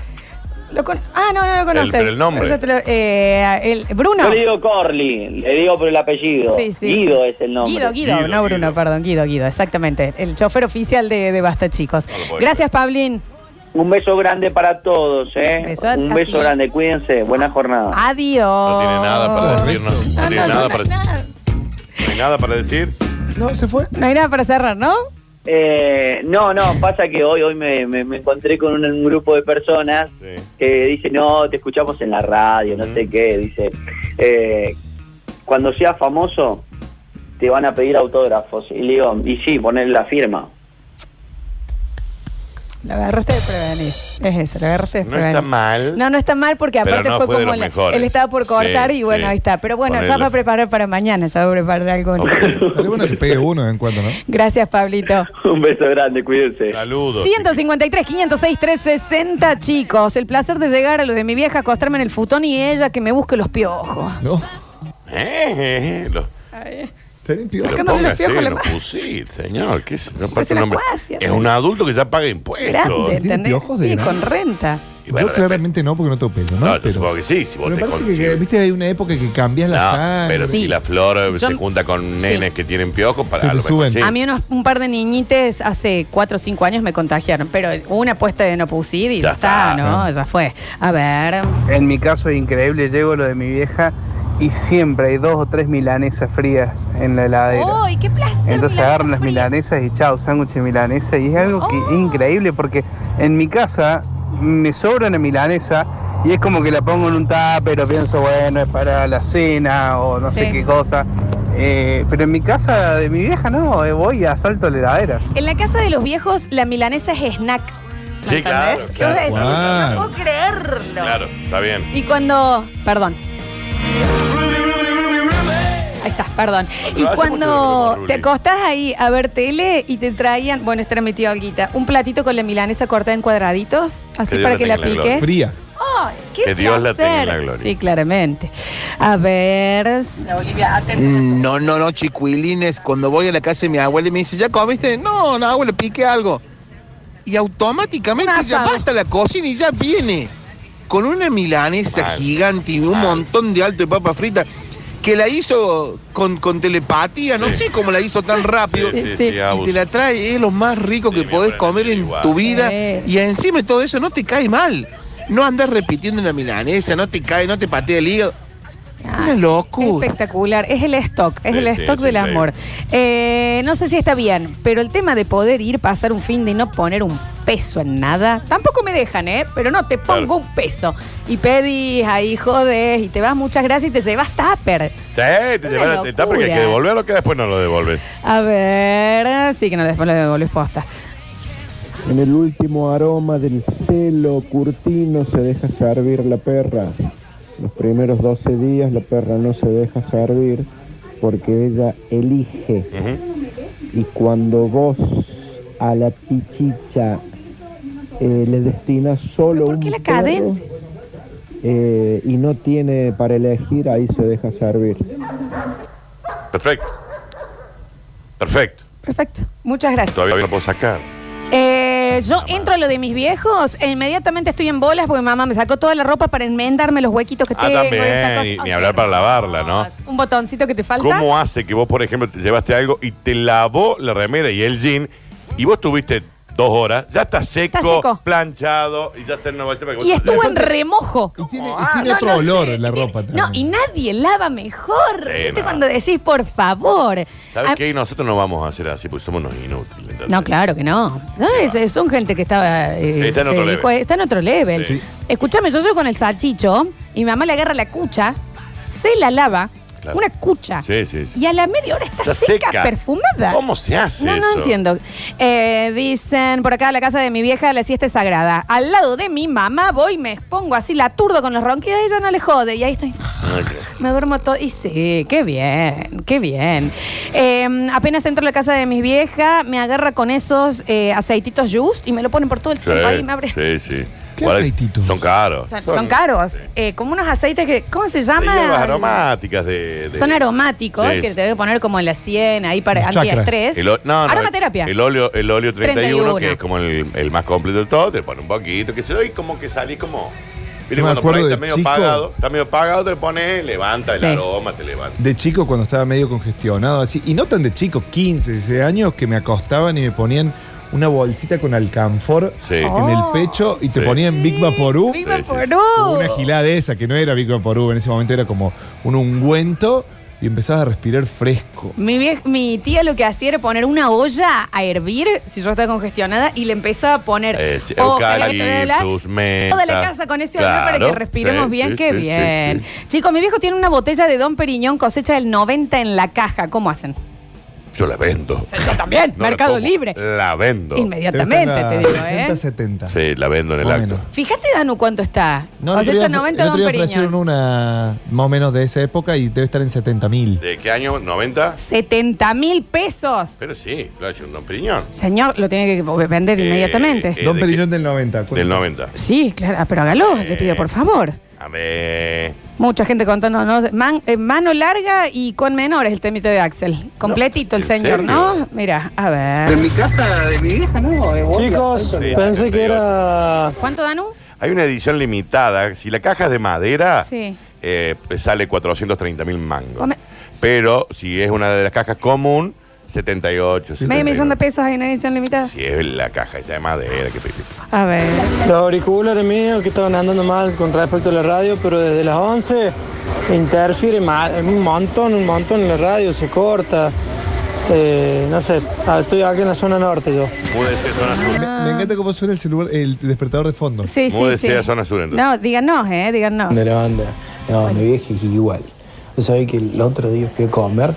Speaker 4: Lo con- ah, no, no lo conoces.
Speaker 1: pero el nombre.
Speaker 4: Yo te lo- eh, el- Bruno.
Speaker 8: Yo le digo Corley, le digo por el apellido.
Speaker 4: Sí, sí.
Speaker 8: Guido es el nombre.
Speaker 4: Guido, Guido,
Speaker 1: Guido,
Speaker 4: no Bruno,
Speaker 1: Guido.
Speaker 4: perdón, Guido, Guido, exactamente. El chofer oficial de, de Basta, chicos.
Speaker 1: No lo puedo
Speaker 4: Gracias, Pablín.
Speaker 8: Un beso grande para todos, ¿eh?
Speaker 4: Beso a
Speaker 8: Un
Speaker 4: ti.
Speaker 8: beso grande, cuídense, buena jornada.
Speaker 4: Adiós.
Speaker 1: No tiene nada para decirnos. Ah, No tiene nada para decir.
Speaker 4: nada.
Speaker 1: No hay nada para decir.
Speaker 7: No, se fue.
Speaker 4: No hay nada para cerrar, ¿no?
Speaker 8: Eh, no, no, pasa que hoy hoy me, me- me encontré con un, un grupo de personas
Speaker 1: Sí.
Speaker 8: que dice, no, te escuchamos en la radio, no
Speaker 1: Mm.
Speaker 8: sé qué, dice, eh, cuando seas famoso te van a pedir autógrafos. Y le digo, y sí, poner la firma.
Speaker 4: Lo agarraste de prevenir. Es eso, lo agarraste de
Speaker 1: No
Speaker 4: prevenir.
Speaker 1: está mal.
Speaker 4: No, no está mal porque
Speaker 1: Pero
Speaker 4: aparte
Speaker 1: no
Speaker 4: fue,
Speaker 1: fue de
Speaker 4: como
Speaker 1: los
Speaker 4: la-
Speaker 1: mejores.
Speaker 4: él estaba por cortar
Speaker 1: Sí,
Speaker 4: y bueno,
Speaker 1: sí.
Speaker 4: ahí está. Pero bueno, ya
Speaker 1: Ponele.
Speaker 4: va a preparar para mañana, ya va a preparar alguno.
Speaker 7: Estaría bueno que pegue uno de vez en cuando, ¿no?
Speaker 4: Gracias, Pablito.
Speaker 8: un beso grande, cuídense.
Speaker 1: Saludos.
Speaker 4: 153, 506, 360, chicos. El placer de llegar a lo de mi vieja, acostarme en el futón y ella que me busque los piojos.
Speaker 7: No.
Speaker 1: Eh, eh, lo-
Speaker 7: Tenés
Speaker 1: Pero
Speaker 7: peor.
Speaker 4: Sacándome los
Speaker 1: póngase
Speaker 4: piojos,
Speaker 1: en
Speaker 4: la-
Speaker 1: un fusil, señor. ¿Qué es? No,
Speaker 4: Parece
Speaker 1: aparte un
Speaker 4: una
Speaker 1: hombre-
Speaker 4: cuasia,
Speaker 1: es
Speaker 4: sí.
Speaker 1: un adulto que ya paga impuestos.
Speaker 4: Grande,
Speaker 7: ¿Tiene
Speaker 4: ¿entendés?
Speaker 7: piojos de
Speaker 4: Sí,
Speaker 7: grande?
Speaker 4: con renta.
Speaker 1: Y bueno,
Speaker 7: yo claramente no, porque no tengo pelo, ¿no?
Speaker 1: No, yo supongo que sí, si vos
Speaker 7: me
Speaker 1: te
Speaker 7: parece que,
Speaker 1: consigues.
Speaker 7: que, viste, hay una época que cambias la
Speaker 1: No,
Speaker 7: sangre.
Speaker 1: pero
Speaker 4: Sí.
Speaker 1: si la flor eh, se
Speaker 4: Yo-
Speaker 1: junta con
Speaker 4: Sí.
Speaker 1: nenes que tienen piojos, para
Speaker 7: Se te
Speaker 1: a lo mejor
Speaker 7: suben.
Speaker 1: sí.
Speaker 4: A mí unos, un par de niñites hace 4 o 5 años me contagiaron, pero una apuesta de no pusid y ya,
Speaker 1: Ya
Speaker 4: está,
Speaker 1: está.
Speaker 4: ¿no? Ya fue. A ver.
Speaker 10: En mi caso es increíble, llego a lo de mi vieja y siempre hay dos o tres milanesas frías en la heladera.
Speaker 4: ¡Uy, qué placer!
Speaker 10: Entonces
Speaker 4: milanesa
Speaker 10: agarran las
Speaker 4: fría!
Speaker 10: milanesas y chao, sándwiches milanesa. Y es algo que
Speaker 4: Oh.
Speaker 10: es increíble porque en mi casa me sobra una milanesa y es como que la pongo en un pero pienso, bueno, es para la cena o no
Speaker 4: Sí.
Speaker 10: sé qué cosa. Eh, pero en mi casa de mi vieja no, eh, voy y asalto la heladera.
Speaker 4: En la casa de los viejos, la milanesa es snack. ¿Me
Speaker 1: Sí, claro,
Speaker 4: entendés?
Speaker 1: claro.
Speaker 4: Yo decís,
Speaker 7: Claro.
Speaker 4: No puedo creerlo.
Speaker 1: Claro, está bien.
Speaker 4: Y cuando. Perdón. Ahí estás, perdón.
Speaker 1: Hace
Speaker 4: Y
Speaker 1: mucho que no
Speaker 4: cuando
Speaker 1: como
Speaker 4: te
Speaker 1: Ruli.
Speaker 4: acostás ahí a ver tele y te traían, bueno, este era mi tío Alguita, un platito con la milanesa cortada en cuadraditos, así
Speaker 1: Dios
Speaker 4: para
Speaker 1: la
Speaker 4: que la
Speaker 1: tenga en la gloria.
Speaker 4: piques.
Speaker 7: Fría.
Speaker 4: ¡Ay, qué
Speaker 1: Que Dios la tenga en la
Speaker 4: placer!
Speaker 1: gloria.
Speaker 4: Sí, claramente. A ver. Mm,
Speaker 10: No, no, no, chicuilines. Cuando voy a la casa de mi abuela y me dice, ¿ya comiste? No, no, abuela, pique algo. Y automáticamente
Speaker 4: Un
Speaker 10: ya
Speaker 4: asado.
Speaker 10: va hasta la cocina y ya viene con una milanesa
Speaker 1: Mal.
Speaker 10: gigante y un
Speaker 1: Mal.
Speaker 10: montón de alto de papa frita que la hizo con, con telepatía. No
Speaker 1: Sí.
Speaker 10: sé cómo la hizo tan rápido.
Speaker 1: Sí, sí,
Speaker 4: Sí.
Speaker 1: sí,
Speaker 10: Y
Speaker 1: Agus.
Speaker 10: te la trae, es lo más rico
Speaker 1: Sí,
Speaker 10: que
Speaker 1: mi
Speaker 10: podés
Speaker 1: abuela
Speaker 10: comer
Speaker 1: era
Speaker 10: en
Speaker 1: igual.
Speaker 10: tu vida.
Speaker 4: Sí.
Speaker 10: Y encima de todo eso no te cae mal. No andas repitiendo una milanesa, no te cae, no te patea el hígado.
Speaker 4: Ah,
Speaker 10: Una locura.
Speaker 4: Espectacular, es el stock, es
Speaker 1: Sí,
Speaker 4: el
Speaker 1: sí,
Speaker 4: stock
Speaker 1: es
Speaker 4: del
Speaker 1: increíble.
Speaker 4: amor. Eh, no sé si está bien, pero el tema de poder ir, pasar un fin de no poner un peso en nada, tampoco me dejan, ¿eh? Pero no te pongo un peso. Y pedís ahí, jodes, y te vas, muchas gracias, y te llevas tupper.
Speaker 1: Sí, te llevan la etapa que hay
Speaker 4: locura.
Speaker 1: que devolverlo que después no lo devuelves.
Speaker 4: A ver, sí que no, después lo devolvés posta.
Speaker 11: En el último aroma del celo curtino se deja servir la perra. Los primeros 12 días la perra no se deja servir porque ella elige.
Speaker 1: Ujú.
Speaker 11: Y cuando vos a la pichicha eh, le destinas solo
Speaker 4: ¿Pero por
Speaker 11: un
Speaker 4: qué la
Speaker 11: perro,
Speaker 4: cadencia?
Speaker 11: eh, y no tiene para elegir, ahí se deja servir.
Speaker 1: Perfecto. Perfecto.
Speaker 4: Perfecto, muchas gracias.
Speaker 1: Todavía lo puedo sacar. Ah,
Speaker 4: Eh, yo entro a lo de mis viejos e inmediatamente estoy en bolas porque mamá me sacó toda la ropa para enmendarme los huequitos que
Speaker 1: Ah,
Speaker 4: tengo. y
Speaker 1: también,
Speaker 4: estas cosas.
Speaker 1: y-
Speaker 4: Ay,
Speaker 1: ni hablar para lavarla, ¿no?
Speaker 4: Un botoncito que te falta.
Speaker 1: ¿Cómo hace que vos, por ejemplo, te llevaste algo y te lavó la remera y el jean y vos tuviste dos horas, ya está seco,
Speaker 4: seco.
Speaker 1: planchado y ya está en Nueva York? para que vos
Speaker 4: Y
Speaker 1: te
Speaker 4: estuvo
Speaker 1: lleves.
Speaker 4: en remojo.
Speaker 7: Y tiene, y
Speaker 1: Ah,
Speaker 7: tiene
Speaker 4: No,
Speaker 7: otro
Speaker 4: no
Speaker 7: olor
Speaker 4: sé,
Speaker 7: la
Speaker 4: tiene-
Speaker 7: ropa
Speaker 4: No, y
Speaker 7: también.
Speaker 4: nadie lava mejor.
Speaker 1: Sí,
Speaker 4: ¿Viste
Speaker 1: no.
Speaker 4: cuando decís, por favor?
Speaker 1: ¿Sabes
Speaker 4: Ah,
Speaker 1: qué? Y nosotros no vamos a hacer así porque somos unos inútiles. ¿entendés?
Speaker 4: No, claro que no. No, es- es- son gente que estaba. eh,
Speaker 1: Está en
Speaker 4: se
Speaker 1: otro
Speaker 4: dedicó a-
Speaker 1: level.
Speaker 4: está en otro level.
Speaker 1: Sí.
Speaker 4: Escúchame, yo llego con el salchicho y mi mamá le agarra la cucha, se la lava,
Speaker 1: claro.
Speaker 4: Una cucha.
Speaker 1: Sí, sí, sí.
Speaker 4: Y a la media hora está,
Speaker 1: Está
Speaker 4: seca,
Speaker 1: seca.
Speaker 4: perfumada.
Speaker 1: ¿Cómo se hace
Speaker 4: No,
Speaker 1: eso?
Speaker 4: no entiendo. Eh, dicen por acá, la casa de mi vieja, la siesta es sagrada. Al lado de mi mamá voy, me expongo así, la turdo con los ronquidos y ella no le jode. Y ahí estoy. Me duermo todo. Y sí, qué bien, qué bien. Eh, apenas entro a la casa de mis viejas, me agarra con esos eh, aceititos Just y me lo ponen por todo el
Speaker 1: Sí,
Speaker 4: tiempo. Ahí me abre.
Speaker 1: sí, sí.
Speaker 7: ¿Qué
Speaker 1: Guarda-
Speaker 7: aceititos?
Speaker 1: Son caros.
Speaker 4: Son, son caros. Eh, como unos aceites que. ¿Cómo se llama?
Speaker 1: De hierbas aromáticas de, de-
Speaker 4: Son aromáticos,
Speaker 1: Sí,
Speaker 4: que
Speaker 1: sí.
Speaker 4: te voy a poner como en la sien, ahí para
Speaker 7: Los chakras.
Speaker 4: antiestrés.
Speaker 1: El o- no, no,
Speaker 4: Aromaterapia.
Speaker 1: El óleo, el óleo 31,
Speaker 4: 31.
Speaker 1: que es como el, el más completo de todo, te pone un poquito, que se y como que salís como.
Speaker 7: Yo me
Speaker 1: Viste, cuando por ahí está
Speaker 7: acuerdo de
Speaker 1: medio
Speaker 7: chico.
Speaker 1: pagado, está medio pagado, te pone, levanta
Speaker 4: Sí.
Speaker 1: el aroma, te levanta.
Speaker 7: De chico, cuando estaba medio congestionado, así, y no tan de chico, 15, 16 años, que me acostaban y me ponían una bolsita con alcanfor
Speaker 1: Sí.
Speaker 7: en el
Speaker 4: Oh,
Speaker 7: pecho y te
Speaker 1: sí.
Speaker 7: ponían Big Vaporú.
Speaker 4: Big
Speaker 1: Sí, sí, sí.
Speaker 4: Vaporú.
Speaker 7: Una gilada de esa, que no era Big Vaporú, en ese momento era como un ungüento y empezabas a respirar fresco.
Speaker 4: Mi, vie- mi tía lo que hacía era poner una olla a hervir, si yo estaba congestionada, y le empezaba a poner
Speaker 1: Eh, sí,
Speaker 4: hoja, la- la- la- la-
Speaker 1: eucaliptus, menta.
Speaker 4: toda la casa con ese olor para
Speaker 1: Claro,
Speaker 4: que respiremos
Speaker 1: sí,
Speaker 4: bien.
Speaker 1: sí,
Speaker 4: ¡Qué
Speaker 1: sí, sí,
Speaker 4: bien!
Speaker 1: sí.
Speaker 4: Chicos, mi viejo tiene una botella de Don Periñón cosecha del 90 en la caja. ¿Cómo hacen?
Speaker 1: Yo la vendo.
Speaker 4: Yo también,
Speaker 1: No la
Speaker 4: Mercado
Speaker 1: como,
Speaker 4: Libre.
Speaker 1: La vendo.
Speaker 4: Inmediatamente, te digo, ¿eh?
Speaker 7: 60, 70.
Speaker 1: Sí, la vendo en el
Speaker 7: Más o
Speaker 1: acto.
Speaker 7: menos.
Speaker 4: Fíjate, Danu, cuánto está.
Speaker 7: el otro
Speaker 4: cosecha
Speaker 7: día ofre-
Speaker 4: 90
Speaker 7: el
Speaker 4: Don
Speaker 7: otro día
Speaker 4: Periñón.
Speaker 7: ofrecieron una más o menos de esa época y debe estar en 70 mil.
Speaker 1: ¿De qué año? ¿90?
Speaker 4: 70 mil pesos.
Speaker 1: Pero sí, Flash, un don Periñón.
Speaker 4: Señor, lo tiene que vender
Speaker 1: Eh,
Speaker 4: inmediatamente.
Speaker 1: eh,
Speaker 7: Don
Speaker 1: ¿de
Speaker 7: Periñón del 90.
Speaker 1: Del
Speaker 7: cuenta.
Speaker 1: 90.
Speaker 4: sí, claro, pero hágalo, le pido por favor.
Speaker 1: A ver.
Speaker 4: Mucha gente contando, ¿no? Man- eh, mano larga y con menores el temite de Axel. Completito el
Speaker 1: ¿en
Speaker 4: señor,
Speaker 1: serio?
Speaker 4: ¿no? Mira, a ver.
Speaker 10: En mi casa de mi vieja no, de vos,
Speaker 12: Chicos,
Speaker 10: la
Speaker 1: Sí,
Speaker 12: pensé que
Speaker 1: 78.
Speaker 12: era.
Speaker 4: ¿Cuánto, Danu?
Speaker 1: Hay una edición limitada. Si la caja es de
Speaker 10: Ah,
Speaker 1: madera,
Speaker 4: Sí.
Speaker 1: eh, sale 430 mil mangos.
Speaker 4: Come-
Speaker 1: Pero si es una de las cajas común, 78.
Speaker 4: Medio
Speaker 1: 79.
Speaker 4: millón de pesos hay una edición limitada.
Speaker 1: Si es la caja esa de madera. Que...
Speaker 4: A ver.
Speaker 12: Los auriculares míos que estaban andando mal con respecto a la radio, pero desde las 11 interfiere mal, un montón, un montón en la radio, se corta. Eh, no sé, ah, estoy aquí en la zona norte yo.
Speaker 1: Pude ser zona sur.
Speaker 7: Me, me encanta cómo suena el celular, el despertador de fondo.
Speaker 4: Sí, sí, sí.
Speaker 1: Múdese a zona sur, entonces.
Speaker 4: No, díganos, ¿eh? Díganos.
Speaker 12: De la banda.
Speaker 10: No, mi vieja es igual. Vos sabés que el otro día fui a comer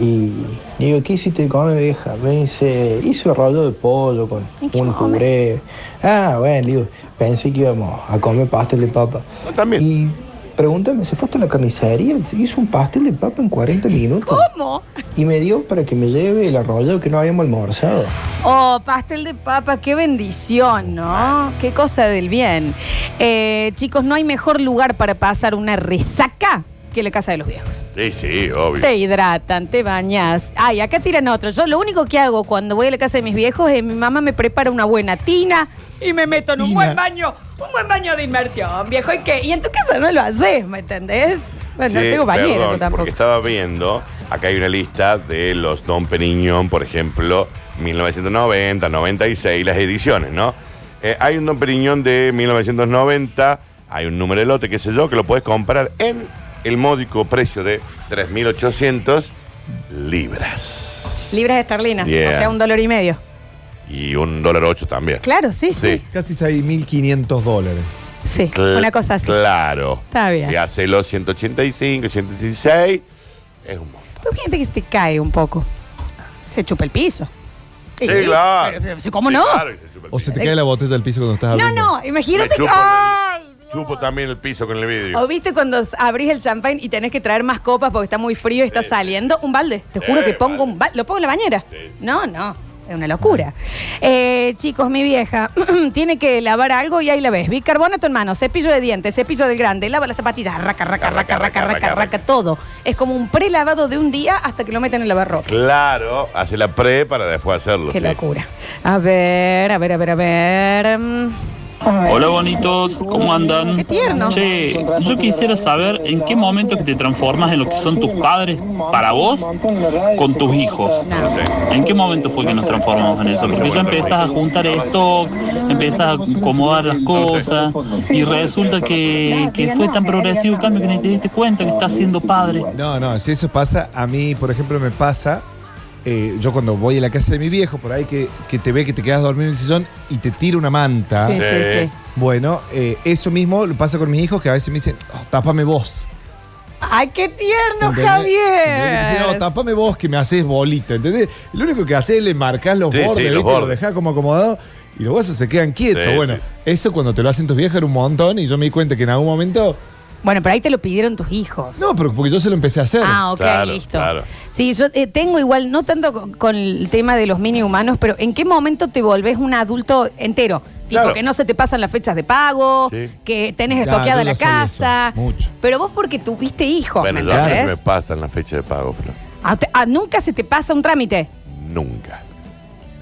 Speaker 10: y le digo, ¿qué hiciste de comer, vieja? Me dice, hice rollo de pollo con
Speaker 4: ¿Y qué
Speaker 10: un
Speaker 4: come?
Speaker 10: puré. Ah, bueno, le digo, pensé que íbamos a comer pastel de papa.
Speaker 1: No, también.
Speaker 10: Y pregúntame, ¿se fue a la carnicería? Hizo un pastel de papa en 40 minutos.
Speaker 4: ¿Cómo?
Speaker 10: Y me dio para que me lleve el arrollado que no habíamos almorzado.
Speaker 4: Oh, pastel de papa, qué bendición, ¿no? Qué cosa del bien. Eh, chicos, no hay mejor lugar para pasar una resaca que la casa de los viejos.
Speaker 1: Sí, sí, obvio.
Speaker 4: Te hidratan, te bañas. Ay, acá tiran otro. Yo lo único que hago cuando voy a la casa de mis viejos es mi mamá me prepara una buena tina y me meto en un
Speaker 7: Tina.
Speaker 4: buen baño, un buen baño de inmersión, Ah, viejo. ¿Y qué? Y en tu casa no lo haces, ¿me entendés? Bueno, Ah, no
Speaker 1: Sí,
Speaker 4: tengo bañera
Speaker 1: perdón,
Speaker 4: yo tampoco.
Speaker 1: Porque estaba viendo, acá hay una lista de los Don Periñón, por ejemplo, 1990, 96, las ediciones, ¿no? Eh, hay un Don Periñón de 1990, hay un número de lote, qué sé yo, que lo puedes comprar en el módico precio de 3.800 libras.
Speaker 4: Libras esterlinas,
Speaker 1: Yeah.
Speaker 4: o sea, un dólar y medio.
Speaker 1: Y un dólar ocho también.
Speaker 4: Claro, sí, sí.
Speaker 7: Casi 6.500 dólares.
Speaker 4: Sí,
Speaker 1: Cl-
Speaker 4: una cosa así.
Speaker 1: Claro.
Speaker 4: Está bien.
Speaker 1: Y hace los 185, 116, es un montón.
Speaker 4: Pero hay gente que se te cae un poco. Se chupa el piso.
Speaker 1: Sí, claro.
Speaker 4: pero- pero- ¿Cómo
Speaker 1: Sí,
Speaker 4: no?
Speaker 1: claro, y se chupa el
Speaker 7: O se te
Speaker 1: piso.
Speaker 7: cae la botella al piso cuando estás
Speaker 4: No,
Speaker 7: hablando.
Speaker 4: no, imagínate
Speaker 1: Me chupo
Speaker 4: que.
Speaker 1: el-
Speaker 4: ¡Ay, Dios!
Speaker 1: Chupo también el piso con el vidrio.
Speaker 4: ¿O viste cuando s- abrís el champagne y tenés que traer más copas porque está muy frío y está saliendo? Un balde. Te juro
Speaker 1: Sí,
Speaker 4: que pongo
Speaker 1: balde.
Speaker 4: un balde. Lo pongo en la bañera.
Speaker 1: Sí, sí.
Speaker 4: No, no. Es una locura. Eh, chicos, mi vieja tiene que lavar algo y ahí la ves. Bicarbonato en mano, cepillo de dientes, cepillo del grande, lava las zapatillas, raca, raca, raca, raca, raca, raca, raca, todo. Es como un prelavado de un día hasta que lo meten en el lavarropa.
Speaker 1: Claro, hace la pre para después hacerlo.
Speaker 4: Qué
Speaker 1: sí.
Speaker 4: locura. A ver, a ver, a ver, a ver. Mm,
Speaker 13: Hola bonitos, ¿cómo andan?
Speaker 4: Qué tierno.
Speaker 13: Che, yo quisiera saber en qué momento que te transformas en lo que son tus padres para vos con tus hijos.
Speaker 4: No.
Speaker 13: ¿En qué momento fue que nos transformamos en eso? Porque ya empezás a juntar stock, empezás a acomodar las cosas y resulta que, que fue tan progresivo el cambio que ni te diste cuenta que estás siendo padre.
Speaker 7: No, no, si eso pasa, a mí, por ejemplo, me pasa, eh, yo cuando voy a la casa de mi viejo, por ahí que, que te ve que te quedas dormido en el sillón y te tira una manta.
Speaker 4: Sí, sí,
Speaker 1: Sí.
Speaker 4: sí.
Speaker 7: Bueno, eh, eso mismo lo pasa con mis hijos que a veces me dicen, "Oh, tápame vos.
Speaker 4: ¡Ay, qué tierno,
Speaker 7: ¿Entendés? ¿Entendés? Dice, no,
Speaker 4: Javier!
Speaker 7: tapame vos que me haces bolita, ¿entendés? Lo único que haces es le marcás los
Speaker 1: Sí, sí,
Speaker 7: bordes,
Speaker 1: los
Speaker 7: ¿viste?
Speaker 1: bordes.
Speaker 7: Lo dejás como acomodado y los huesos se quedan quietos.
Speaker 1: Sí,
Speaker 7: bueno,
Speaker 1: sí,
Speaker 7: eso cuando te lo hacen tus viejas era un montón y yo me di cuenta que en algún momento.
Speaker 4: Bueno, pero ahí te lo pidieron tus hijos.
Speaker 7: No, pero porque yo se lo empecé a hacer.
Speaker 4: Ah, ok, Claro, listo. claro. Sí, yo eh, tengo igual, no tanto co- con el tema de los mini humanos, pero ¿en qué momento te volvés un adulto entero? Tipo,
Speaker 7: Claro.
Speaker 4: que no se te pasan las fechas de pago,
Speaker 1: Sí.
Speaker 4: que tenés
Speaker 7: Ya,
Speaker 4: estoqueada
Speaker 7: yo
Speaker 4: la
Speaker 7: no soy eso,
Speaker 4: casa.
Speaker 7: mucho.
Speaker 4: Pero vos porque tuviste hijos,
Speaker 1: Bueno,
Speaker 4: ¿me
Speaker 1: ya se me
Speaker 4: entendés?
Speaker 1: pasan la fecha de pago, Flor.
Speaker 4: Ah, te- ah, nunca se te pasa un trámite.
Speaker 1: Nunca.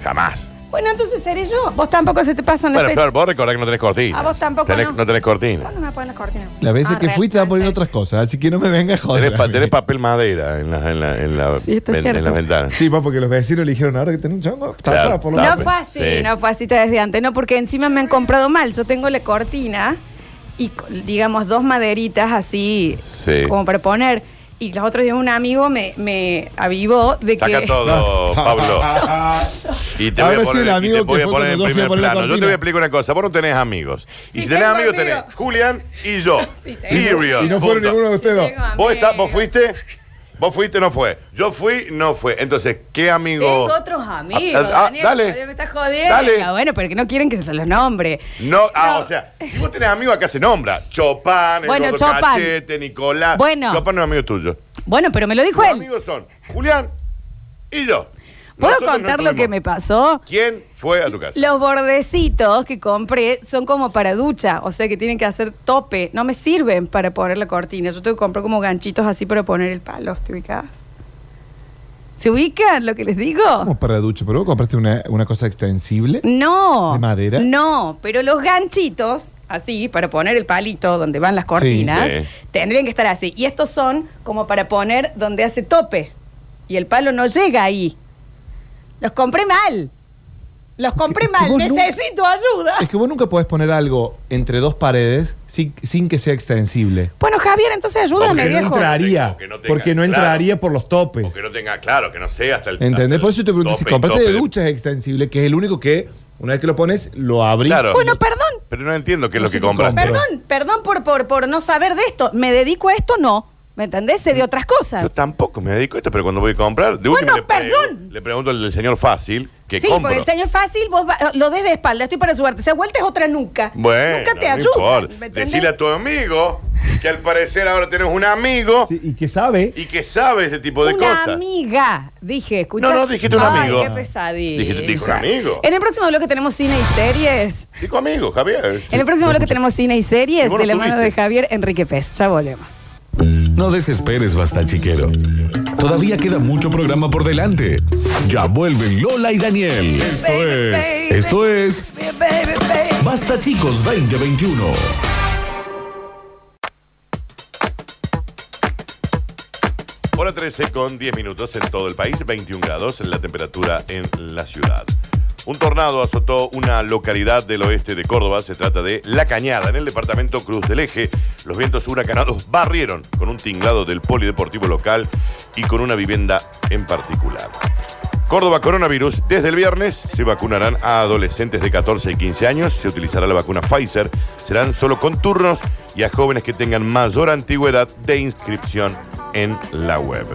Speaker 1: Jamás.
Speaker 4: Bueno, entonces seré yo. Vos tampoco se te pasan las
Speaker 1: Bueno,
Speaker 4: fechas.
Speaker 1: Flor, vos recordás que no tenés cortina.
Speaker 4: A vos tampoco,
Speaker 1: Tenés-
Speaker 4: no.
Speaker 1: tenés cortina.
Speaker 4: ¿Cuándo me ponen las cortinas?
Speaker 7: Las veces
Speaker 4: Ah,
Speaker 7: que
Speaker 4: re-
Speaker 7: fui te van poniendo otras cosas, así que no me vengas a joder.
Speaker 1: Tenés, pa-
Speaker 7: a mí.
Speaker 1: tenés papel madera en la, en la, en la,
Speaker 4: Sí, está
Speaker 1: ven- en
Speaker 4: cierto.
Speaker 1: la ventana.
Speaker 7: Sí, pa, porque los vecinos le dijeron ahora que tenés un chongo, está
Speaker 1: Claro,
Speaker 7: acá, por lo
Speaker 1: está.
Speaker 4: No
Speaker 7: menos.
Speaker 4: fue así,
Speaker 1: Sí.
Speaker 4: no fue así desde antes, no, porque encima me han comprado mal. Yo tengo la cortina y, co- digamos, dos maderitas así,
Speaker 1: Sí.
Speaker 4: como para poner. Y los otros días un amigo me, me avivó de
Speaker 1: Saca
Speaker 4: que.
Speaker 1: todo, Pablo. Y te
Speaker 7: Ahora
Speaker 1: voy a poner,
Speaker 7: sí, el
Speaker 1: y te
Speaker 7: amigo que
Speaker 1: voy a
Speaker 7: fue
Speaker 1: poner
Speaker 7: cuando
Speaker 1: en
Speaker 7: yo fui a
Speaker 1: primer
Speaker 7: poner la
Speaker 1: plano. Yo te
Speaker 7: cortina.
Speaker 1: voy a explicar una cosa. Vos no tenés amigos. Y
Speaker 4: Sí,
Speaker 1: si tenés
Speaker 4: tengo
Speaker 1: amigos,
Speaker 4: amigos.
Speaker 1: tenés Julián y yo.
Speaker 4: Sí, tengo
Speaker 1: Period.
Speaker 7: Y no fueron
Speaker 1: Punto.
Speaker 7: ninguno de ustedes dos.
Speaker 4: Tengo amigos.
Speaker 1: ¿Vos, está, ¿Vos fuiste? ¿Vos fuiste? No fue. Yo fui, no fue. Entonces, ¿qué amigo?
Speaker 4: Tengo otros amigos.
Speaker 1: Ah, ah,
Speaker 4: Daniel,
Speaker 1: dale.
Speaker 4: Me está jodiendo.
Speaker 1: Dale.
Speaker 4: Ah, Bueno, pero que no quieren que se los nombre.
Speaker 1: No, ah, o sea, si vos tenés amigos, acá se nombra. Chopin, el
Speaker 4: Bueno,
Speaker 1: gordo
Speaker 4: Chopin.
Speaker 1: Cachete, Nicolás.
Speaker 4: Bueno.
Speaker 1: Chopin no es amigo tuyo.
Speaker 4: Bueno, pero me lo dijo
Speaker 1: Los
Speaker 4: él.
Speaker 1: amigos son Julián y yo.
Speaker 4: ¿Puedo
Speaker 1: Nosotros no
Speaker 4: contar lo
Speaker 1: tuvimos.
Speaker 4: que me pasó?
Speaker 1: ¿Quién fue a tu casa?
Speaker 4: Los bordecitos que compré son como para ducha, o sea que tienen que hacer tope. No me sirven para poner la cortina. Yo tengo que comprar como ganchitos así para poner el palo. ¿Te ubicas? ¿Se ubican lo que les digo?
Speaker 7: Vamos para la ducha, pero vos compraste una, una cosa extensible.
Speaker 4: No.
Speaker 7: ¿De madera?
Speaker 4: No, pero los ganchitos, así, para poner el palito donde van las cortinas,
Speaker 1: Sí, sí.
Speaker 4: tendrían que estar así. Y estos son como para poner donde hace tope. Y el palo no llega ahí. Los compré mal. Los compré
Speaker 7: Es que
Speaker 4: mal.
Speaker 7: vos nunca-
Speaker 4: Necesito ayuda.
Speaker 7: Es que vos nunca podés poner algo entre dos paredes sin, sin que sea extensible.
Speaker 4: Bueno, Javier, entonces ayúdame,
Speaker 7: Porque no
Speaker 4: viejo.
Speaker 7: entraría.
Speaker 1: Porque no tenga,
Speaker 7: Porque no
Speaker 1: claro.
Speaker 7: entraría por los topes.
Speaker 1: O que no tenga, claro, que no sea hasta el. hasta
Speaker 7: ¿Entendés?
Speaker 1: el
Speaker 7: Por eso te pregunté si
Speaker 1: tope,
Speaker 7: compraste
Speaker 1: tope
Speaker 7: de ducha es extensible, que es el único que, una vez que lo pones, lo abrís.
Speaker 1: Claro.
Speaker 4: Bueno, perdón,
Speaker 1: Pero no entiendo qué es
Speaker 7: No
Speaker 1: lo
Speaker 7: sé
Speaker 1: que
Speaker 7: qué
Speaker 1: compras.
Speaker 7: compro.
Speaker 4: perdón, perdón por, por, por no saber de esto. ¿Me dedico a esto? No. ¿Me entendés? Sé de otras
Speaker 1: Yo
Speaker 4: cosas.
Speaker 1: tampoco me dedico a esto, pero cuando voy a comprar, de
Speaker 4: Bueno,
Speaker 1: última le, prego-
Speaker 4: perdón.
Speaker 1: le pregunto al del señor fácil que
Speaker 4: Sí,
Speaker 1: compro.
Speaker 4: porque el señor fácil, vos va- lo des de espalda, estoy para ayudarte. Se vuelta es otra nunca.
Speaker 1: Bueno,
Speaker 4: nunca te
Speaker 1: no
Speaker 4: ayuda.
Speaker 1: importa. Decile a tu amigo que al parecer ahora tenés un amigo
Speaker 7: Sí, y que sabe.
Speaker 1: y que sabe ese tipo de
Speaker 4: una
Speaker 1: cosas.
Speaker 4: amiga, dije, escucha.
Speaker 1: No, no, dijiste un amigo.
Speaker 4: Ay, qué pesadilla.
Speaker 1: Dijiste- dijo un amigo.
Speaker 4: En el próximo bloque tenemos cine y series.
Speaker 1: Dijo amigo, Javier.
Speaker 4: en el próximo bloque tenemos cine y series
Speaker 1: Y vos
Speaker 4: de
Speaker 1: no
Speaker 4: la mano de
Speaker 1: tuviste.
Speaker 4: Javier Enrique Pez. Ya volvemos.
Speaker 5: No desesperes, basta chiquero. Todavía queda mucho programa por delante. Ya vuelven Lola y Daniel. Esto es. Esto es. Basta chicos 2021.
Speaker 1: Hora 13 con 10 minutos en todo el país, 21 grados en la temperatura en la ciudad. Un tornado azotó una localidad del oeste de Córdoba, se trata de La Cañada, en el departamento Cruz del Eje. Los vientos huracanados barrieron con un tinglado del polideportivo local y con una vivienda en particular. Córdoba Coronavirus. Desde el viernes se vacunarán a adolescentes de 14 y 15 años. Se utilizará la vacuna Pfizer. Serán solo con turnos y a jóvenes que tengan mayor antigüedad de inscripción en la web.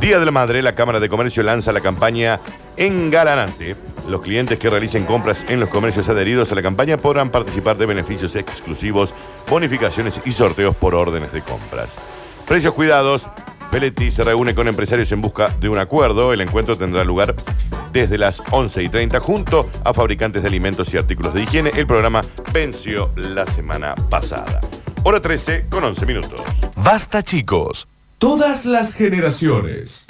Speaker 1: Día de la Madre, la Cámara de Comercio lanza la campaña Engalanante. Los clientes que realicen compras en los comercios adheridos a la campaña podrán participar de beneficios exclusivos, bonificaciones y sorteos por órdenes de compras. Precios cuidados. Peletti se reúne con empresarios en busca de un acuerdo. El encuentro tendrá lugar desde las 11 y 30 junto a fabricantes de alimentos y artículos de higiene. El programa venció la semana pasada. Hora 13 con 11 minutos.
Speaker 5: Basta chicos. Todas las generaciones.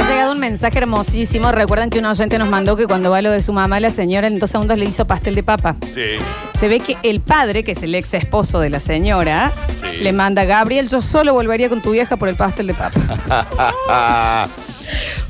Speaker 4: Ha llegado un mensaje hermosísimo. Recuerdan que un oyente nos mandó que cuando va lo de su mamá, la señora en dos segundos le hizo pastel de papa.
Speaker 1: Sí.
Speaker 4: Se ve que el padre, que es el ex esposo de la señora,
Speaker 1: Sí.
Speaker 4: le manda Gabriel, yo solo volvería con tu vieja por el pastel de papa.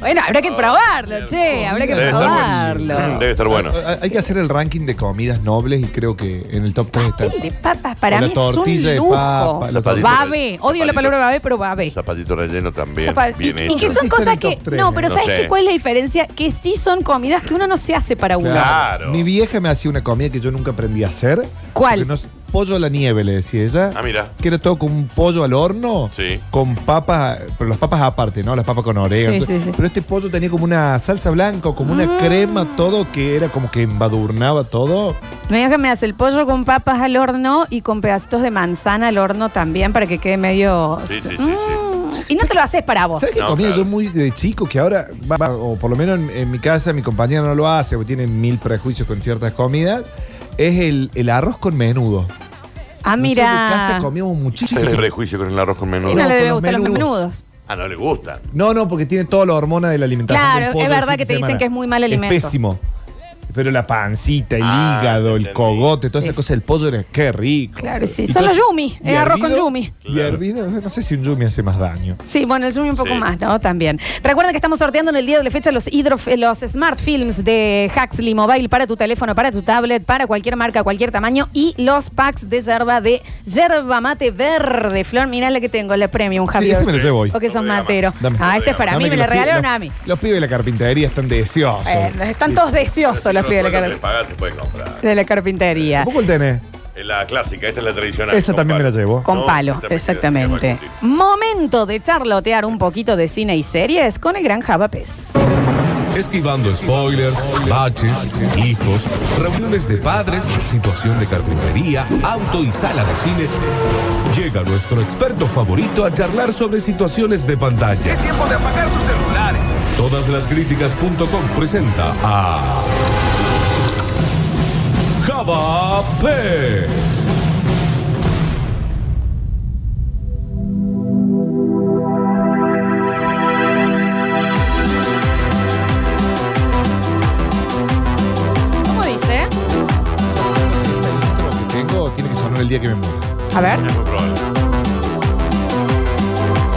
Speaker 4: bueno, habrá que probarlo, che, habrá que
Speaker 1: Debe estar bueno.
Speaker 4: probarlo.
Speaker 1: Debe estar bueno.
Speaker 7: Hay hay que hacer el ranking de comidas nobles y creo que en el top 3 está.
Speaker 4: Pastel de papa para
Speaker 7: O la
Speaker 4: mí es
Speaker 7: tortilla
Speaker 4: un
Speaker 7: de
Speaker 4: lujo.
Speaker 7: papa, la
Speaker 1: tortilla.
Speaker 4: babe, odio la
Speaker 1: Zapallito.
Speaker 4: palabra babe, pero babe.
Speaker 7: ah.
Speaker 1: Zapallito relleno también.
Speaker 4: Zapa-
Speaker 1: bien
Speaker 4: y, y
Speaker 1: hecho.
Speaker 4: que
Speaker 7: Sí,
Speaker 4: son
Speaker 7: está en
Speaker 4: cosas
Speaker 7: el top
Speaker 4: que...
Speaker 7: tres,
Speaker 4: no,
Speaker 7: ¿eh?
Speaker 4: pero
Speaker 1: No
Speaker 4: ¿sabes
Speaker 1: sé.
Speaker 4: qué? cuál es la diferencia? Que sí son comidas que uno no se hace para uno.
Speaker 1: Claro.
Speaker 7: Mi vieja me hacía una comida que yo nunca aprendí a hacer.
Speaker 4: ¿Cuál?
Speaker 7: Porque no- pollo a la nieve, le decía ella.
Speaker 1: Ah, mira.
Speaker 7: Que era todo como un pollo al horno. Con papas, pero las papas aparte, ¿no? Las papas con orégano.
Speaker 4: Sí, sí, sí. Ah.
Speaker 7: Pero este pollo tenía como una salsa blanca, o como una crema, todo que era como que embadurnaba todo.
Speaker 4: Me que me hace el pollo con papas al horno y con pedacitos de manzana al horno también para que quede medio. Mm, Y no te lo haces para vos.
Speaker 7: ¿Sabes qué comía yo muy de chico? Que ahora, va- va- o por lo menos en, en mi casa, mi compañera no lo hace, porque tiene mil prejuicios con ciertas comidas. Es el, el arroz con menudo.
Speaker 4: Ah,
Speaker 7: Nosotros en
Speaker 4: mira.
Speaker 7: casa comíamos muchísimo.
Speaker 1: Ese prejuicio con el arroz con menudo.
Speaker 4: Y no le debe
Speaker 7: Con los
Speaker 4: gustar los
Speaker 7: menudos.
Speaker 4: menudos.
Speaker 1: Ah, no le gustan.
Speaker 7: No, no, porque tiene toda la hormona de la alimentación.
Speaker 4: Claro,
Speaker 7: del pollo
Speaker 4: es verdad
Speaker 7: del fin
Speaker 4: que
Speaker 7: de
Speaker 4: te dicen
Speaker 7: semana.
Speaker 4: que es muy mal alimento.
Speaker 7: Es pésimo. Pero la pancita, el
Speaker 1: Ah,
Speaker 7: hígado, el cogote, toda esa cosa, el pollo era qué rico.
Speaker 4: Claro, sí.
Speaker 7: Y
Speaker 4: Son los
Speaker 7: todo-
Speaker 4: yumi.
Speaker 7: y
Speaker 4: Es arroz con
Speaker 7: hervido-
Speaker 4: yumi.
Speaker 7: Y hervido, no sé si un yumi hace más daño.
Speaker 4: Sí, bueno, el Zoom un poco
Speaker 7: Sí.
Speaker 4: más, ¿no? También. Recuerden que estamos sorteando en el día de la fecha los, hidro- eh, los Smart Films de Huxley Mobile para tu teléfono, para tu tablet, para cualquier marca, cualquier tamaño y los packs de yerba de yerba mate verde. Flor, mirá la que tengo, la premium, Javier.
Speaker 7: ese me lo llevo hoy.
Speaker 4: Porque son materos.
Speaker 7: Dame.
Speaker 4: Ah, este es para
Speaker 7: Dame
Speaker 4: mí, me
Speaker 7: que
Speaker 4: lo
Speaker 7: los pibes-
Speaker 4: regalaron
Speaker 7: los-
Speaker 4: a mí.
Speaker 7: Los pibes de la carpintería están deseosos.
Speaker 4: Eh, están todos deseosos los pibes de la,
Speaker 1: Lo que le pagás te pueden comprar.
Speaker 4: car- de la carpintería.
Speaker 7: ¿Cómo el tenés?
Speaker 1: Es la clásica, esta es la tradicional.
Speaker 7: Esa también me la llevo.
Speaker 4: Con palo, exactamente. Momento de charlotear un poquito de cine y series con el gran Java Pez.
Speaker 5: Esquivando spoilers, baches, hijos, reuniones de padres, situación de carpintería, auto y sala de cine. Llega nuestro experto favorito a charlar sobre situaciones de pantalla.
Speaker 9: Tiempo de apagar sus celulares.
Speaker 5: Todas las críticas.com presenta a Java Pez.
Speaker 4: ¿Cómo dice?
Speaker 7: Lo que tengo tiene que sonar el día que me muero.
Speaker 4: A ver.
Speaker 1: Es muy probable.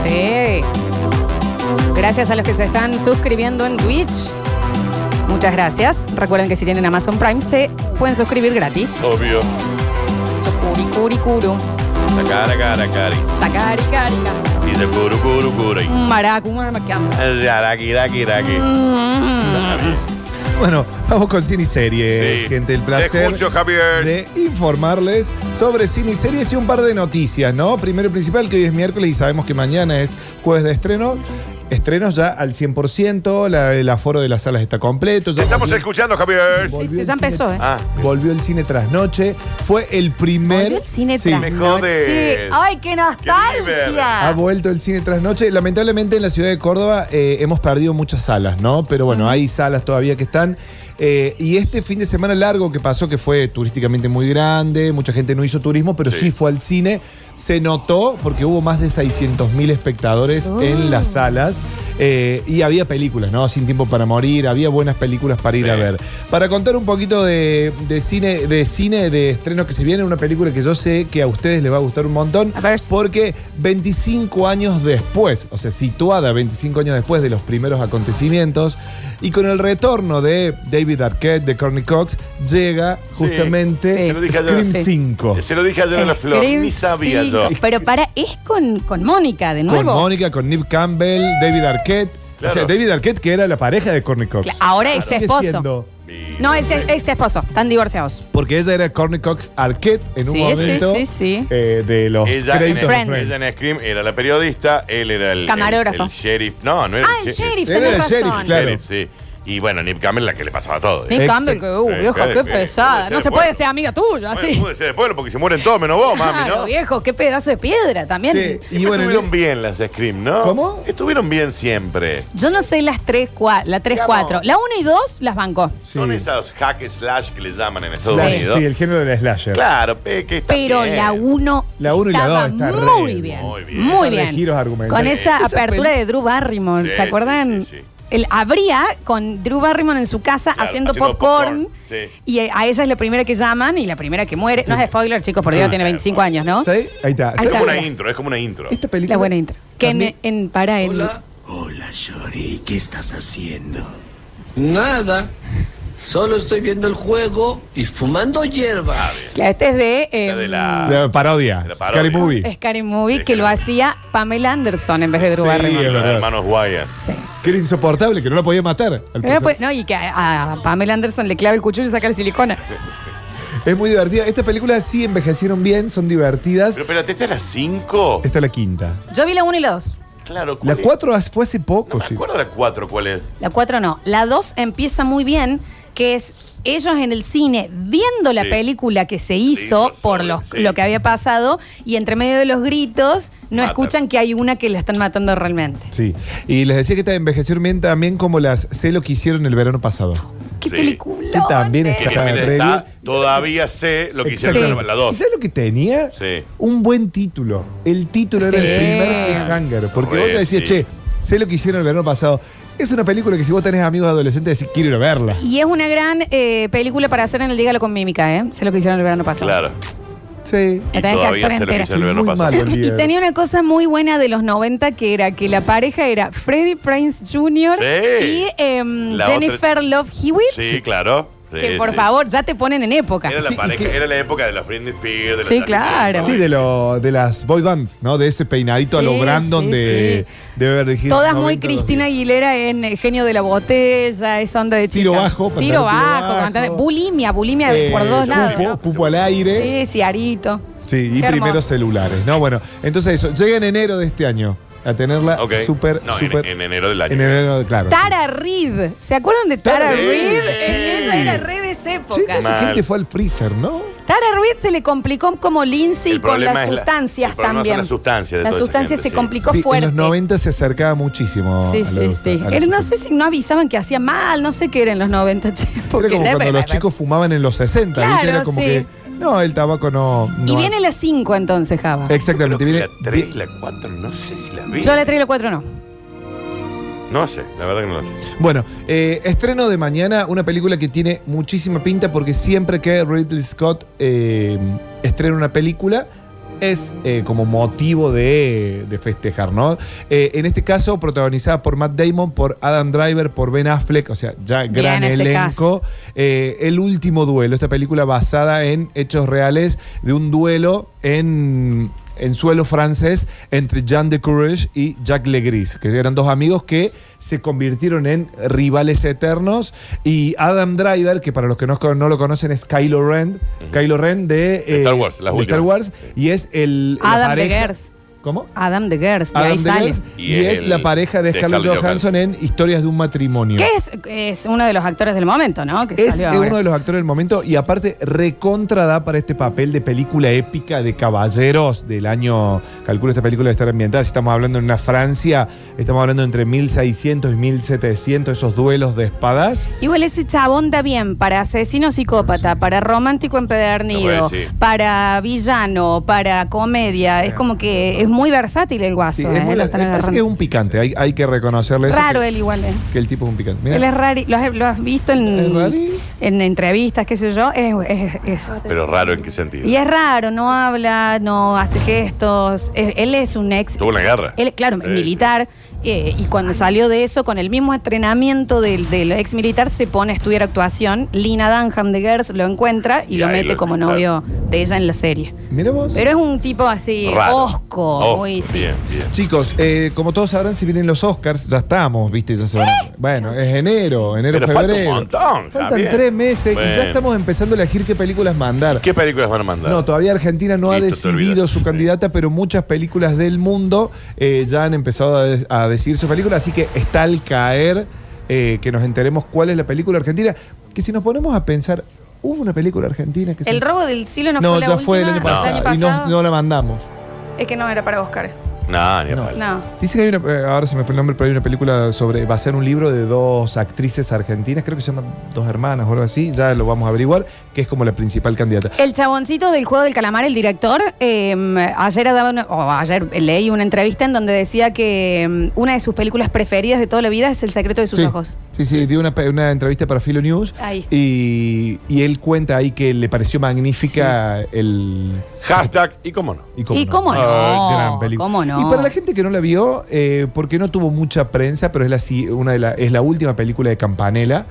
Speaker 4: Sí. Gracias a los que se están suscribiendo en Twitch. Muchas gracias. Recuerden que si tienen Amazon Prime se pueden suscribir gratis.
Speaker 1: Obvio.
Speaker 4: Sukuri, curi, curu.
Speaker 1: La cara, cara, cari.
Speaker 4: Sakari, carica.
Speaker 1: Y de curu, curu, curi.
Speaker 4: Maracu, marmaquiam.
Speaker 1: Es yaraki, raki, raki.
Speaker 4: Mm.
Speaker 7: Bueno, vamos con cine y series, gente. El placer de informarles sobre cine y series y un par de noticias, ¿no? Primero y principal, que hoy es miércoles y sabemos que mañana es jueves de estreno. Estrenos ya al 100%, la- el aforo de las salas está completo. ya
Speaker 1: Estamos
Speaker 7: volvió-
Speaker 1: escuchando, Javier.
Speaker 7: volvió
Speaker 4: sí,
Speaker 7: el
Speaker 4: ya
Speaker 7: cine-
Speaker 4: empezó, ¿eh?
Speaker 7: Volvió el cine tras noche. Fue el primer.
Speaker 4: Volvió el cine
Speaker 7: Sí.
Speaker 4: tras noche. Ay, qué
Speaker 7: Ha
Speaker 4: nostalgia.
Speaker 7: vuelto el cine tras noche. Lamentablemente en la ciudad de Córdoba eh, hemos perdido muchas salas, ¿no? Pero bueno, hay salas todavía que están. Eh, y este fin de semana largo que pasó, que fue turísticamente muy grande, mucha gente no hizo turismo, pero sí, fue al cine, se notó porque hubo más de 600 mil espectadores en las salas eh, y había películas, ¿no? Sin tiempo para morir, había buenas películas para ir a ver. Para contar un poquito de, de cine, de cine, de estrenos que se viene, una película que yo sé que a ustedes les va a gustar un montón, porque 25 años después, o sea, situada 25 años después de los primeros acontecimientos, y con el retorno de David Arquette, de Courtney Cox, llega justamente
Speaker 1: Se lo dije ayer.
Speaker 7: Scream
Speaker 1: Sí.
Speaker 7: 5.
Speaker 1: Se lo dije ayer a la flor. Ni
Speaker 4: Scream
Speaker 1: sabía
Speaker 4: cinco.
Speaker 1: yo.
Speaker 4: Pero para, es con, con Mónica de
Speaker 7: Con
Speaker 4: nuevo.
Speaker 7: Mónica, con Nip Campbell, David Arquette.
Speaker 1: Claro.
Speaker 7: O sea, David Arquette que era la pareja de Courtney Cox.
Speaker 4: Cla- Ahora
Speaker 7: Claro.
Speaker 4: ex
Speaker 7: Sigue
Speaker 4: esposo.
Speaker 7: siendo.
Speaker 4: No, ex, ex esposo. Están divorciados.
Speaker 7: Porque ella era Courtney Cox Arquette en un
Speaker 4: Sí, sí,
Speaker 7: momento
Speaker 4: sí, sí.
Speaker 7: eh, de los
Speaker 1: Ella en,
Speaker 7: créditos. de
Speaker 1: el- ella en Scream era la periodista, él era el el-
Speaker 4: Camarógrafo.
Speaker 1: el sheriff. No, no era
Speaker 4: Ah, el
Speaker 1: she-
Speaker 4: sheriff, tenés Era el razón. sheriff, claro.
Speaker 1: sheriff, sí. Y bueno, Nip Campbell la que le pasaba todo.
Speaker 7: Eh,
Speaker 4: Nick Campbell, que, uh, viejo, qué pesada. No se puede ser amiga tuya, así.
Speaker 1: Puede ser después, porque se mueren todos menos vos, mami,
Speaker 4: Claro,
Speaker 1: ¿no?
Speaker 4: viejo, qué pedazo de piedra también.
Speaker 1: Sí, y bueno, estuvieron bien las Scream, ¿no? ¿Cómo? Estuvieron bien siempre.
Speaker 4: Yo no sé las 3, 4, la 3, 4. La 1 y 2 las bancó.
Speaker 1: Son esos hack slash que les llaman en Estados
Speaker 7: Slash,
Speaker 1: Unidos.
Speaker 7: sí, el género de la slasher.
Speaker 1: Claro, pe- que está
Speaker 4: Pero
Speaker 1: bien.
Speaker 4: la 1
Speaker 7: La 1 y la 2
Speaker 4: estaba
Speaker 7: están
Speaker 4: muy
Speaker 7: re-
Speaker 4: bien. Muy bien.
Speaker 7: Están de giros argumentales.
Speaker 4: Con esa, apertura
Speaker 7: peli-
Speaker 4: de Drew Barrymore,
Speaker 7: Sí,
Speaker 4: ¿se acuerdan? Él abría con Drew Barrymore en su casa
Speaker 1: Claro,
Speaker 4: haciendo,
Speaker 1: haciendo
Speaker 4: popcorn,
Speaker 1: popcorn, sí.
Speaker 4: y eh, a ella es la primera que llaman y la primera que muere. No es spoiler, chicos, por
Speaker 1: Sí.
Speaker 4: Dios, tiene 25 años, ¿no?
Speaker 7: ¿Sabes? Ahí está.
Speaker 1: Es como una
Speaker 4: mira.
Speaker 1: intro, es como una intro.
Speaker 4: Este
Speaker 7: Esta película.
Speaker 4: La buena intro. Que en, en- para en-
Speaker 14: Hola, Shori, ¿qué estás haciendo?
Speaker 15: Nada. Solo estoy viendo el juego y fumando hierba.
Speaker 4: La- Este es de... eh,
Speaker 7: La parodia. Scary Movie.
Speaker 4: Scary Movie que lo hacía Pamela Anderson en vez de Drew
Speaker 7: Sí,
Speaker 4: Barrymore.
Speaker 7: es
Speaker 1: Los
Speaker 7: verdad.
Speaker 1: hermanos Guayas.
Speaker 7: Que era insoportable, que no la podía matar. al
Speaker 4: Pero
Speaker 7: personaje.
Speaker 4: pues- no, y que a, a Pamela Anderson le clava el cuchillo y saca la silicona.
Speaker 7: Es muy divertida. Estas películas sí envejecieron bien, son divertidas.
Speaker 1: Pero espérate, ¿esta es la 5?
Speaker 7: Esta es la quinta.
Speaker 4: Yo vi la 1 y la 2.
Speaker 1: Claro, ¿cuál
Speaker 7: La
Speaker 1: es?
Speaker 7: 4 fue hace poco, sí.
Speaker 1: ¿Cuál es la 4? ¿Cuál es?
Speaker 4: La 4 no. La 2 empieza muy bien, que es ellos en el cine viendo la
Speaker 1: Sí.
Speaker 4: película que se hizo por los-
Speaker 1: sí.
Speaker 4: lo que había pasado y entre medio de los gritos no
Speaker 7: Matan.
Speaker 4: escuchan que hay una que la están matando realmente.
Speaker 7: Sí. Y les decía que estas envejecieron bien también como las sé lo que hicieron el verano pasado.
Speaker 4: ¡Qué película!
Speaker 7: Que también
Speaker 1: Que
Speaker 7: está
Speaker 1: también
Speaker 7: re
Speaker 1: está,
Speaker 7: bien.
Speaker 1: todavía sé lo que hicieron
Speaker 7: Exactamente.
Speaker 1: en la 2.
Speaker 7: ¿Y sabes lo que tenía?
Speaker 1: Sí.
Speaker 7: Un buen título. El título
Speaker 1: Sí.
Speaker 7: era el primer cliffhanger. Porque
Speaker 1: Re,
Speaker 7: vos te decías,
Speaker 1: sí.
Speaker 7: che, sé lo que hicieron el verano pasado. Es una película que si vos tenés amigos adolescentes decís, quiero ir a verla.
Speaker 4: Y es una gran eh, película para hacer en el Dígalo con Mímica, ¿eh? Sé lo que hicieron el verano pasado.
Speaker 1: Claro.
Speaker 4: La
Speaker 7: Sí.
Speaker 4: tenés que
Speaker 1: Todavía
Speaker 4: actuar
Speaker 1: sé lo que
Speaker 4: entera.
Speaker 1: hicieron el verano
Speaker 7: Muy
Speaker 1: pasado.
Speaker 7: malo el
Speaker 4: Y
Speaker 7: día.
Speaker 4: tenía una cosa muy buena de los 90 que era que la pareja era Freddie Prince Jr.
Speaker 1: Sí.
Speaker 4: y em,
Speaker 1: La
Speaker 4: Jennifer Love Hewitt.
Speaker 1: Sí, claro. Sí,
Speaker 4: que por
Speaker 1: sí.
Speaker 4: favor, ya te ponen en época.
Speaker 1: Era la, pareja- era la época de los Britney Spears. De los
Speaker 4: Sí,
Speaker 1: Charlie
Speaker 4: claro.
Speaker 1: Chaplin,
Speaker 7: Sí, de, lo, de las boy bands, ¿no? De ese peinadito a
Speaker 4: Sí,
Speaker 7: lo Brandon
Speaker 4: sí,
Speaker 7: de, de Beverly Hills
Speaker 4: Todas muy
Speaker 7: 90, 2000.
Speaker 4: Cristina Aguilera en eh, Genio de la Botella, esa onda de
Speaker 7: Tiro
Speaker 4: chicas.
Speaker 7: bajo, pantalón
Speaker 4: Tiro
Speaker 7: tiro
Speaker 4: bajo,
Speaker 7: bajo.
Speaker 4: cantante- bulimia, bulimia
Speaker 7: Eh,
Speaker 4: por dos lados.
Speaker 7: pupo,
Speaker 4: ¿no?
Speaker 7: pupo al aire.
Speaker 4: Sí, ciarito.
Speaker 7: Sí, y
Speaker 4: Qué hermoso.
Speaker 7: primeros celulares. No, bueno, entonces eso, llega en enero de este año a tenerla
Speaker 1: Ok.
Speaker 7: súper,
Speaker 1: No, en-
Speaker 7: súper.
Speaker 1: En, enero del año.
Speaker 7: En enero, de- claro.
Speaker 4: Tara Reid, ¿se acuerdan de Tara,
Speaker 1: Tara
Speaker 4: Reid?
Speaker 1: Reid.
Speaker 4: Eh, Ella era re de esa
Speaker 7: Sí,
Speaker 4: época.
Speaker 7: toda esa gente fue al freezer, ¿no?
Speaker 4: Tara Reid se le complicó como Lindsay
Speaker 1: El
Speaker 4: con
Speaker 1: problema
Speaker 4: las
Speaker 1: es la-
Speaker 4: sustancias
Speaker 1: el problema son
Speaker 4: también.
Speaker 1: las sustancias de
Speaker 4: Las
Speaker 1: toda esa
Speaker 4: sustancias
Speaker 1: gente,
Speaker 4: se
Speaker 1: sí.
Speaker 4: complicó
Speaker 7: Sí, en
Speaker 4: fuerte.
Speaker 7: los 90 se acercaba muchísimo.
Speaker 4: Sí,
Speaker 7: a
Speaker 4: sí,
Speaker 7: los-
Speaker 4: sí.
Speaker 7: a los-
Speaker 4: Era- no sé si no avisaban que hacía mal, no sé qué era en los 90, che, porque
Speaker 7: Era como
Speaker 4: de
Speaker 7: cuando
Speaker 4: verdad,
Speaker 7: los chicos fumaban en los 60, ¿viste?
Speaker 4: Claro,
Speaker 7: Era como
Speaker 4: sí.
Speaker 7: que. No, el tabaco no.
Speaker 4: Y
Speaker 7: no-
Speaker 4: viene la 5 entonces, Java.
Speaker 7: Exactamente. Viene,
Speaker 1: La 3 y la 4, no sé si la vi.
Speaker 4: Yo la 3 y la 4 no.
Speaker 1: No sé, la verdad que no la sé.
Speaker 7: Bueno, eh, estreno de mañana, una película que tiene muchísima pinta porque siempre que Ridley Scott eh, estrena una película es eh, como motivo de, de festejar, ¿no? Eh, en este caso, protagonizada por Matt Damon, por Adam Driver, por Ben Affleck, o sea, ya gran
Speaker 4: ese
Speaker 7: elenco. Eh, el último duelo, esta película basada en hechos reales de un duelo en, en suelo francés entre Jean de Courage y Jacques Legris, que eran dos amigos que se convirtieron en rivales eternos. Y Adam Driver, que para los que no, no lo conocen es Kylo Ren, Kylo Ren de, eh,
Speaker 1: De Star Wars, las
Speaker 7: de Star
Speaker 1: últimas.
Speaker 7: Wars, y es el... la
Speaker 4: Adam de
Speaker 7: pareja-
Speaker 4: Gers.
Speaker 7: ¿Cómo?
Speaker 4: Adam de Gers, de ahí
Speaker 7: Adam
Speaker 4: sale.
Speaker 7: Driver,
Speaker 1: Y
Speaker 7: y,
Speaker 1: es
Speaker 7: es la
Speaker 1: el-
Speaker 7: pareja de,
Speaker 1: de
Speaker 7: Scarlett
Speaker 1: Scarlett
Speaker 7: Johansson, en Historias de un matrimonio.
Speaker 4: Que es, es uno de los actores del momento, ¿no? Que
Speaker 7: Es
Speaker 4: salió
Speaker 7: es
Speaker 4: ahora.
Speaker 7: uno de los actores del momento y aparte recontra da para este papel de película épica de caballeros del año, calculo esta película de estar ambientada, si estamos hablando en una Francia, estamos hablando entre 1600 y 1700, esos duelos de espadas.
Speaker 4: Igual ese chabón da bien para asesino psicópata, para romántico empedernido,
Speaker 7: No puede, sí.
Speaker 4: para villano, para comedia. Es como que es muy versátil el guaso.
Speaker 7: Sí,
Speaker 4: ¿eh?
Speaker 7: es, muy-
Speaker 4: Lo
Speaker 7: me
Speaker 4: están
Speaker 7: parece que es
Speaker 4: agarrando.
Speaker 7: un picante, hay, hay que reconocerle eso.
Speaker 4: Raro
Speaker 7: que,
Speaker 4: él igual. ¿eh?
Speaker 7: que el tipo es un picante. Mirá.
Speaker 4: Él es raro. ¿Lo has, lo has visto en, en entrevistas, qué sé yo? Es- es- es-
Speaker 1: Pero raro en qué sentido.
Speaker 4: y es raro, no habla, no hace gestos. Es- él es un ex
Speaker 1: Tuvo una guerra.
Speaker 4: Él, claro,
Speaker 1: Sí.
Speaker 4: militar. eh, y cuando salió de eso, con el mismo entrenamiento del, del ex militar, se pone a estudiar actuación. Lina Dunham de Gers lo encuentra y
Speaker 1: Y
Speaker 4: lo
Speaker 1: ahí
Speaker 4: mete
Speaker 1: lo-
Speaker 4: como
Speaker 1: claro.
Speaker 4: novio de ella en la serie.
Speaker 7: Mira vos.
Speaker 4: Pero es un tipo así,
Speaker 7: Raro.
Speaker 4: osco,
Speaker 1: Oh,
Speaker 7: Osco,
Speaker 4: muy sí.
Speaker 7: Chicos, eh, como todos sabrán, si vienen los Oscars, ya estamos, ¿viste? Ya se van a-
Speaker 4: ¿Eh?
Speaker 7: Bueno, es enero, enero,
Speaker 1: Pero falta un
Speaker 7: febrero.
Speaker 1: montón,
Speaker 7: Faltan
Speaker 1: Javier.
Speaker 7: tres meses y
Speaker 1: Bueno.
Speaker 7: ya estamos empezando a elegir qué películas mandar.
Speaker 1: ¿Qué películas van a mandar?
Speaker 7: No, todavía Argentina no
Speaker 1: Listo, te
Speaker 7: ha decidido su candidata, pero muchas películas del mundo eh, ya han empezado a, de- a decidir su película, así que está al caer eh, que nos enteremos cuál es la película argentina. Que si nos ponemos a pensar, hubo una película argentina que se-
Speaker 4: El robo del cielo no,
Speaker 7: No,
Speaker 4: fue la
Speaker 7: ya
Speaker 4: última,
Speaker 7: fue el año pasado, y no-
Speaker 4: pasado.
Speaker 7: no la mandamos.
Speaker 4: Es que no era para Oscar.
Speaker 1: No, ni a
Speaker 7: No.
Speaker 1: palo.
Speaker 4: No.
Speaker 7: Dice que hay una, eh, ahora se me fue el nombre, pero hay una película sobre, va a ser un libro de dos actrices argentinas, creo que se llama Dos Hermanas o algo así, ya lo vamos a averiguar, que es como la principal candidata.
Speaker 4: El chaboncito del juego del calamar, el director, eh, ayer daba una- o ayer leí una entrevista en donde decía que eh, una de sus películas preferidas de toda la vida es El secreto de sus
Speaker 7: Sí.
Speaker 4: ojos.
Speaker 7: Sí, sí, dio una, pe- una entrevista para Filo News
Speaker 4: Ahí.
Speaker 7: y, y él cuenta ahí que le pareció magnífica el...
Speaker 1: Hashtag, ¿y cómo no?
Speaker 7: ¿Y
Speaker 4: ¿Y cómo no?
Speaker 7: gran película.
Speaker 4: ¿Cómo no?
Speaker 7: Y para la gente que no la vio, eh, porque no tuvo mucha prensa, pero es la, si- una de la, es la última película de Campanella,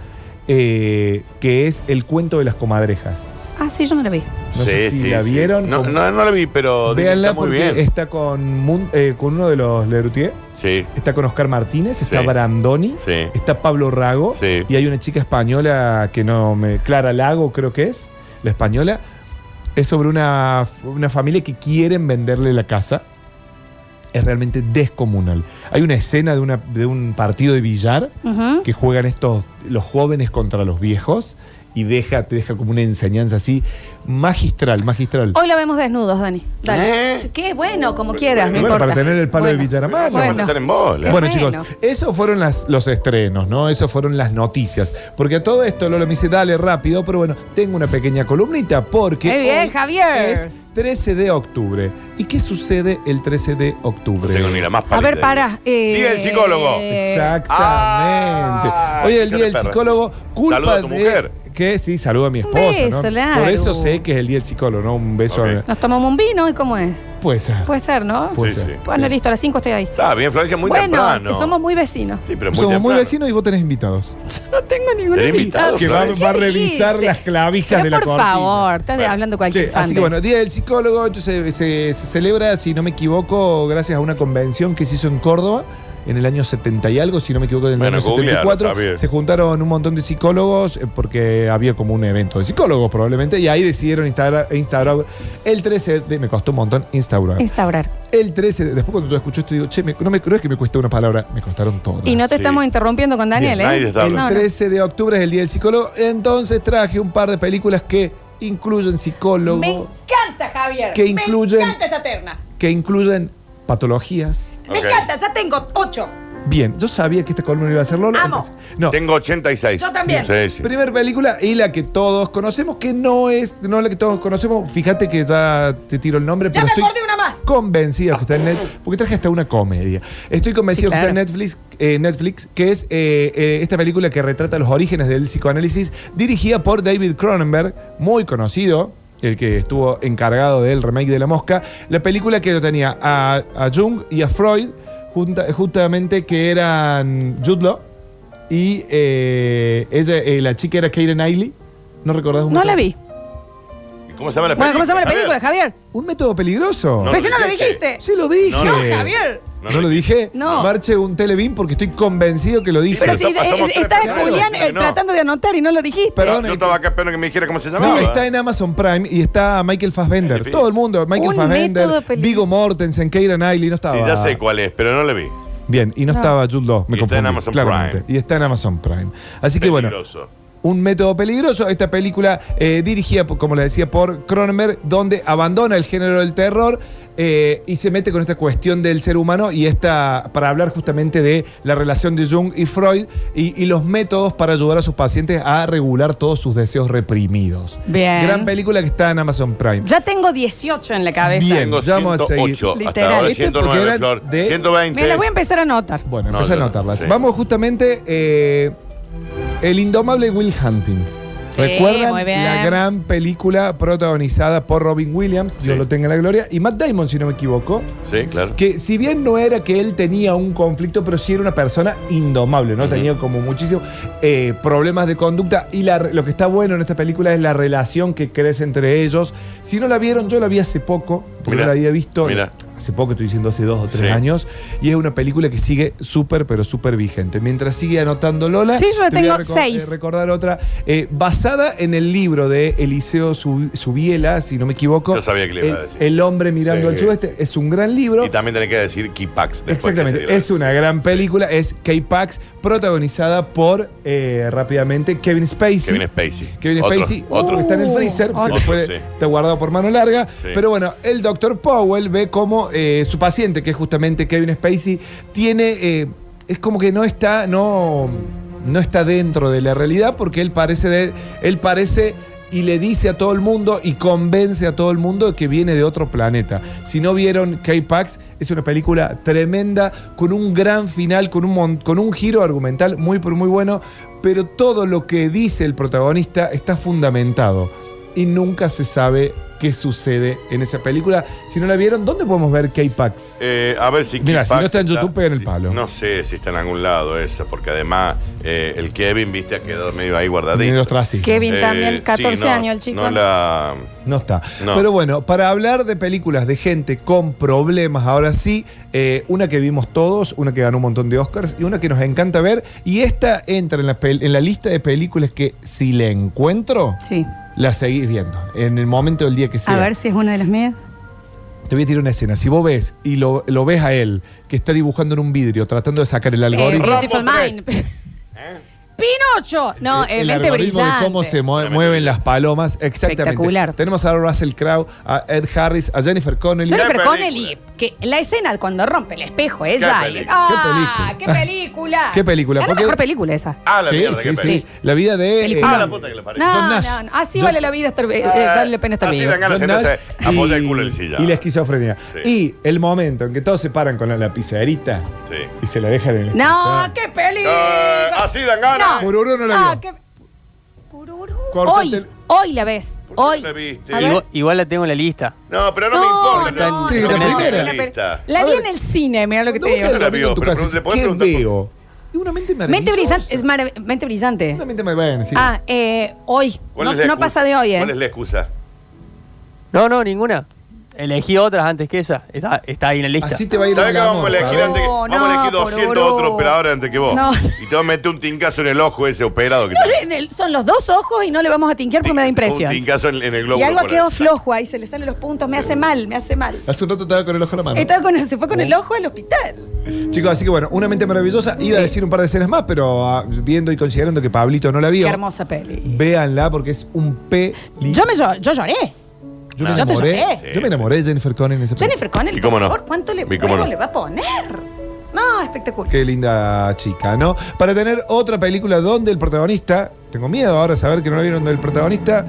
Speaker 7: eh, que es El cuento de las comadrejas.
Speaker 4: Ah, sí, yo no la vi.
Speaker 7: No sé si la vieron.
Speaker 1: No, no, no la vi, pero dicen que
Speaker 7: Véanla
Speaker 1: está muy
Speaker 7: porque
Speaker 1: bien.
Speaker 7: está con, Mun- eh, con uno de los Lerutier.
Speaker 1: Sí,
Speaker 7: Está con Oscar Martínez, está
Speaker 1: Sí.
Speaker 7: Brandoni,
Speaker 1: sí.
Speaker 7: está Pablo Rago
Speaker 1: Sí.
Speaker 7: y hay una chica española que no me. Clara Lago, creo que es. la española, es sobre una, una familia que quieren venderle la casa. Es realmente descomunal. Hay una escena de, una- de un partido de billar
Speaker 4: Ujú.
Speaker 7: que juegan estos, los jóvenes contra los viejos y deja, te deja como una enseñanza así magistral, magistral.
Speaker 4: Hoy la vemos desnudos, Dani. Dale. Qué bueno, como quieras, no
Speaker 7: ¿Eh? Bueno,
Speaker 4: importa.
Speaker 7: para tener el palo de billar a mano.
Speaker 4: bueno. Vamos a estar en bola.
Speaker 7: Bueno,
Speaker 4: Qué bueno.
Speaker 7: chicos, esos fueron las- los estrenos, ¿no? Esos fueron las noticias. Porque a todo esto Lola me dice, dale rápido, pero bueno, tengo una pequeña columnita porque
Speaker 4: Qué bien,
Speaker 7: hoy
Speaker 4: Javier.
Speaker 7: es 13 de octubre. ¿Y qué sucede el 13 de octubre?
Speaker 1: No tengo ni la más
Speaker 4: A ver, para. eh,
Speaker 1: Diga el psicólogo.
Speaker 7: Exactamente.
Speaker 1: Ah,
Speaker 7: Hoy el día del
Speaker 1: perra.
Speaker 7: psicólogo, culpa
Speaker 1: Saluda a tu
Speaker 7: de-
Speaker 1: mujer.
Speaker 7: Que sí, saludo a mi esposa.
Speaker 4: beso,
Speaker 7: ¿no?
Speaker 4: Laru.
Speaker 7: Por eso sé que es el día del psicólogo, ¿no? Un beso. a-
Speaker 4: Nos tomamos un vino y cómo es.
Speaker 7: Puede ser.
Speaker 4: Puede ser, ¿no?
Speaker 7: Puede ser.
Speaker 4: Bueno, listo, a las 5 estoy ahí.
Speaker 1: Está bien, Florencia, muy
Speaker 4: bueno,
Speaker 1: temprano.
Speaker 4: que somos muy vecinos.
Speaker 1: Sí, pero muy
Speaker 7: Somos muy
Speaker 1: temprano.
Speaker 7: vecinos y vos tenés invitados.
Speaker 4: No tengo ningún
Speaker 7: Sí,
Speaker 4: invitado.
Speaker 7: que va, va a
Speaker 4: ¿Qué
Speaker 7: revisar
Speaker 4: dice?
Speaker 7: las clavijas
Speaker 4: Pero
Speaker 7: de la
Speaker 4: Por
Speaker 7: cortina.
Speaker 4: favor, estás hablando cualquier
Speaker 7: Che,
Speaker 4: cosa.
Speaker 7: así que bueno, Día del Psicólogo entonces, se, se celebra, si no me equivoco, gracias a una convención que se hizo en Córdoba en el año 70 y algo, si no me equivoco, en el
Speaker 1: Bueno,
Speaker 7: año
Speaker 1: googlealo,
Speaker 7: 74.
Speaker 1: está bien.
Speaker 7: Se juntaron un montón de psicólogos eh, porque había como un evento de psicólogos probablemente y ahí decidieron instaurar, instaurar el 13 de... Me costó un montón instaurar.
Speaker 4: Instaurar.
Speaker 7: el 13, de- después cuando yo escucho esto digo, che, me- no, me, no es que me cueste una palabra, me costaron todas.
Speaker 4: Y no te estamos interrumpiendo con Daniel,
Speaker 7: Bien,
Speaker 4: ¿eh?
Speaker 7: nadie está
Speaker 4: No,
Speaker 7: hablando.
Speaker 4: no.
Speaker 7: El 13 de octubre es el Día del Psicólogo. Entonces traje un par de películas que incluyen
Speaker 4: Me
Speaker 7: psicólogos,
Speaker 4: encanta, Javier.
Speaker 7: Que incluyen-
Speaker 4: Me encanta esta terna.
Speaker 7: que incluyen patologías.
Speaker 4: Me encanta, ya tengo ocho.
Speaker 7: Bien, yo sabía que esta columna iba a ser Lola.
Speaker 4: Amo.
Speaker 7: entonces- No.
Speaker 1: Tengo 86.
Speaker 4: Yo también.
Speaker 1: Sí, sí.
Speaker 7: Primer película y la que todos conocemos, que no es, no la que todos conocemos. Fíjate que ya te tiro el nombre,
Speaker 4: Ya
Speaker 7: pero
Speaker 4: me
Speaker 7: estoy
Speaker 4: acordé una más.
Speaker 7: convencido que está en Netflix, porque traje hasta una comedia. Estoy convencido
Speaker 4: Sí, claro.
Speaker 7: que está en Netflix, eh, Netflix que es eh, eh, esta película que retrata los orígenes del psicoanálisis, dirigida por David Cronenberg, muy conocido, el que estuvo encargado del remake de La Mosca, la película que lo tenía a, a Jung y a Freud, junta- justamente que eran Jude Law, y eh, ella, eh, la chica era Keira Knightley. ¿No recordás un
Speaker 4: No
Speaker 7: montón?
Speaker 4: la vi.
Speaker 1: ¿Cómo se llama la película?
Speaker 4: Bueno, ¿cómo se llama la
Speaker 1: Javier?
Speaker 4: película, Javier?
Speaker 7: Un método peligroso.
Speaker 4: Pero si no lo dijiste.
Speaker 7: Sí lo dije.
Speaker 4: No, Javier.
Speaker 7: No, lo dije.
Speaker 4: No.
Speaker 7: Marche un televín porque estoy convencido que lo dije.
Speaker 4: Pero si
Speaker 1: pasamos
Speaker 4: eh,
Speaker 1: tres
Speaker 4: está
Speaker 1: películas,
Speaker 4: Julián
Speaker 1: claro,
Speaker 4: eh,
Speaker 1: no.
Speaker 4: tratando de anotar y no lo dijiste.
Speaker 7: Perdón,
Speaker 1: Yo estaba acá esperando que me dijera cómo se
Speaker 7: Sí,
Speaker 1: llamaba.
Speaker 7: está en Amazon Prime y está Michael Fassbender. Todo el mundo, Michael
Speaker 4: Un
Speaker 7: Fassbender,
Speaker 4: método peligroso.
Speaker 7: Vigo Mortensen, Keira Knightley, no estaba.
Speaker 1: Sí, ya sé cuál es, pero no la vi.
Speaker 7: Bien, y no,
Speaker 1: No.
Speaker 7: estaba Jude Law,
Speaker 1: Y está
Speaker 7: me
Speaker 1: en
Speaker 7: confundí,
Speaker 1: Amazon
Speaker 7: claramente. Y está en Amazon Prime. Así que bueno,
Speaker 1: Peligroso.
Speaker 7: Un método peligroso, esta película eh, dirigida, por- como le decía, por Cronenberg, donde abandona el género del terror eh, y se mete con esta cuestión del ser humano y esta, para hablar justamente de la relación de Jung y Freud y, y los métodos para ayudar a sus pacientes a regular todos sus deseos reprimidos.
Speaker 4: Bien.
Speaker 7: Gran película que está en Amazon Prime.
Speaker 4: Ya tengo 18 en la cabeza.
Speaker 7: Bien,
Speaker 1: Tengo
Speaker 7: ya vamos a seguir.
Speaker 1: 108, hasta
Speaker 4: Literal.
Speaker 1: ahora
Speaker 4: Este
Speaker 1: 109,
Speaker 7: porque
Speaker 1: Flor.
Speaker 7: era de-
Speaker 1: 120.
Speaker 4: Me las voy a empezar a anotar.
Speaker 7: Bueno,
Speaker 1: No,
Speaker 7: empecé a
Speaker 1: yo no,
Speaker 7: anotarlas.
Speaker 1: sí.
Speaker 7: Vamos justamente eh, El indomable Will Hunting.
Speaker 4: Sí,
Speaker 7: ¿Recuerdan
Speaker 4: muy bien.
Speaker 7: la gran película protagonizada por Robin Williams, Dios
Speaker 1: Sí.
Speaker 7: lo tenga en la gloria, y Matt Damon, si no me equivoco?
Speaker 1: Sí, claro.
Speaker 7: Que si bien no era que él tenía un conflicto, pero sí era una persona indomable, ¿no? Tenía como muchísimos eh, problemas de conducta. Y la re- lo que está bueno en esta película es la relación que crece entre ellos. Si no la vieron, yo la vi hace poco, porque
Speaker 1: Mirá,
Speaker 7: no la había visto.
Speaker 1: mirá.
Speaker 7: Hace poco, estoy diciendo hace dos o tres
Speaker 1: Sí.
Speaker 7: años. Y es una película que sigue súper, pero súper vigente. Mientras sigue anotando Lola.
Speaker 4: Sí, yo la
Speaker 7: te voy a
Speaker 4: tengo seis.
Speaker 7: eh, recordar otra. eh, basada en el libro de Eliseo Su- Subiela, si no me equivoco.
Speaker 1: Yo sabía que le iba a
Speaker 7: El-
Speaker 1: decir.
Speaker 7: El hombre mirando
Speaker 1: Sí.
Speaker 7: al sudeste. Es un gran libro.
Speaker 1: Y también tenés que decir Kipax.
Speaker 7: Exactamente, es una gran película, es K-Pax, protagonizada por, eh, rápidamente, Kevin Spacey.
Speaker 1: Kevin Spacey.
Speaker 7: Kevin
Speaker 1: Otro,
Speaker 7: Spacey Uh,
Speaker 1: Otro.
Speaker 7: está en el freezer, se
Speaker 1: Otro,
Speaker 7: le fue-
Speaker 1: sí.
Speaker 7: está guardado por mano larga.
Speaker 1: Sí.
Speaker 7: Pero bueno, el doctor Powell ve como eh, su paciente, que es justamente Kevin Spacey, tiene. eh, es como que no está. No, no está dentro de la realidad porque él parece de. Él parece. Y le dice a todo el mundo y convence a todo el mundo de que viene de otro planeta. Si no vieron K-Pax, es una película tremenda, con un gran final, con un, mon- con un giro argumental muy, pero muy bueno, pero todo lo que dice el protagonista está fundamentado y nunca se sabe qué sucede en esa película. Si no la vieron, ¿dónde podemos ver K-Pax?
Speaker 1: Eh, a ver si
Speaker 7: Mira, si
Speaker 1: Kickback
Speaker 7: no está en YouTube, pega en el palo.
Speaker 1: No sé si está en algún lado esa, porque además eh, el Kevin, viste, ha quedado medio ahí guardadito.
Speaker 7: En el ostracismo.
Speaker 4: Kevin
Speaker 1: Eh,
Speaker 4: también, 14
Speaker 1: no,
Speaker 4: años el chico.
Speaker 1: No la.
Speaker 7: No está.
Speaker 1: No.
Speaker 7: Pero bueno, para hablar de películas de gente con problemas, ahora sí, eh, una que vimos todos, una que ganó un montón de Oscars y una que nos encanta ver. Y esta entra en la, pel- en la lista de películas que si le encuentro,
Speaker 4: Sí.
Speaker 7: la seguís viendo. En el momento del día que sea.
Speaker 4: A ver si es una de las mías.
Speaker 7: Te voy a tirar una escena. Si vos ves y lo, lo ves a él, que está dibujando en un vidrio, tratando de sacar el
Speaker 4: Eh,
Speaker 7: algoritmo.
Speaker 4: Beautiful Mind.
Speaker 1: ¿Eh?
Speaker 4: Pinocho. No, eh,
Speaker 7: el
Speaker 4: mente
Speaker 7: algoritmo de
Speaker 4: brillante.
Speaker 7: cómo se mue- mueven las palomas. Exactamente.
Speaker 4: Espectacular.
Speaker 7: Tenemos a Russell Crowe, a Ed Harris, a Jennifer Connelly.
Speaker 4: Jennifer Connelly, que la escena cuando rompe el espejo, ella.
Speaker 7: Qué
Speaker 4: y-
Speaker 7: película.
Speaker 4: ¡Ah! ¡Qué película!
Speaker 7: ¿Qué película?
Speaker 4: Es la
Speaker 7: Porque-
Speaker 4: mejor película esa.
Speaker 7: sí, sí, sí. La vida de. eh,
Speaker 4: Película.
Speaker 7: John
Speaker 4: No,
Speaker 7: Nash.
Speaker 4: no, no. Así
Speaker 7: John-
Speaker 4: vale la vida estar, eh,
Speaker 1: Ah,
Speaker 4: eh, vale la pena estar
Speaker 7: Así
Speaker 4: vivo.
Speaker 7: dan ganas de
Speaker 1: John
Speaker 7: sentarse,
Speaker 1: Nash
Speaker 7: apoya el
Speaker 1: y-
Speaker 7: culo en el silla. Y la esquizofrenia. Y el momento en que todos se paran con la lapicerita y se la dejan en el.
Speaker 4: No, qué película.
Speaker 1: Eh, así dan ganas.
Speaker 7: Pururú no la
Speaker 4: Ah,
Speaker 7: vio.
Speaker 4: qué-
Speaker 7: Cortate
Speaker 4: Hoy,
Speaker 7: el-
Speaker 4: hoy la ves. Hoy. A ver.
Speaker 2: Igual, igual la tengo en la lista.
Speaker 1: No, pero no, me
Speaker 4: No,
Speaker 1: importa.
Speaker 2: no,
Speaker 1: no,
Speaker 2: Sí,
Speaker 1: no
Speaker 2: la
Speaker 1: me
Speaker 2: primera.
Speaker 1: interesa.
Speaker 4: La vi en el cine, mira lo que te digo.
Speaker 1: la vio,
Speaker 7: en tu
Speaker 1: pero
Speaker 7: casa,
Speaker 1: pregunte- ¿puedes
Speaker 7: ¿Qué
Speaker 1: preguntar por-
Speaker 7: veo? Y una mente
Speaker 4: Mente
Speaker 7: maravillosa.
Speaker 4: brillante. Es marav- mente brillante.
Speaker 7: Una mente mar- bueno, sí.
Speaker 4: Ah, eh, hoy.
Speaker 1: ¿Cuál
Speaker 4: No,
Speaker 1: es la
Speaker 4: no
Speaker 1: excu-
Speaker 4: pasa de hoy, ¿eh?
Speaker 1: ¿Cuál es la excusa?
Speaker 2: No, no, ninguna. Elegí otras antes que esa. Está, está ahí en la lista.
Speaker 1: Así te va a ir ¿Sabe la que vamos a ganosa, elegir ¿eh? antes que- No, vamos a elegir no, 200 Pororo. otros operadores antes que vos.
Speaker 4: No.
Speaker 1: Y te vas a meter un tincazo en el ojo ese operado que
Speaker 4: No,
Speaker 1: te-
Speaker 4: en el- son los dos ojos y no le vamos a tinquear porque me da
Speaker 1: Un
Speaker 4: impresión.
Speaker 1: tincazo en, en el globo.
Speaker 4: Y algo ha
Speaker 1: corporal.
Speaker 4: quedado flojo ahí, se le salen los puntos, me hace mal, me hace mal.
Speaker 7: Hace un rato estaba con el ojo en la mano.
Speaker 4: Estaba con- se fue con el ojo al hospital.
Speaker 7: Chicos, así que bueno, una mente maravillosa. Iba a decir un par de escenas más, pero ah, viendo y considerando que Pablito no la
Speaker 4: Qué
Speaker 7: vio,
Speaker 4: hermosa peli.
Speaker 7: véanla porque es un peli.
Speaker 4: Yo, me, llo- yo lloré.
Speaker 7: Yo me
Speaker 4: Yo te
Speaker 7: enamoré.
Speaker 4: lloré.
Speaker 7: Yo me enamoré de Jennifer Connelly en ese
Speaker 4: Jennifer Connelly,
Speaker 7: ¿Y cómo
Speaker 4: por
Speaker 7: no?
Speaker 4: favor, ¿cuánto le,
Speaker 7: ¿Y cómo
Speaker 4: huevo
Speaker 7: no?
Speaker 4: le va a poner? No, espectacular.
Speaker 7: Qué linda chica, ¿no? Para tener otra película donde el protagonista, tengo miedo ahora de saber que no la vieron del protagonista,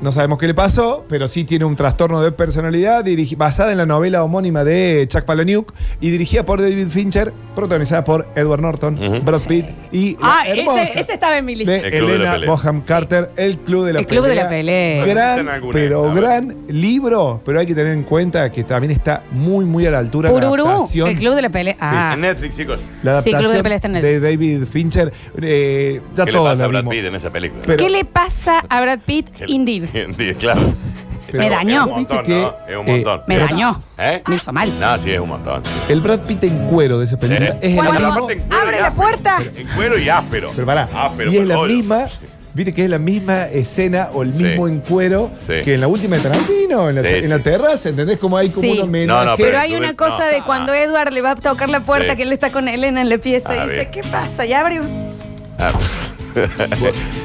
Speaker 7: no sabemos qué le pasó, pero sí tiene un trastorno de personalidad dirigi- basada en la novela homónima de Chuck Palahniuk y dirigida por David Fincher, protagonizada por Edward Norton, Brad Pitt y la
Speaker 4: Ah,
Speaker 7: hermosa
Speaker 4: ese, ese estaba en mi lista.
Speaker 7: de Elena Boham Carter, El Club de la
Speaker 4: El
Speaker 7: Pelea.
Speaker 4: Club de la Pelea.
Speaker 7: Gran,
Speaker 4: Existen algunas,
Speaker 7: pero gran libro, pero hay que tener en cuenta que también está muy, muy a la altura de la
Speaker 4: Pururú,
Speaker 7: adaptación
Speaker 4: el Club de la Pelea. Ah.
Speaker 1: En Netflix, chicos.
Speaker 7: la
Speaker 4: Sí,
Speaker 7: adaptación
Speaker 4: Club de la Pelea está en el-
Speaker 7: de David Fincher. eh, ya
Speaker 1: ¿Qué le
Speaker 7: todos
Speaker 1: pasa
Speaker 7: la
Speaker 1: a Brad
Speaker 7: vimos.
Speaker 1: Pitt en esa película?
Speaker 7: Pero-
Speaker 4: Ah. ¿Qué le pasa a Brad Pitt? Indeed.
Speaker 1: Sí, claro.
Speaker 4: Me dañó.
Speaker 1: Es un montón,
Speaker 7: Viste
Speaker 1: ¿no?
Speaker 7: que,
Speaker 1: Es un montón.
Speaker 4: Me dañó.
Speaker 1: ¿Eh?
Speaker 4: Me hizo mal.
Speaker 1: No, sí, es un montón.
Speaker 7: El Brad Pitt en cuero de esa película es el
Speaker 1: Cuando
Speaker 7: mismo-
Speaker 1: aparte en cuero
Speaker 4: ¡Abre
Speaker 1: y
Speaker 4: la
Speaker 1: áspero.
Speaker 4: puerta!
Speaker 1: En cuero y áspero.
Speaker 7: Pero pará.
Speaker 1: Áspero,
Speaker 7: y es
Speaker 1: con
Speaker 7: la
Speaker 1: hoyo.
Speaker 7: misma. Viste que es la misma escena o el mismo encuero
Speaker 1: Sí.
Speaker 7: que en la última de Tarantino, en la,
Speaker 1: Sí,
Speaker 7: en la terraza, ¿entendés? Como hay como
Speaker 4: Sí.
Speaker 7: un homenaje.
Speaker 1: No, no,
Speaker 4: pero, hay una cosa de cuando Edward le va a tocar la puerta,
Speaker 1: Sí.
Speaker 4: que él está con Elena en la pieza
Speaker 1: Ah,
Speaker 4: y dice,
Speaker 1: bien.
Speaker 4: ¿qué pasa? Y abre.
Speaker 1: Ah,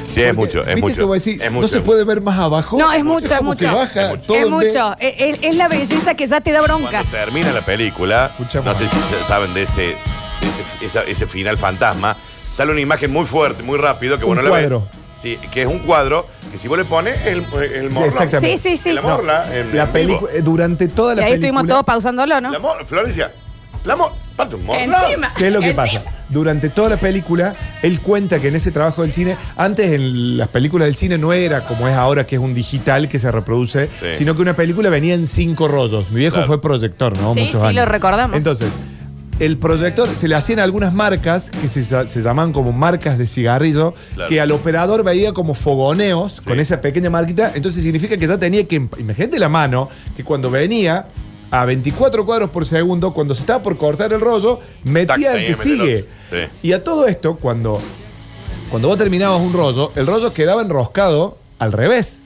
Speaker 1: sí, es mucho, es
Speaker 7: ¿Viste
Speaker 1: mucho.
Speaker 7: como decís,
Speaker 1: es
Speaker 7: no
Speaker 1: mucho.
Speaker 7: se puede ver más abajo?
Speaker 4: No, es mucho, es
Speaker 7: Como que
Speaker 4: mucho.
Speaker 7: baja
Speaker 4: es
Speaker 7: todo en vez-
Speaker 4: mucho. Es, es- es la belleza que ya te da bronca.
Speaker 1: Termina la película. no sé si saben de ese, de ese, esa- ese final fantasma. Sale una imagen muy fuerte, muy rápido, que
Speaker 7: Un
Speaker 1: bueno,
Speaker 7: cuadro.
Speaker 1: Sí, que es un cuadro que si vos le pones el, el morla.
Speaker 7: Exactamente.
Speaker 1: El
Speaker 7: No,
Speaker 1: morla. en-
Speaker 7: la
Speaker 1: en vivo.
Speaker 7: película, durante toda
Speaker 4: Y
Speaker 7: la
Speaker 4: ahí
Speaker 7: película.
Speaker 4: estuvimos todos pausándolo, ¿no?
Speaker 1: La mor- Florencia, la mor- parte un morla.
Speaker 4: Encima.
Speaker 7: ¿Qué es lo que
Speaker 4: Encima.
Speaker 7: pasa? Durante toda la película, él cuenta que en ese trabajo del cine, antes en las películas del cine no era como es ahora, que es un digital que se reproduce,
Speaker 1: Sí.
Speaker 7: sino que una película venía en cinco rollos. Mi viejo
Speaker 1: Claro.
Speaker 7: fue proyector, ¿no?
Speaker 4: Sí,
Speaker 7: Muchos
Speaker 4: sí,
Speaker 7: años.
Speaker 4: lo recordamos.
Speaker 7: Entonces, el proyector se le hacían algunas marcas que se, sa- se llaman como marcas de cigarrillo,
Speaker 1: Claro.
Speaker 7: que al operador veía como fogoneos con esa pequeña marquita. Entonces significa que ya tenía que. emp- Imagínate la mano que cuando venía. A 24 cuadros por segundo, cuando se estaba por cortar el rollo, metía el
Speaker 1: tenía
Speaker 7: que
Speaker 1: que meter
Speaker 7: sigue.
Speaker 1: otro. Sí.
Speaker 7: Y a todo esto, cuando, cuando vos terminabas un rollo, el rollo quedaba enroscado al revés.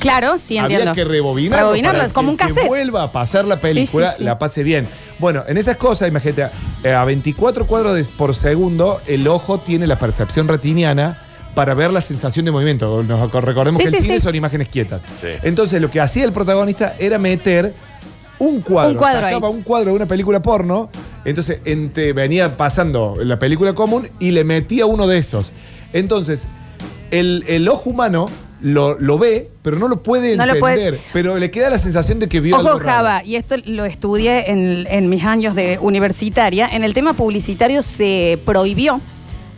Speaker 4: Claro, sí, entiendo.
Speaker 7: Había que rebobinarlo.
Speaker 4: Rebobinarlo,
Speaker 7: para
Speaker 4: es como
Speaker 7: que
Speaker 4: un
Speaker 7: el que
Speaker 4: cassette.
Speaker 7: vuelva a pasar la película,
Speaker 4: Sí, sí, sí.
Speaker 7: la pase bien. Bueno, en esas cosas, imagínate, eh, a 24 cuadros de- por segundo, el ojo tiene la percepción retiniana para ver la sensación de movimiento. Nos acor- recordemos
Speaker 4: Sí,
Speaker 7: que
Speaker 4: sí,
Speaker 7: en cine
Speaker 4: sí.
Speaker 7: son imágenes quietas. Entonces, lo que hacía el protagonista era meter un cuadro.
Speaker 4: Un cuadro
Speaker 7: Sacaba
Speaker 4: ahí.
Speaker 7: un cuadro de una película porno. Entonces, ente- venía pasando la película común y le metía uno de esos. Entonces, el, el ojo humano lo, lo ve, pero no lo puede
Speaker 4: No
Speaker 7: entender.
Speaker 4: lo puedes-
Speaker 7: Pero le queda la sensación de que vio
Speaker 4: Ojo,
Speaker 7: algo raro.
Speaker 4: Java, y esto lo estudié en, en mis años de universitaria. En el tema publicitario se prohibió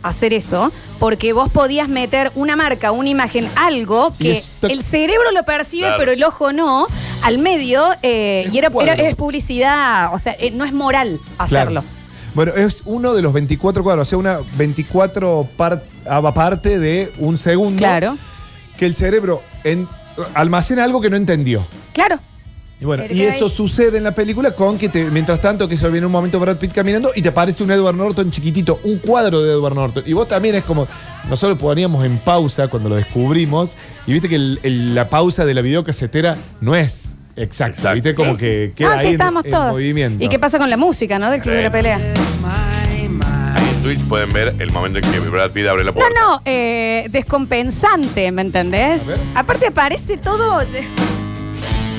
Speaker 4: hacer eso porque vos podías meter una marca, una imagen, algo
Speaker 16: Y
Speaker 4: que
Speaker 16: esto-
Speaker 4: el cerebro lo percibe
Speaker 16: Claro.
Speaker 4: pero el ojo no, al medio eh, y era,
Speaker 7: cuadro.
Speaker 4: era- es publicidad, o sea, eh, no es moral hacerlo.
Speaker 7: Claro. Bueno, es uno de los 24 cuadros, o sea, una 24 par- ava- parte de un segundo. Claro. Que el cerebro en- almacena algo que no entendió.
Speaker 4: Claro.
Speaker 7: Y bueno, y
Speaker 17: Edgar.
Speaker 7: eso sucede en la película con que te- mientras tanto que se viene un momento Brad Pitt caminando y te aparece un Edward Norton chiquitito, un cuadro de Edward Norton. Y vos también es como, nosotros poníamos en pausa cuando lo descubrimos y viste que el- el- la pausa de la videocasetera no es exacta, viste como que queda
Speaker 4: Ah, sí,
Speaker 7: ahí en-
Speaker 4: estábamos
Speaker 7: en,
Speaker 4: todos.
Speaker 7: movimiento.
Speaker 4: ¿Y qué pasa con la música, no? Del club de la pelea.
Speaker 1: Ahí en Twitch pueden ver el momento en que Brad Pitt abre la
Speaker 4: No,
Speaker 1: puerta.
Speaker 4: no, eh, descompensante, ¿me entendés? Aparte aparece todo.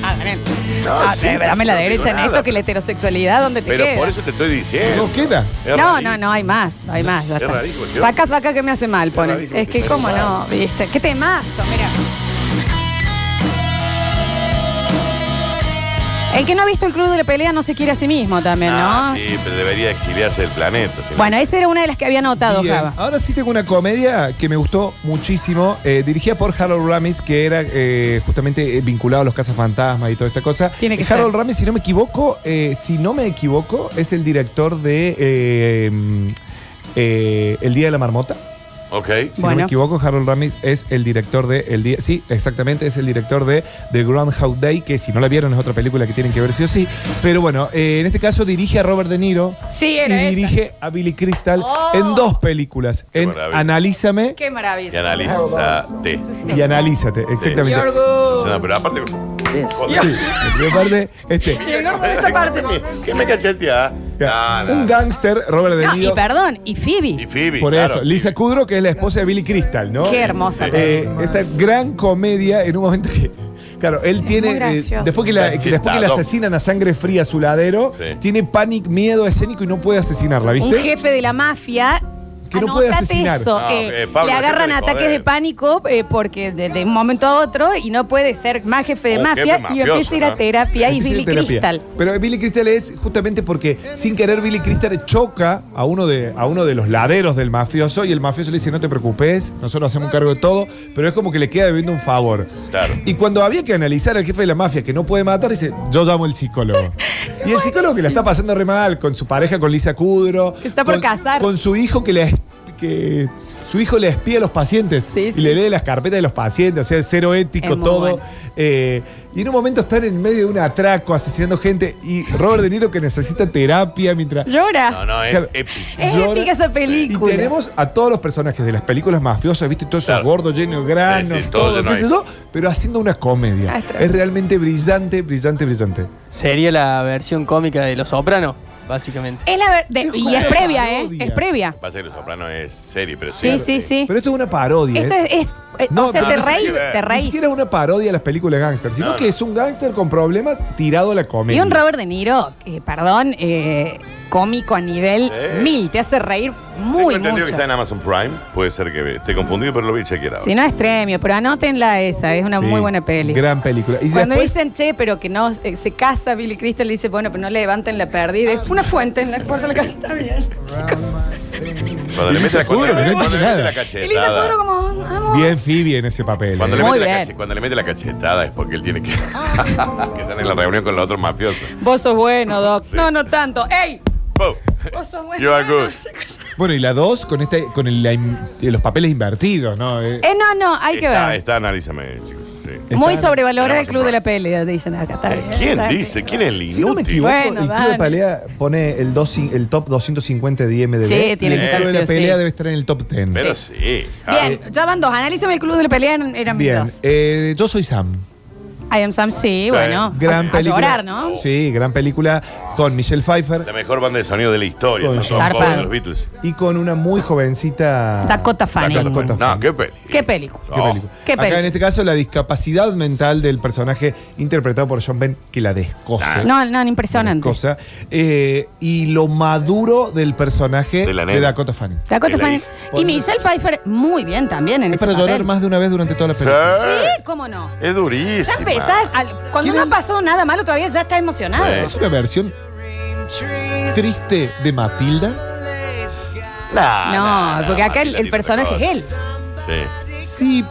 Speaker 4: Ah, Daniel.
Speaker 1: No,
Speaker 4: Ah,
Speaker 1: sí,
Speaker 4: eh, dame la
Speaker 1: no digo
Speaker 4: derecha en
Speaker 1: nada.
Speaker 4: esto que la heterosexualidad, ¿dónde te
Speaker 1: Pero
Speaker 4: queda?
Speaker 1: por eso te estoy diciendo.
Speaker 7: No queda.
Speaker 4: No, no, no, hay más, no hay más. ya
Speaker 1: Es
Speaker 4: está.
Speaker 1: rarísimo, ¿sí?
Speaker 4: Saca, saca que me hace mal, pone.
Speaker 1: rarísimo
Speaker 4: Es que,
Speaker 1: que sea
Speaker 4: ¿cómo no?
Speaker 1: humano.
Speaker 4: ¿Viste? ¿Qué temazo? Mira. El que no ha visto el club de la pelea no se quiere a sí mismo también, ¿no?
Speaker 1: Ah, sí, pero debería exiliarse del planeta. si no-
Speaker 4: Bueno, esa era una de las que había anotado,
Speaker 7: Bien.
Speaker 4: Java.
Speaker 7: Ahora sí tengo una comedia que me gustó muchísimo, eh, dirigida por Harold Ramis, que era eh, justamente eh, vinculado a los cazafantasmas y toda esta cosa. Eh,
Speaker 4: Tiene que
Speaker 7: Harold
Speaker 4: ser.
Speaker 7: Ramis, si no me equivoco, eh, si no me equivoco, es el director de eh, mm, eh, El Día de la Marmota.
Speaker 1: Ok.
Speaker 7: Si no me equivoco, Harold Ramis es el director de El Día. Sí, exactamente, es el director de The Groundhog Day, que si no la vieron es otra película que tienen que ver sí o sí. Pero bueno, eh, en este caso dirige a Robert De Niro
Speaker 4: Sí,
Speaker 7: y
Speaker 4: era esa.
Speaker 7: dirige a Billy Crystal
Speaker 4: Oh.
Speaker 7: en dos películas. En
Speaker 1: maravilla.
Speaker 7: Analízame
Speaker 4: Qué maravilla.
Speaker 1: Y analízate.
Speaker 7: y Analízate, exactamente.
Speaker 1: No, pero aparte. Joder.
Speaker 7: Sí, y aparte, este,
Speaker 4: Y el gordo de esta parte.
Speaker 1: ¿Qué me cachetea? No, no.
Speaker 7: un gángster, Robert De
Speaker 4: No, y
Speaker 7: Niro.
Speaker 4: perdón, y Phoebe.
Speaker 1: Y Phoebe.
Speaker 7: Por
Speaker 1: claro.
Speaker 7: eso, Lisa Kudrow, que es la esposa de Billy Crystal, ¿no?
Speaker 4: Qué hermosa.
Speaker 7: Eh, esta gran comedia en un momento que. Claro, él tiene.
Speaker 4: muy
Speaker 7: eh,
Speaker 4: gracioso.
Speaker 7: después que, la- que- después que le
Speaker 1: Chistado.
Speaker 7: asesinan a sangre fría a su ladero, tiene pánico, miedo escénico y no puede asesinarla,
Speaker 4: Un
Speaker 7: ¿viste?
Speaker 4: jefe de la mafia.
Speaker 7: Que no
Speaker 4: anotate
Speaker 7: puede asesinar.
Speaker 4: eso.
Speaker 7: No,
Speaker 4: eh,
Speaker 7: eh, Pablo,
Speaker 4: le agarran
Speaker 7: déjate de
Speaker 4: ataques
Speaker 7: joder.
Speaker 4: de pánico eh, porque de, de un momento a otro y no puede ser más jefe de
Speaker 7: Un jefe
Speaker 4: mafia y
Speaker 7: mafioso,
Speaker 4: empieza a ir a
Speaker 7: ¿no?
Speaker 4: terapia y
Speaker 7: Empieza
Speaker 4: Billy
Speaker 7: la terapia.
Speaker 4: Crystal.
Speaker 7: Pero Billy Crystal es justamente porque sin querer Billy Crystal choca a uno de a uno de los laderos del mafioso y el mafioso le dice no te preocupes, nosotros hacemos cargo de todo, pero es como que le queda debiendo un favor.
Speaker 1: Claro.
Speaker 7: Y cuando había que analizar al jefe de la mafia que no puede matar, dice, yo llamo al psicólogo. y el psicólogo que la está pasando re mal con su pareja, con Lisa Kudrow.
Speaker 4: Que está por
Speaker 7: con-
Speaker 4: casar.
Speaker 7: Con su hijo que le... es- que su hijo le espía a los pacientes y le lee las carpetas de los pacientes, o sea, cero ético,
Speaker 4: Es muy
Speaker 7: todo.
Speaker 4: bueno.
Speaker 7: Eh, y en un momento están en medio de un atraco, asesinando gente, y Robert De Niro que necesita terapia mientras...
Speaker 4: Llora.
Speaker 1: No, no, es
Speaker 7: Claro.
Speaker 1: épico.
Speaker 4: Es
Speaker 7: Llora.
Speaker 4: épica esa película.
Speaker 7: Tenemos a todos los personajes de las películas mafiosas, ¿viste? Todos esos gordos, llenos de granos,
Speaker 1: Sí, sí, todo
Speaker 7: todo,
Speaker 1: lleno
Speaker 7: qué sé
Speaker 1: ahí.
Speaker 7: yo, pero haciendo una comedia. Es realmente brillante, brillante, brillante.
Speaker 2: Sería la versión cómica de Los Sopranos, básicamente.
Speaker 4: Es la ver- de- y es previa, ¿eh? Es previa.
Speaker 1: Pasa que Los Soprano es serie, pero
Speaker 4: Sí, sí, sí.
Speaker 7: Pero esto es una parodia.
Speaker 4: Esto
Speaker 7: ¿eh?
Speaker 4: es. es- eh, o sea,
Speaker 7: pero
Speaker 4: te
Speaker 7: ni
Speaker 4: reís,
Speaker 7: siquiera-
Speaker 4: te
Speaker 7: Ni
Speaker 4: reís.
Speaker 7: siquiera una parodia a las películas gángster, sino
Speaker 1: No,
Speaker 7: que es un gángster con problemas tirado a la comedia.
Speaker 4: Y un Robert De Niro, eh, perdón, eh, cómico a nivel
Speaker 1: Sí.
Speaker 4: mil. Te hace reír
Speaker 1: Tengo
Speaker 4: muy
Speaker 1: entendido
Speaker 4: mucho.
Speaker 1: que está en Amazon Prime. Puede ser que esté confundido, pero lo voy a chequear ahora.
Speaker 4: Si no es tremio, pero anótenla esa, es una
Speaker 1: Sí,
Speaker 4: muy buena peli.
Speaker 7: Gran película. Y
Speaker 4: Cuando
Speaker 7: después-
Speaker 4: dicen, che, pero que no eh, se casa Billy Crystal, le dice, bueno, pero no levanten la pérdida. Es una fuente en la puerta de la casa, está bien.
Speaker 1: Cuando le
Speaker 7: Y
Speaker 1: mete
Speaker 7: Lisa
Speaker 1: la, cuando le-
Speaker 7: Kudrow, que no
Speaker 1: cuando le
Speaker 7: entiende
Speaker 1: mete la
Speaker 7: nada.
Speaker 1: cachetada.
Speaker 4: Y Lisa Kudrow como, vamos.
Speaker 7: Bien Phoebe en ese papel.
Speaker 1: Cuando
Speaker 7: ¿eh?
Speaker 1: le,
Speaker 4: Muy
Speaker 1: mete la
Speaker 4: bien.
Speaker 1: cache- cuando le mete la cachetada es porque él tiene que. que están en la reunión con los otros mafiosos.
Speaker 4: Vos sos bueno, Doc. No, no tanto. ¡Ey! Vos sos bueno.
Speaker 1: You are good.
Speaker 7: Bueno, y la dos con, esta, con el- la in- eh, los papeles invertidos, ¿no? Eh,
Speaker 4: Eh, no, no, hay que
Speaker 1: Está,
Speaker 4: ver.
Speaker 1: está, analízame, chicos. sí.
Speaker 4: Muy
Speaker 7: está- Eh,
Speaker 4: sobrevalorada el
Speaker 1: Amazon
Speaker 4: club de la pelea, dicen acá. Está bien,
Speaker 1: ¿Quién
Speaker 4: está bien.
Speaker 1: dice? ¿Quién es el inútil?
Speaker 7: Si no me equivoco,
Speaker 4: Bueno,
Speaker 7: el club de
Speaker 4: Dani.
Speaker 7: pelea pone el, dos- el top 250 de IMDb.
Speaker 4: Sí, tiene que
Speaker 7: y el
Speaker 4: estar
Speaker 7: club de
Speaker 4: sí
Speaker 7: la
Speaker 4: o sí.
Speaker 7: pelea debe estar en el top 10.
Speaker 1: Pero sí.
Speaker 4: Bien, ya van dos. Analízame el club de la pelea, eran, eran mis
Speaker 7: Bien,
Speaker 4: dos.
Speaker 7: eh, yo soy Sam.
Speaker 4: I am Sam, sí, bueno.
Speaker 7: gran
Speaker 4: a, a
Speaker 7: película.
Speaker 4: llorar, ¿no?
Speaker 7: Sí, gran película con Michelle Pfeiffer
Speaker 1: La mejor banda de sonido de la historia.
Speaker 7: Con-
Speaker 1: Son
Speaker 7: Zarpado.
Speaker 1: todos los Beatles.
Speaker 7: y con una muy jovencita.
Speaker 4: Dakota Fanning.
Speaker 7: Dakota
Speaker 1: No, qué peli.
Speaker 4: ¿Qué película?
Speaker 7: Qué película.
Speaker 4: ¿Qué
Speaker 7: Acá
Speaker 4: peli?
Speaker 7: en este caso la discapacidad mental del personaje interpretado por John Penn que la descosa.
Speaker 4: No, no, impresionante.
Speaker 7: Cosa. Eh, y lo maduro del personaje de, Dakota Fanning.
Speaker 4: Dakota Fanning. Y Michelle Pfeiffer, muy bien también en
Speaker 7: Es
Speaker 4: ese
Speaker 7: para llorar
Speaker 4: papel.
Speaker 7: más de una vez durante toda la película.
Speaker 4: Sí, cómo no.
Speaker 1: Es
Speaker 4: Ya
Speaker 1: durísimo.
Speaker 4: empezás, al- cuando no ha pasado nada malo todavía ya está emocionado.
Speaker 7: Es una versión triste de Matilda.
Speaker 4: No, porque acá el, el personaje es él.
Speaker 1: Sí.
Speaker 7: Sí,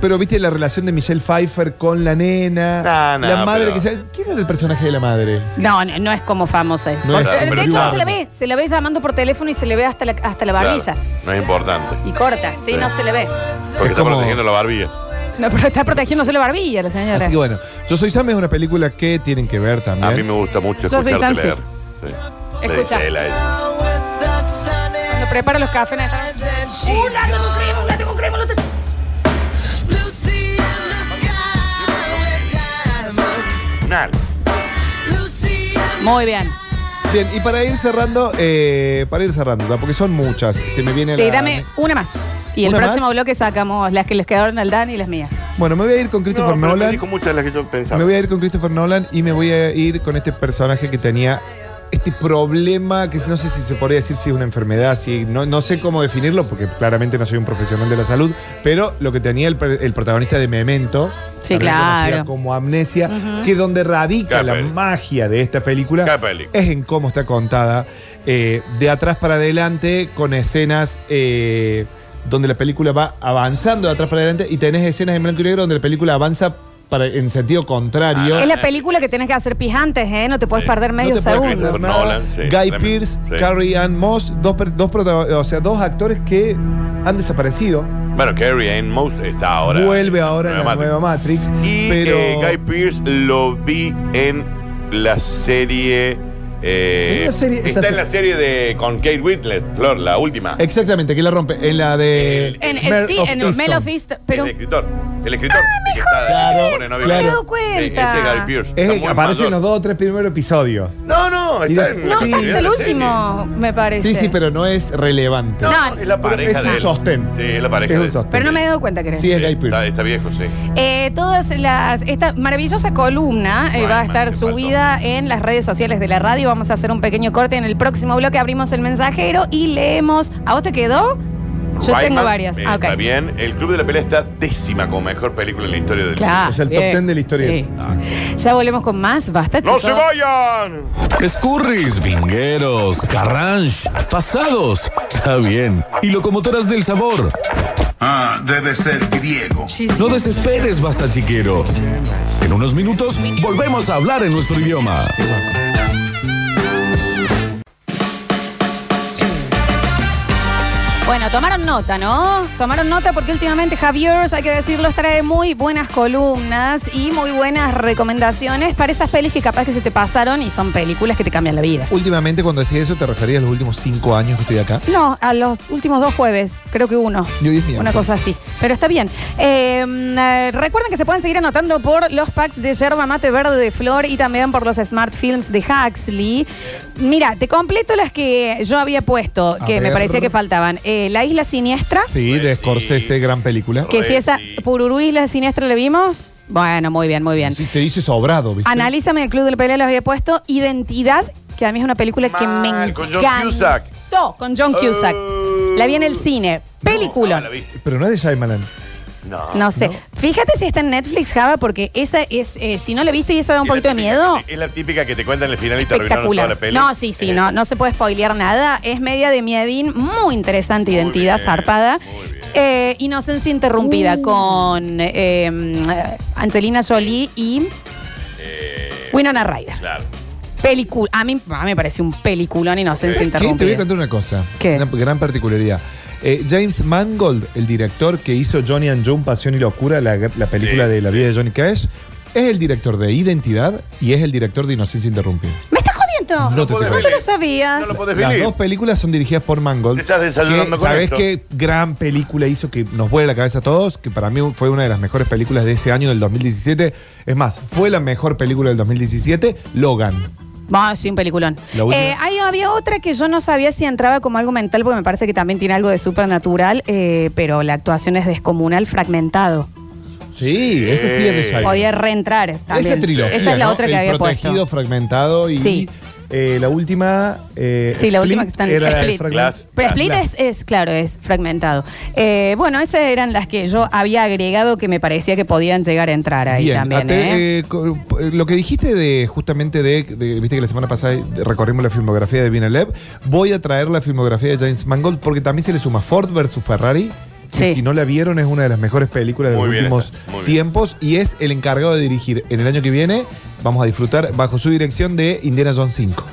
Speaker 7: pero viste la relación de Michelle Pfeiffer con la nena.
Speaker 1: Ah, No, no,
Speaker 7: la madre
Speaker 1: pero-
Speaker 7: que se. ¿Quién era el personaje de la madre?
Speaker 4: No, no, no es como famosa es.
Speaker 7: No
Speaker 4: Porque-
Speaker 7: es-
Speaker 4: de
Speaker 7: pero
Speaker 4: hecho,
Speaker 7: claro.
Speaker 4: no se la ve, se la ve llamando por teléfono y se le ve hasta la, hasta la barbilla.
Speaker 1: Claro, No es importante.
Speaker 4: Y corta, sí,
Speaker 1: Sí.
Speaker 4: no se le ve.
Speaker 1: Porque está protegiendo la barbilla.
Speaker 4: No, pero está protegiéndose la barbilla la señora.
Speaker 7: Así que bueno, Yo Soy Sam es una película que tienen que ver también.
Speaker 1: A mí me gusta mucho
Speaker 4: Yo soy
Speaker 1: escucharte
Speaker 4: Sansi.
Speaker 1: leer. Sí.
Speaker 4: Escucha.
Speaker 1: Le- él a él.
Speaker 4: Cuando prepara los cafés, Natalia.
Speaker 18: Una, tengo crema, una, tengo crema, una, tengo-
Speaker 4: Muy bien.
Speaker 7: Bien, y para ir cerrando, eh, para ir cerrando, porque son muchas. Se me viene
Speaker 4: Sí,
Speaker 7: la-
Speaker 4: dame una más. Y el
Speaker 7: ¿Una
Speaker 4: próximo
Speaker 7: más?
Speaker 4: bloque sacamos las que les quedaron al Dan y las mías.
Speaker 7: Bueno, me voy a ir con Christopher
Speaker 1: No, pero me
Speaker 7: Nolan.
Speaker 1: dijo muchas de las que yo pensaba.
Speaker 7: Me voy a ir con Christopher Nolan y me voy a ir con este personaje que tenía este problema que no sé si se podría decir si es una enfermedad, si no, no sé cómo definirlo, porque claramente no soy un profesional de la salud, pero lo que tenía el, per- el protagonista de Memento,
Speaker 4: Sí,
Speaker 7: también conocida
Speaker 4: claro.
Speaker 7: como amnesia,
Speaker 4: Ujú.
Speaker 7: que donde radica
Speaker 1: Qué
Speaker 7: la
Speaker 1: peli.
Speaker 7: magia de esta película
Speaker 1: Qué peli.
Speaker 7: es en cómo está contada, eh, de atrás para adelante, con escenas eh, donde la película va avanzando de atrás para adelante y tenés escenas en blanco y negro donde la película avanza para, en sentido
Speaker 1: Ah,
Speaker 7: contrario.
Speaker 4: Es
Speaker 1: eh,
Speaker 4: la película que tenés que hacer pis antes, ¿eh? No te puedes perder medio
Speaker 7: No te podés
Speaker 4: segundo.
Speaker 7: creer nada.
Speaker 1: Nolan, sí,
Speaker 7: Guy
Speaker 1: tremendo,
Speaker 7: Pearce,
Speaker 1: sí.
Speaker 7: Carrie Ann Moss, dos, per- dos, protago- o sea, dos actores que han desaparecido.
Speaker 1: Bueno, Carrie Ann Moss está ahora.
Speaker 7: Vuelve ahora en la
Speaker 1: Matrix.
Speaker 7: nueva Matrix.
Speaker 1: Y
Speaker 7: pero
Speaker 1: eh, Guy Pierce lo vi en la serie. eh,
Speaker 7: ¿En la serie?
Speaker 1: está
Speaker 7: Esta
Speaker 1: en la serie de con Kate Whitley, Flor, la última.
Speaker 7: Exactamente, que la rompe. En la de.
Speaker 4: En, en-
Speaker 7: Mare
Speaker 4: sí,
Speaker 7: of
Speaker 4: en
Speaker 7: Easton.
Speaker 4: Mel of East, pero Ah,
Speaker 1: El escritor. El escritor. el que está- el que pone novio.
Speaker 7: claro.
Speaker 4: me he dado
Speaker 1: Sí,
Speaker 4: cuenta.
Speaker 1: ese Guy Pierce.
Speaker 7: Es
Speaker 1: Está
Speaker 7: el que
Speaker 1: muy
Speaker 7: aparece en
Speaker 1: mayor.
Speaker 7: los dos o tres primeros episodios.
Speaker 1: No, no,
Speaker 7: Y
Speaker 1: está
Speaker 7: de-
Speaker 1: en
Speaker 4: no,
Speaker 7: Sí,
Speaker 4: está hasta
Speaker 7: en
Speaker 4: el
Speaker 1: la
Speaker 4: último, me parece.
Speaker 7: Sí, sí, pero no es relevante.
Speaker 4: No,
Speaker 1: es la
Speaker 7: Pero
Speaker 1: pareja
Speaker 7: es
Speaker 1: de
Speaker 7: un
Speaker 1: él.
Speaker 7: sostén.
Speaker 1: Sí, es la pareja
Speaker 7: Es un
Speaker 1: de él.
Speaker 7: sostén.
Speaker 4: Pero no me he dado cuenta, creo.
Speaker 7: Sí, es Guy
Speaker 1: Está,
Speaker 7: Pierce.
Speaker 1: está viejo, sí.
Speaker 4: Eh, todas las. Esta maravillosa columna eh, va a estar subida en las redes sociales de la radio. Vamos a hacer un pequeño corte. En el próximo bloque abrimos el mensajero y leemos. ¿A vos te quedó? Yo
Speaker 1: Rayman,
Speaker 4: tengo varias.
Speaker 1: eh,
Speaker 4: Ah, ok.
Speaker 1: Está bien. El Club de la Pelea está décima como mejor película en la historia del
Speaker 4: Claro,
Speaker 1: cine.
Speaker 7: O sea, el top
Speaker 4: bien.
Speaker 7: 10 de la historia.
Speaker 4: Sí. Ya volvemos con más. Basta,
Speaker 1: Ah. ¡No
Speaker 4: chicos.
Speaker 1: se vayan!
Speaker 5: Escurris, vingueros, carranche, pasados. Está bien. Y locomotoras del sabor.
Speaker 19: Ah, debe ser griego.
Speaker 5: No desesperes, basta chiquero. En unos minutos volvemos a hablar en nuestro idioma.
Speaker 4: Bueno, tomaron nota, ¿no? Tomaron nota porque últimamente Javier, hay que decirlo, trae muy buenas columnas y muy buenas recomendaciones para esas pelis que capaz que se te pasaron y son películas que te cambian la vida.
Speaker 7: Últimamente, cuando decía eso, te referías a los últimos cinco años que estoy acá.
Speaker 4: No, a los últimos dos jueves, creo que uno.
Speaker 7: Y hoy es miércoles.
Speaker 4: Una cosa así. Pero está bien. Eh, eh, recuerden que se pueden seguir anotando por los packs de yerba mate verde de flor y también por los smart films de Huxley. Mira, te completo las que yo había puesto,
Speaker 7: A
Speaker 4: que me
Speaker 7: ver.
Speaker 4: parecía que faltaban. Eh, la isla siniestra,
Speaker 7: Sí,
Speaker 1: Pues
Speaker 7: de Scorsese, gran película.
Speaker 4: que si esa Pururú Isla Siniestra la vimos. Bueno, muy bien, muy bien.
Speaker 7: Sí, te dice sobrado, ¿viste?
Speaker 4: Analízame el Club del Pelea, los había puesto. Identidad, que a mí es una película que me
Speaker 1: Mal,
Speaker 4: encanta.
Speaker 1: con John Cusack.
Speaker 4: Con John Cusack. La vi en el cine. Película.
Speaker 1: Ah, la viste.
Speaker 7: Pero no es de Shyamalan.
Speaker 1: No.
Speaker 4: No sé. Fíjate si está en Netflix, Java, porque esa es. eh, si no la viste y esa da un
Speaker 1: Es la
Speaker 4: poquito de
Speaker 1: típica
Speaker 4: miedo.
Speaker 1: que te- Es la típica que te cuentan en el final y te arruinaron toda la
Speaker 4: Espectacular.
Speaker 1: peli.
Speaker 4: No, sí, sí,
Speaker 1: Eh,
Speaker 4: no, no se puede spoilear nada. Es media de miedín, muy interesante, identidad zarpada. Eh, Inocencia interrumpida
Speaker 7: Uh.
Speaker 4: con eh, Angelina Jolie y
Speaker 1: Eh.
Speaker 4: Winona Ryder.
Speaker 1: Claro.
Speaker 4: Pelicu- a mí, a mí me parece un peliculón Inocencia
Speaker 7: ¿Sabes qué? Te Eh, voy a
Speaker 4: interrumpida.
Speaker 7: contar una cosa.
Speaker 4: eh. ¿Qué?
Speaker 7: Una gran particularidad. Eh, James Mangold, el director que hizo Johnny and John Pasión y Locura, la, la película de la vida de Johnny Cash, es el director de Identidad y es el director de Inocencia Interrumpida.
Speaker 4: ¿Me estás jodiendo?
Speaker 7: No te
Speaker 4: ¿Cómo
Speaker 7: creo.
Speaker 4: tú lo sabías?
Speaker 1: No lo podés
Speaker 7: Las
Speaker 1: vivir.
Speaker 7: dos películas son dirigidas por Mangold.
Speaker 1: Te estás desayunando
Speaker 7: que,
Speaker 1: con
Speaker 7: ¿Sabés
Speaker 1: esto?
Speaker 7: qué gran película hizo que nos vuele la cabeza a todos? Que para mí fue una de las mejores películas de ese año, del 2017. Es más, fue la mejor película del 2017, Logan.
Speaker 4: Va, Ah, sí, un peliculón.
Speaker 7: La última.
Speaker 4: Eh, ahí había otra que yo no sabía si entraba como algo mental, porque me parece que también tiene algo de supernatural, eh, pero la actuación es descomunal, fragmentado.
Speaker 7: Sí, ese sí es de Shyamalan.
Speaker 4: Podía reentrar. también.
Speaker 7: Esa trilogía.
Speaker 4: Esa es la
Speaker 7: ¿no?
Speaker 4: otra
Speaker 7: El
Speaker 4: que había
Speaker 7: protegido,
Speaker 4: puesto.
Speaker 7: fragmentado y
Speaker 4: Sí.
Speaker 7: eh, la última. eh,
Speaker 4: Sí, la
Speaker 7: Split
Speaker 4: última que está en
Speaker 7: era el
Speaker 4: Split.
Speaker 7: fragment-
Speaker 4: Pero Split
Speaker 7: Glass.
Speaker 4: es, es, claro, es fragmentado. Eh, bueno, esas eran las que yo había agregado que me parecía que podían llegar a entrar ahí
Speaker 7: Bien,
Speaker 4: también. ¿eh?
Speaker 7: ate- eh, co- eh, lo que dijiste de justamente de, de- viste que la semana pasada recorrimos la filmografía de Villeneuve, voy a traer la filmografía de James Mangold porque también se le suma Ford versus Ferrari. que
Speaker 4: Sí.
Speaker 7: si no la vieron, es una de las mejores películas de
Speaker 1: Muy
Speaker 7: los
Speaker 1: bien
Speaker 7: últimos
Speaker 1: esta, muy bien.
Speaker 7: tiempos y es el encargado de dirigir en el año que viene. Vamos a disfrutar bajo su dirección de Indiana Jones 5.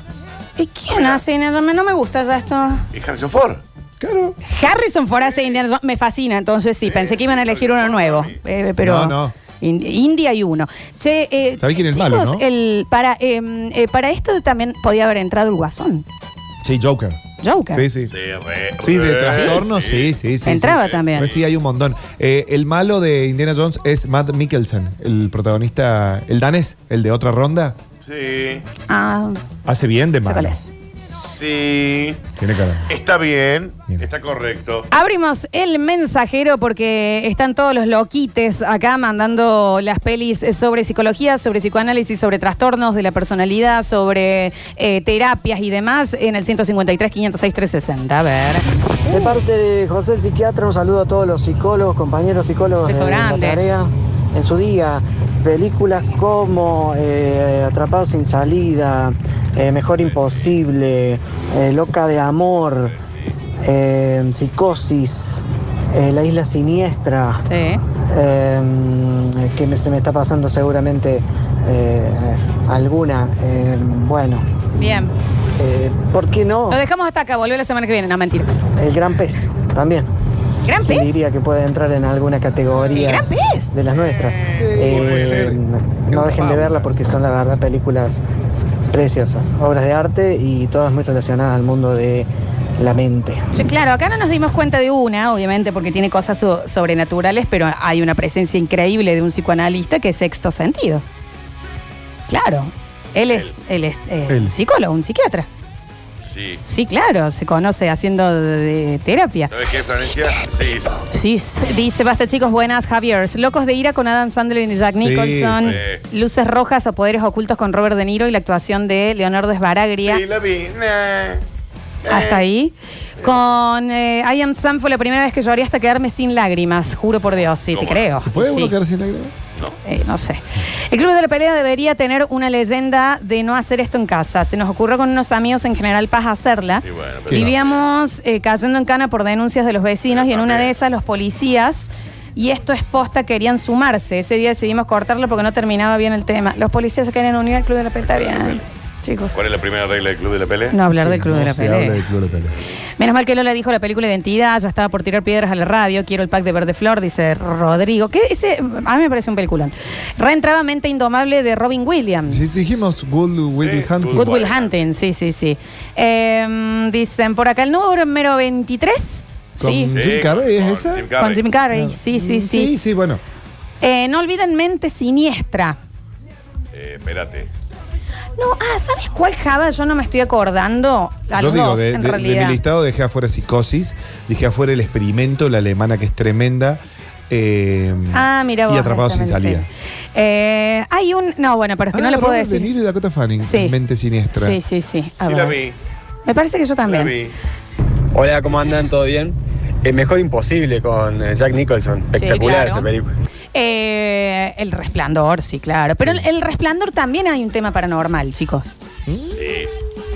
Speaker 4: ¿Y quién hace? No, no me gusta ya esto.
Speaker 1: ¿Y Harrison Ford?
Speaker 7: Claro.
Speaker 4: Harrison Ford hace Indiana Jones. Me fascina, entonces sí, pensé que iban a elegir uno nuevo. Eh, pero
Speaker 7: No, no.
Speaker 4: In- India y uno. Che, eh,
Speaker 7: ¿Sabés quién es el
Speaker 4: chicos,
Speaker 7: malo, no?
Speaker 4: el- para, em, eh, para esto también podía haber entrado el guasón.
Speaker 7: Sí, Joker.
Speaker 4: Joker.
Speaker 7: Sí, sí. Sí, de trastorno, sí, sí, sí.
Speaker 4: Entraba
Speaker 7: sí.
Speaker 4: también.
Speaker 7: Pues Sí, hay un montón. Eh, el malo de Indiana Jones es Matt Mikkelsen, el protagonista, el danés, el de otra ronda.
Speaker 1: Sí.
Speaker 4: Ah,
Speaker 7: Hace bien de
Speaker 4: sé
Speaker 7: malo.
Speaker 4: cuál es.
Speaker 1: Sí.
Speaker 7: Tiene cara.
Speaker 1: Está bien. Está correcto.
Speaker 4: Abrimos el mensajero porque están todos los loquites acá mandando las pelis sobre psicología, sobre psicoanálisis, sobre trastornos de la personalidad, sobre eh, terapias y demás en el 153 506 360. A ver.
Speaker 20: De parte de José el psiquiatra, un saludo a todos los psicólogos, compañeros psicólogos
Speaker 4: Beso
Speaker 20: de la
Speaker 4: grande.
Speaker 20: tarea en su día. Películas como eh, Atrapados sin salida, eh, Mejor imposible, eh, Loca de amor, eh, Psicosis, eh, La isla siniestra. Eh, que me- se me está pasando seguramente eh, alguna. Eh, bueno,
Speaker 4: Bien.
Speaker 20: eh, ¿por qué no?
Speaker 4: Lo dejamos hasta acá, volvió la semana que viene. No, mentira.
Speaker 20: El gran pez también.
Speaker 4: ¿Gran
Speaker 20: Yo
Speaker 4: pez?
Speaker 20: Diría que puede entrar en alguna categoría
Speaker 4: ¿El gran pez?
Speaker 20: de las nuestras. Eh, no dejen de verla porque son la verdad películas preciosas, obras de arte y todas muy relacionadas al mundo de la mente.
Speaker 4: Sí, claro, acá no nos dimos cuenta de una, obviamente, porque tiene cosas so- sobrenaturales, pero hay una presencia increíble de un psicoanalista que es sexto sentido. Claro. Él es, él es eh,
Speaker 1: Él.
Speaker 4: un psicólogo, un psiquiatra.
Speaker 1: Sí.
Speaker 4: Sí, claro, se conoce haciendo de- de terapia.
Speaker 1: ¿Sabes qué, Florencia? Sí.
Speaker 4: Sí, sí, dice, basta chicos, buenas, Javier. Locos de ira con Adam Sandler y Jack
Speaker 1: Sí,
Speaker 4: Nicholson.
Speaker 1: sí.
Speaker 4: Luces rojas o poderes ocultos con Robert De Niro y la actuación de Leonardo Esbaraglia.
Speaker 1: Sí, la vi. Nah. Eh.
Speaker 4: Hasta Ah, ahí. Con eh, I Am Sam fue la primera vez que lloré hasta quedarme sin lágrimas. Juro por Dios, sí, te creo.
Speaker 7: ¿Se puede
Speaker 4: Sí.
Speaker 7: uno quedar sin aire?
Speaker 4: Eh, no sé. El Club de la Pelea debería tener una leyenda de no hacer esto en casa. Se nos ocurrió con unos amigos en General Paz hacerla.
Speaker 1: pero-
Speaker 4: Vivíamos eh, cayendo en cana por denuncias de los vecinos y en una de esas los policías, y esto es posta, querían sumarse. Ese día decidimos cortarlo porque no terminaba bien el tema. Los policías se querían unir al Club de la Pelea. Está bien. Chicos.
Speaker 1: ¿Cuál es la primera regla del Club de la Pelea?
Speaker 4: No hablar del Club de la
Speaker 7: se
Speaker 4: Pelea.
Speaker 7: habla del Club de la Pelea.
Speaker 4: Menos mal que Lola dijo la película Identidad, ya estaba por tirar piedras a la radio, quiero el pack de verde flor, dice Rodrigo. Que ese, a mí me parece un peliculón. Reentraba Mente Indomable de Robin Williams.
Speaker 7: Sí, dijimos Good Will Hunting.
Speaker 4: Good Will Hunting, sí, sí, sí. Eh, dicen por acá el número 23.
Speaker 7: Con
Speaker 4: Sí.
Speaker 7: Jim Carrey, ¿es esa? Mm,
Speaker 4: Con Jim Carrey, sí, sí, sí.
Speaker 7: Sí, sí, bueno.
Speaker 4: Eh, no olviden Mente Siniestra.
Speaker 1: Eh, espérate.
Speaker 4: No, ah, ¿sabes cuál Java? Yo no me estoy acordando. A
Speaker 7: Yo
Speaker 4: los
Speaker 7: digo,
Speaker 4: dos,
Speaker 7: de,
Speaker 4: en
Speaker 7: de- de mi
Speaker 4: realidad.
Speaker 7: listado dejé afuera psicosis, dejé afuera el experimento, la alemana que es tremenda. eh,
Speaker 4: Ah, mira vos,
Speaker 7: Y atrapados sin
Speaker 4: exactamente,
Speaker 7: salida.
Speaker 4: Eh, hay un. No, bueno, pero es que no
Speaker 7: Ah,
Speaker 4: lo puedo
Speaker 7: Robert De
Speaker 4: decir.
Speaker 7: Niro y Dakota Fanning.
Speaker 4: Sí.
Speaker 7: Mente siniestra.
Speaker 4: Sí, sí, sí. A
Speaker 7: Sí,
Speaker 4: ver.
Speaker 7: la
Speaker 3: vi.
Speaker 4: Me parece que yo también.
Speaker 3: Hola, ¿cómo andan? ¿Todo bien? Eh, mejor imposible con eh, Jack Nicholson. Espectacular
Speaker 4: claro.
Speaker 3: esa película.
Speaker 4: Eh, el resplandor, sí, claro. Pero el- el resplandor también hay un tema paranormal, chicos.
Speaker 1: Sí.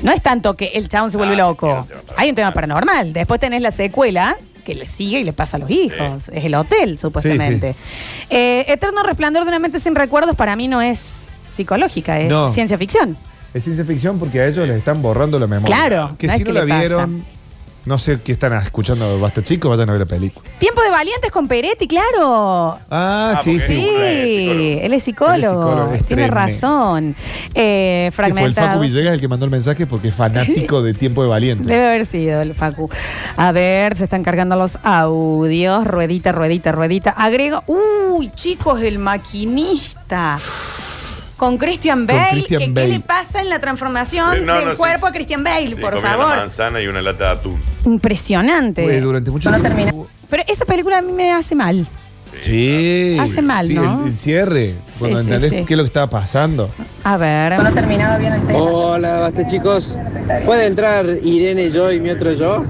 Speaker 4: No es tanto que el chabón se
Speaker 7: Ah,
Speaker 4: vuelve loco. Hay un tema paranormal. Después tenés la secuela que le sigue y le pasa a los hijos. Es el hotel, supuestamente. Eh, Eterno resplandor de una mente sin recuerdos para mí no es psicológica, es
Speaker 7: No.
Speaker 4: ciencia ficción.
Speaker 7: Es ciencia ficción porque a ellos les están borrando la memoria.
Speaker 4: Claro,
Speaker 7: Que
Speaker 4: no
Speaker 7: si
Speaker 4: es que
Speaker 7: no la
Speaker 4: le pasa.
Speaker 7: vieron, no sé qué están escuchando Basta Chico, vayan a ver la película.
Speaker 4: Tiempo de valientes con Peretti, claro.
Speaker 7: Ah, sí,
Speaker 4: Sí,
Speaker 7: sí.
Speaker 4: él es psicólogo.
Speaker 7: Él es psicólogo, es
Speaker 4: Tiene
Speaker 7: tremendo.
Speaker 4: razón. Eh,
Speaker 7: Que Fue el Facu
Speaker 4: fragmentado.
Speaker 7: Villegas el que mandó el mensaje porque es fanático de Tiempo de Valiente.
Speaker 4: Debe haber sido el Facu. A ver, se están cargando los audios. Ruedita, ruedita, ruedita. Agrego. Uy, chicos, el maquinista. Con Christian
Speaker 1: Con
Speaker 4: Bale.
Speaker 1: Christian
Speaker 4: que
Speaker 1: Bale.
Speaker 4: ¿Qué le pasa en la transformación
Speaker 1: Eh, no,
Speaker 4: del
Speaker 1: no, sí,
Speaker 4: cuerpo a Christian Bale,
Speaker 1: Sí,
Speaker 4: por
Speaker 1: comí una
Speaker 4: favor?
Speaker 1: manzana y una lata de atún.
Speaker 4: Impresionante.
Speaker 7: Eh, durante mucho tiempo.
Speaker 4: Pero esa película a mí me hace mal.
Speaker 7: Sí.
Speaker 4: Hace mal,
Speaker 7: Sí,
Speaker 4: ¿no?
Speaker 7: El, el cierre. Cuando
Speaker 4: sí,
Speaker 7: entendés
Speaker 4: sí.
Speaker 7: qué es lo que estaba pasando.
Speaker 4: A ver. terminaba bien el
Speaker 2: Hola, basta chicos. ¿Puede entrar Irene, yo y mi otro yo?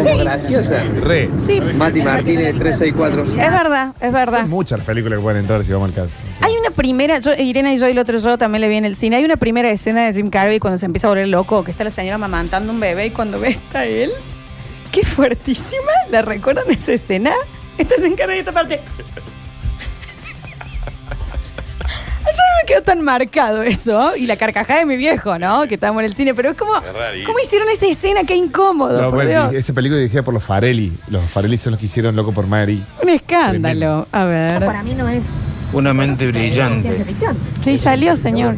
Speaker 2: Como graciosa.
Speaker 7: Re.
Speaker 4: Sí.
Speaker 2: Mati Martínez, 364.
Speaker 4: Es verdad, es verdad.
Speaker 7: Muchas películas que pueden entrar si vamos al caso.
Speaker 4: Hay una primera, yo, Irene y yo y el otro yo también le vi en el cine. Hay una primera escena de Jim Carrey cuando se empieza a volver loco, que está la señora mamantando un bebé y cuando ve está él. Qué fuertísima. ¿La recuerdan esa escena? Está Jim Carrey de esta parte. Yo no me quedó tan marcado eso. Y la carcajada de mi viejo, ¿no? Que estábamos en el cine. Pero es como. ¿Cómo hicieron esa escena? Qué incómodo.
Speaker 7: No,
Speaker 4: Oh, por
Speaker 7: bueno,
Speaker 4: Dios.
Speaker 7: di- esta película dirigida por los Farelli. Los Farelli son los que hicieron Loco por Mary.
Speaker 4: Un escándalo. A ver. Para mí no es
Speaker 7: Una mente brillante.
Speaker 4: ficción. Sí, salió, señor.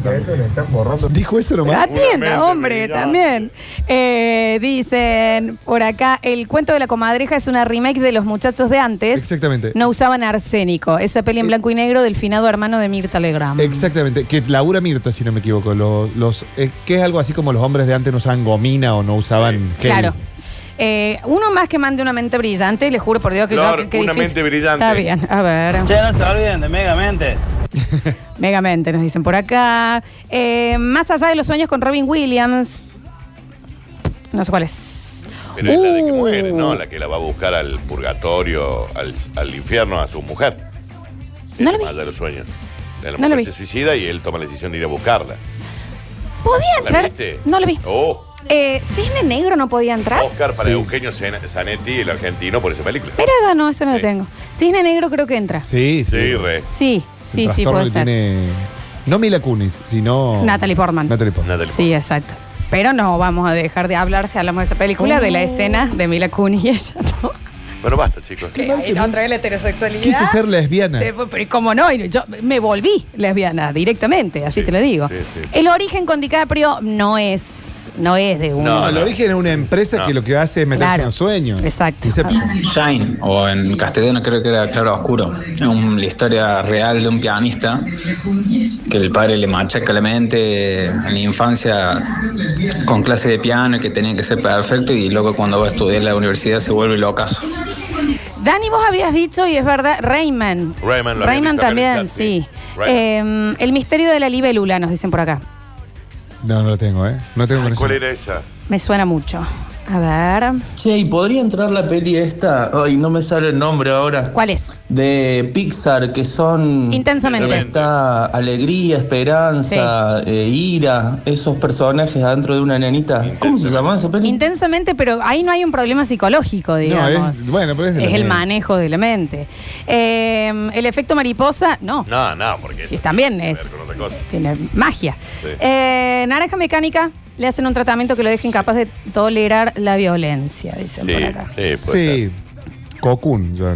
Speaker 7: Dijo eso nomás.
Speaker 4: Atienda, hombre, también. Eh, dicen por acá, el cuento de la comadreja es una remake de los muchachos de antes.
Speaker 7: Exactamente.
Speaker 4: No usaban arsénico. Esa peli en blanco y negro del finado hermano de Mirta Legrand.
Speaker 7: eh, Exactamente, que Laura Mirta, si no me equivoco, lo- los, eh, que es algo así como los hombres de antes no usaban gomina o no usaban gel.
Speaker 4: Claro. Eh, uno más que mande una mente brillante, y le juro por Dios que
Speaker 1: Flor,
Speaker 4: yo. que- que
Speaker 1: una
Speaker 4: difícil.
Speaker 1: mente brillante.
Speaker 4: Está bien, a ver.
Speaker 21: Che, no se olviden de Megamente.
Speaker 4: Megamente, nos dicen por acá. Eh, más allá de los sueños con Robin Williams. No sé cuál es.
Speaker 1: Pero es la de que
Speaker 4: Uh.
Speaker 1: muere, ¿no? La que la va a buscar al purgatorio, al, al infierno, a su mujer.
Speaker 4: No la vi.
Speaker 1: Más de los sueños. La
Speaker 4: No
Speaker 1: mujer
Speaker 4: la vi.
Speaker 1: se suicida y él toma la decisión de ir a buscarla.
Speaker 4: ¿Podía
Speaker 1: ¿La
Speaker 4: entrar?
Speaker 1: viste?
Speaker 4: Ah, No la vi.
Speaker 1: Oh,
Speaker 4: Eh, ¿Cisne Negro no podía entrar?
Speaker 7: Oh.
Speaker 1: Oscar para Eugenio Zan- Zanetti, el argentino, por esa película.
Speaker 4: Pero ah, no, eso no lo tengo. Cisne Negro creo que entra.
Speaker 7: Sí, sí.
Speaker 1: Sí, re.
Speaker 4: Sí, sí,
Speaker 7: El
Speaker 4: sí,
Speaker 7: trastorno
Speaker 4: puede
Speaker 7: que
Speaker 4: ser.
Speaker 7: tiene- no Mila Kunis, sino.
Speaker 4: Natalie Portman.
Speaker 7: Natalie Portman.
Speaker 4: Sí, exacto. Pero no vamos a dejar de hablar si hablamos de esa película, de
Speaker 7: Oh.
Speaker 4: la escena de Mila Kunis y ella, ¿no?
Speaker 1: Bueno, basta, chicos.
Speaker 4: Que ahí otra vez la heterosexualidad.
Speaker 7: Quise ser lesbiana.
Speaker 4: Se fue, pero ¿cómo no? Y Yo me volví lesbiana directamente, así te lo digo. El origen con DiCaprio no es, no es de un...
Speaker 7: No, el origen es una empresa que lo que hace es meterse
Speaker 4: Claro.
Speaker 7: en los sueños.
Speaker 4: Exacto.
Speaker 2: Shine, o en castellano creo que era Claro Oscuro, Es un- la historia real de un pianista que el padre le machaca la mente en la infancia con clase de piano y que tenía que ser perfecto y luego cuando va a estudiar en la universidad se vuelve locazo.
Speaker 4: Dani, vos habías dicho, y es verdad, Rayman.
Speaker 1: Rayman lo había
Speaker 4: Rayman
Speaker 1: visto acá en el
Speaker 4: también,
Speaker 1: chat,
Speaker 4: sí.
Speaker 1: Rayman.
Speaker 4: Eh, el misterio de la libélula, nos dicen por acá.
Speaker 7: No, no lo tengo, ¿eh? No tengo con
Speaker 1: ¿Cuál
Speaker 7: eso.
Speaker 1: era esa?
Speaker 4: Me suena mucho. A ver.
Speaker 22: Che, ¿y podría entrar la peli esta? Ay, no me sale el nombre ahora.
Speaker 4: ¿Cuál es?
Speaker 22: De Pixar, que son...
Speaker 4: Intensamente.
Speaker 22: que Está alegría, esperanza, eh, ira, esos personajes adentro de una nenita. ¿Cómo se llama esa peli?
Speaker 4: Intensamente, pero ahí no hay un problema psicológico,
Speaker 22: No,
Speaker 4: digamos.
Speaker 22: es- bueno, pero es de la
Speaker 4: el
Speaker 22: mente.
Speaker 4: manejo de la mente. Eh, el efecto mariposa, no.
Speaker 1: No, no, porque
Speaker 4: Sí, también es.
Speaker 1: otra cosa.
Speaker 4: Tiene magia.
Speaker 1: Sí.
Speaker 4: Eh, naranja mecánica, le hacen un tratamiento que lo deja incapaz de tolerar la violencia, dicen por acá.
Speaker 1: sí,
Speaker 7: sí. Cocoon, yo.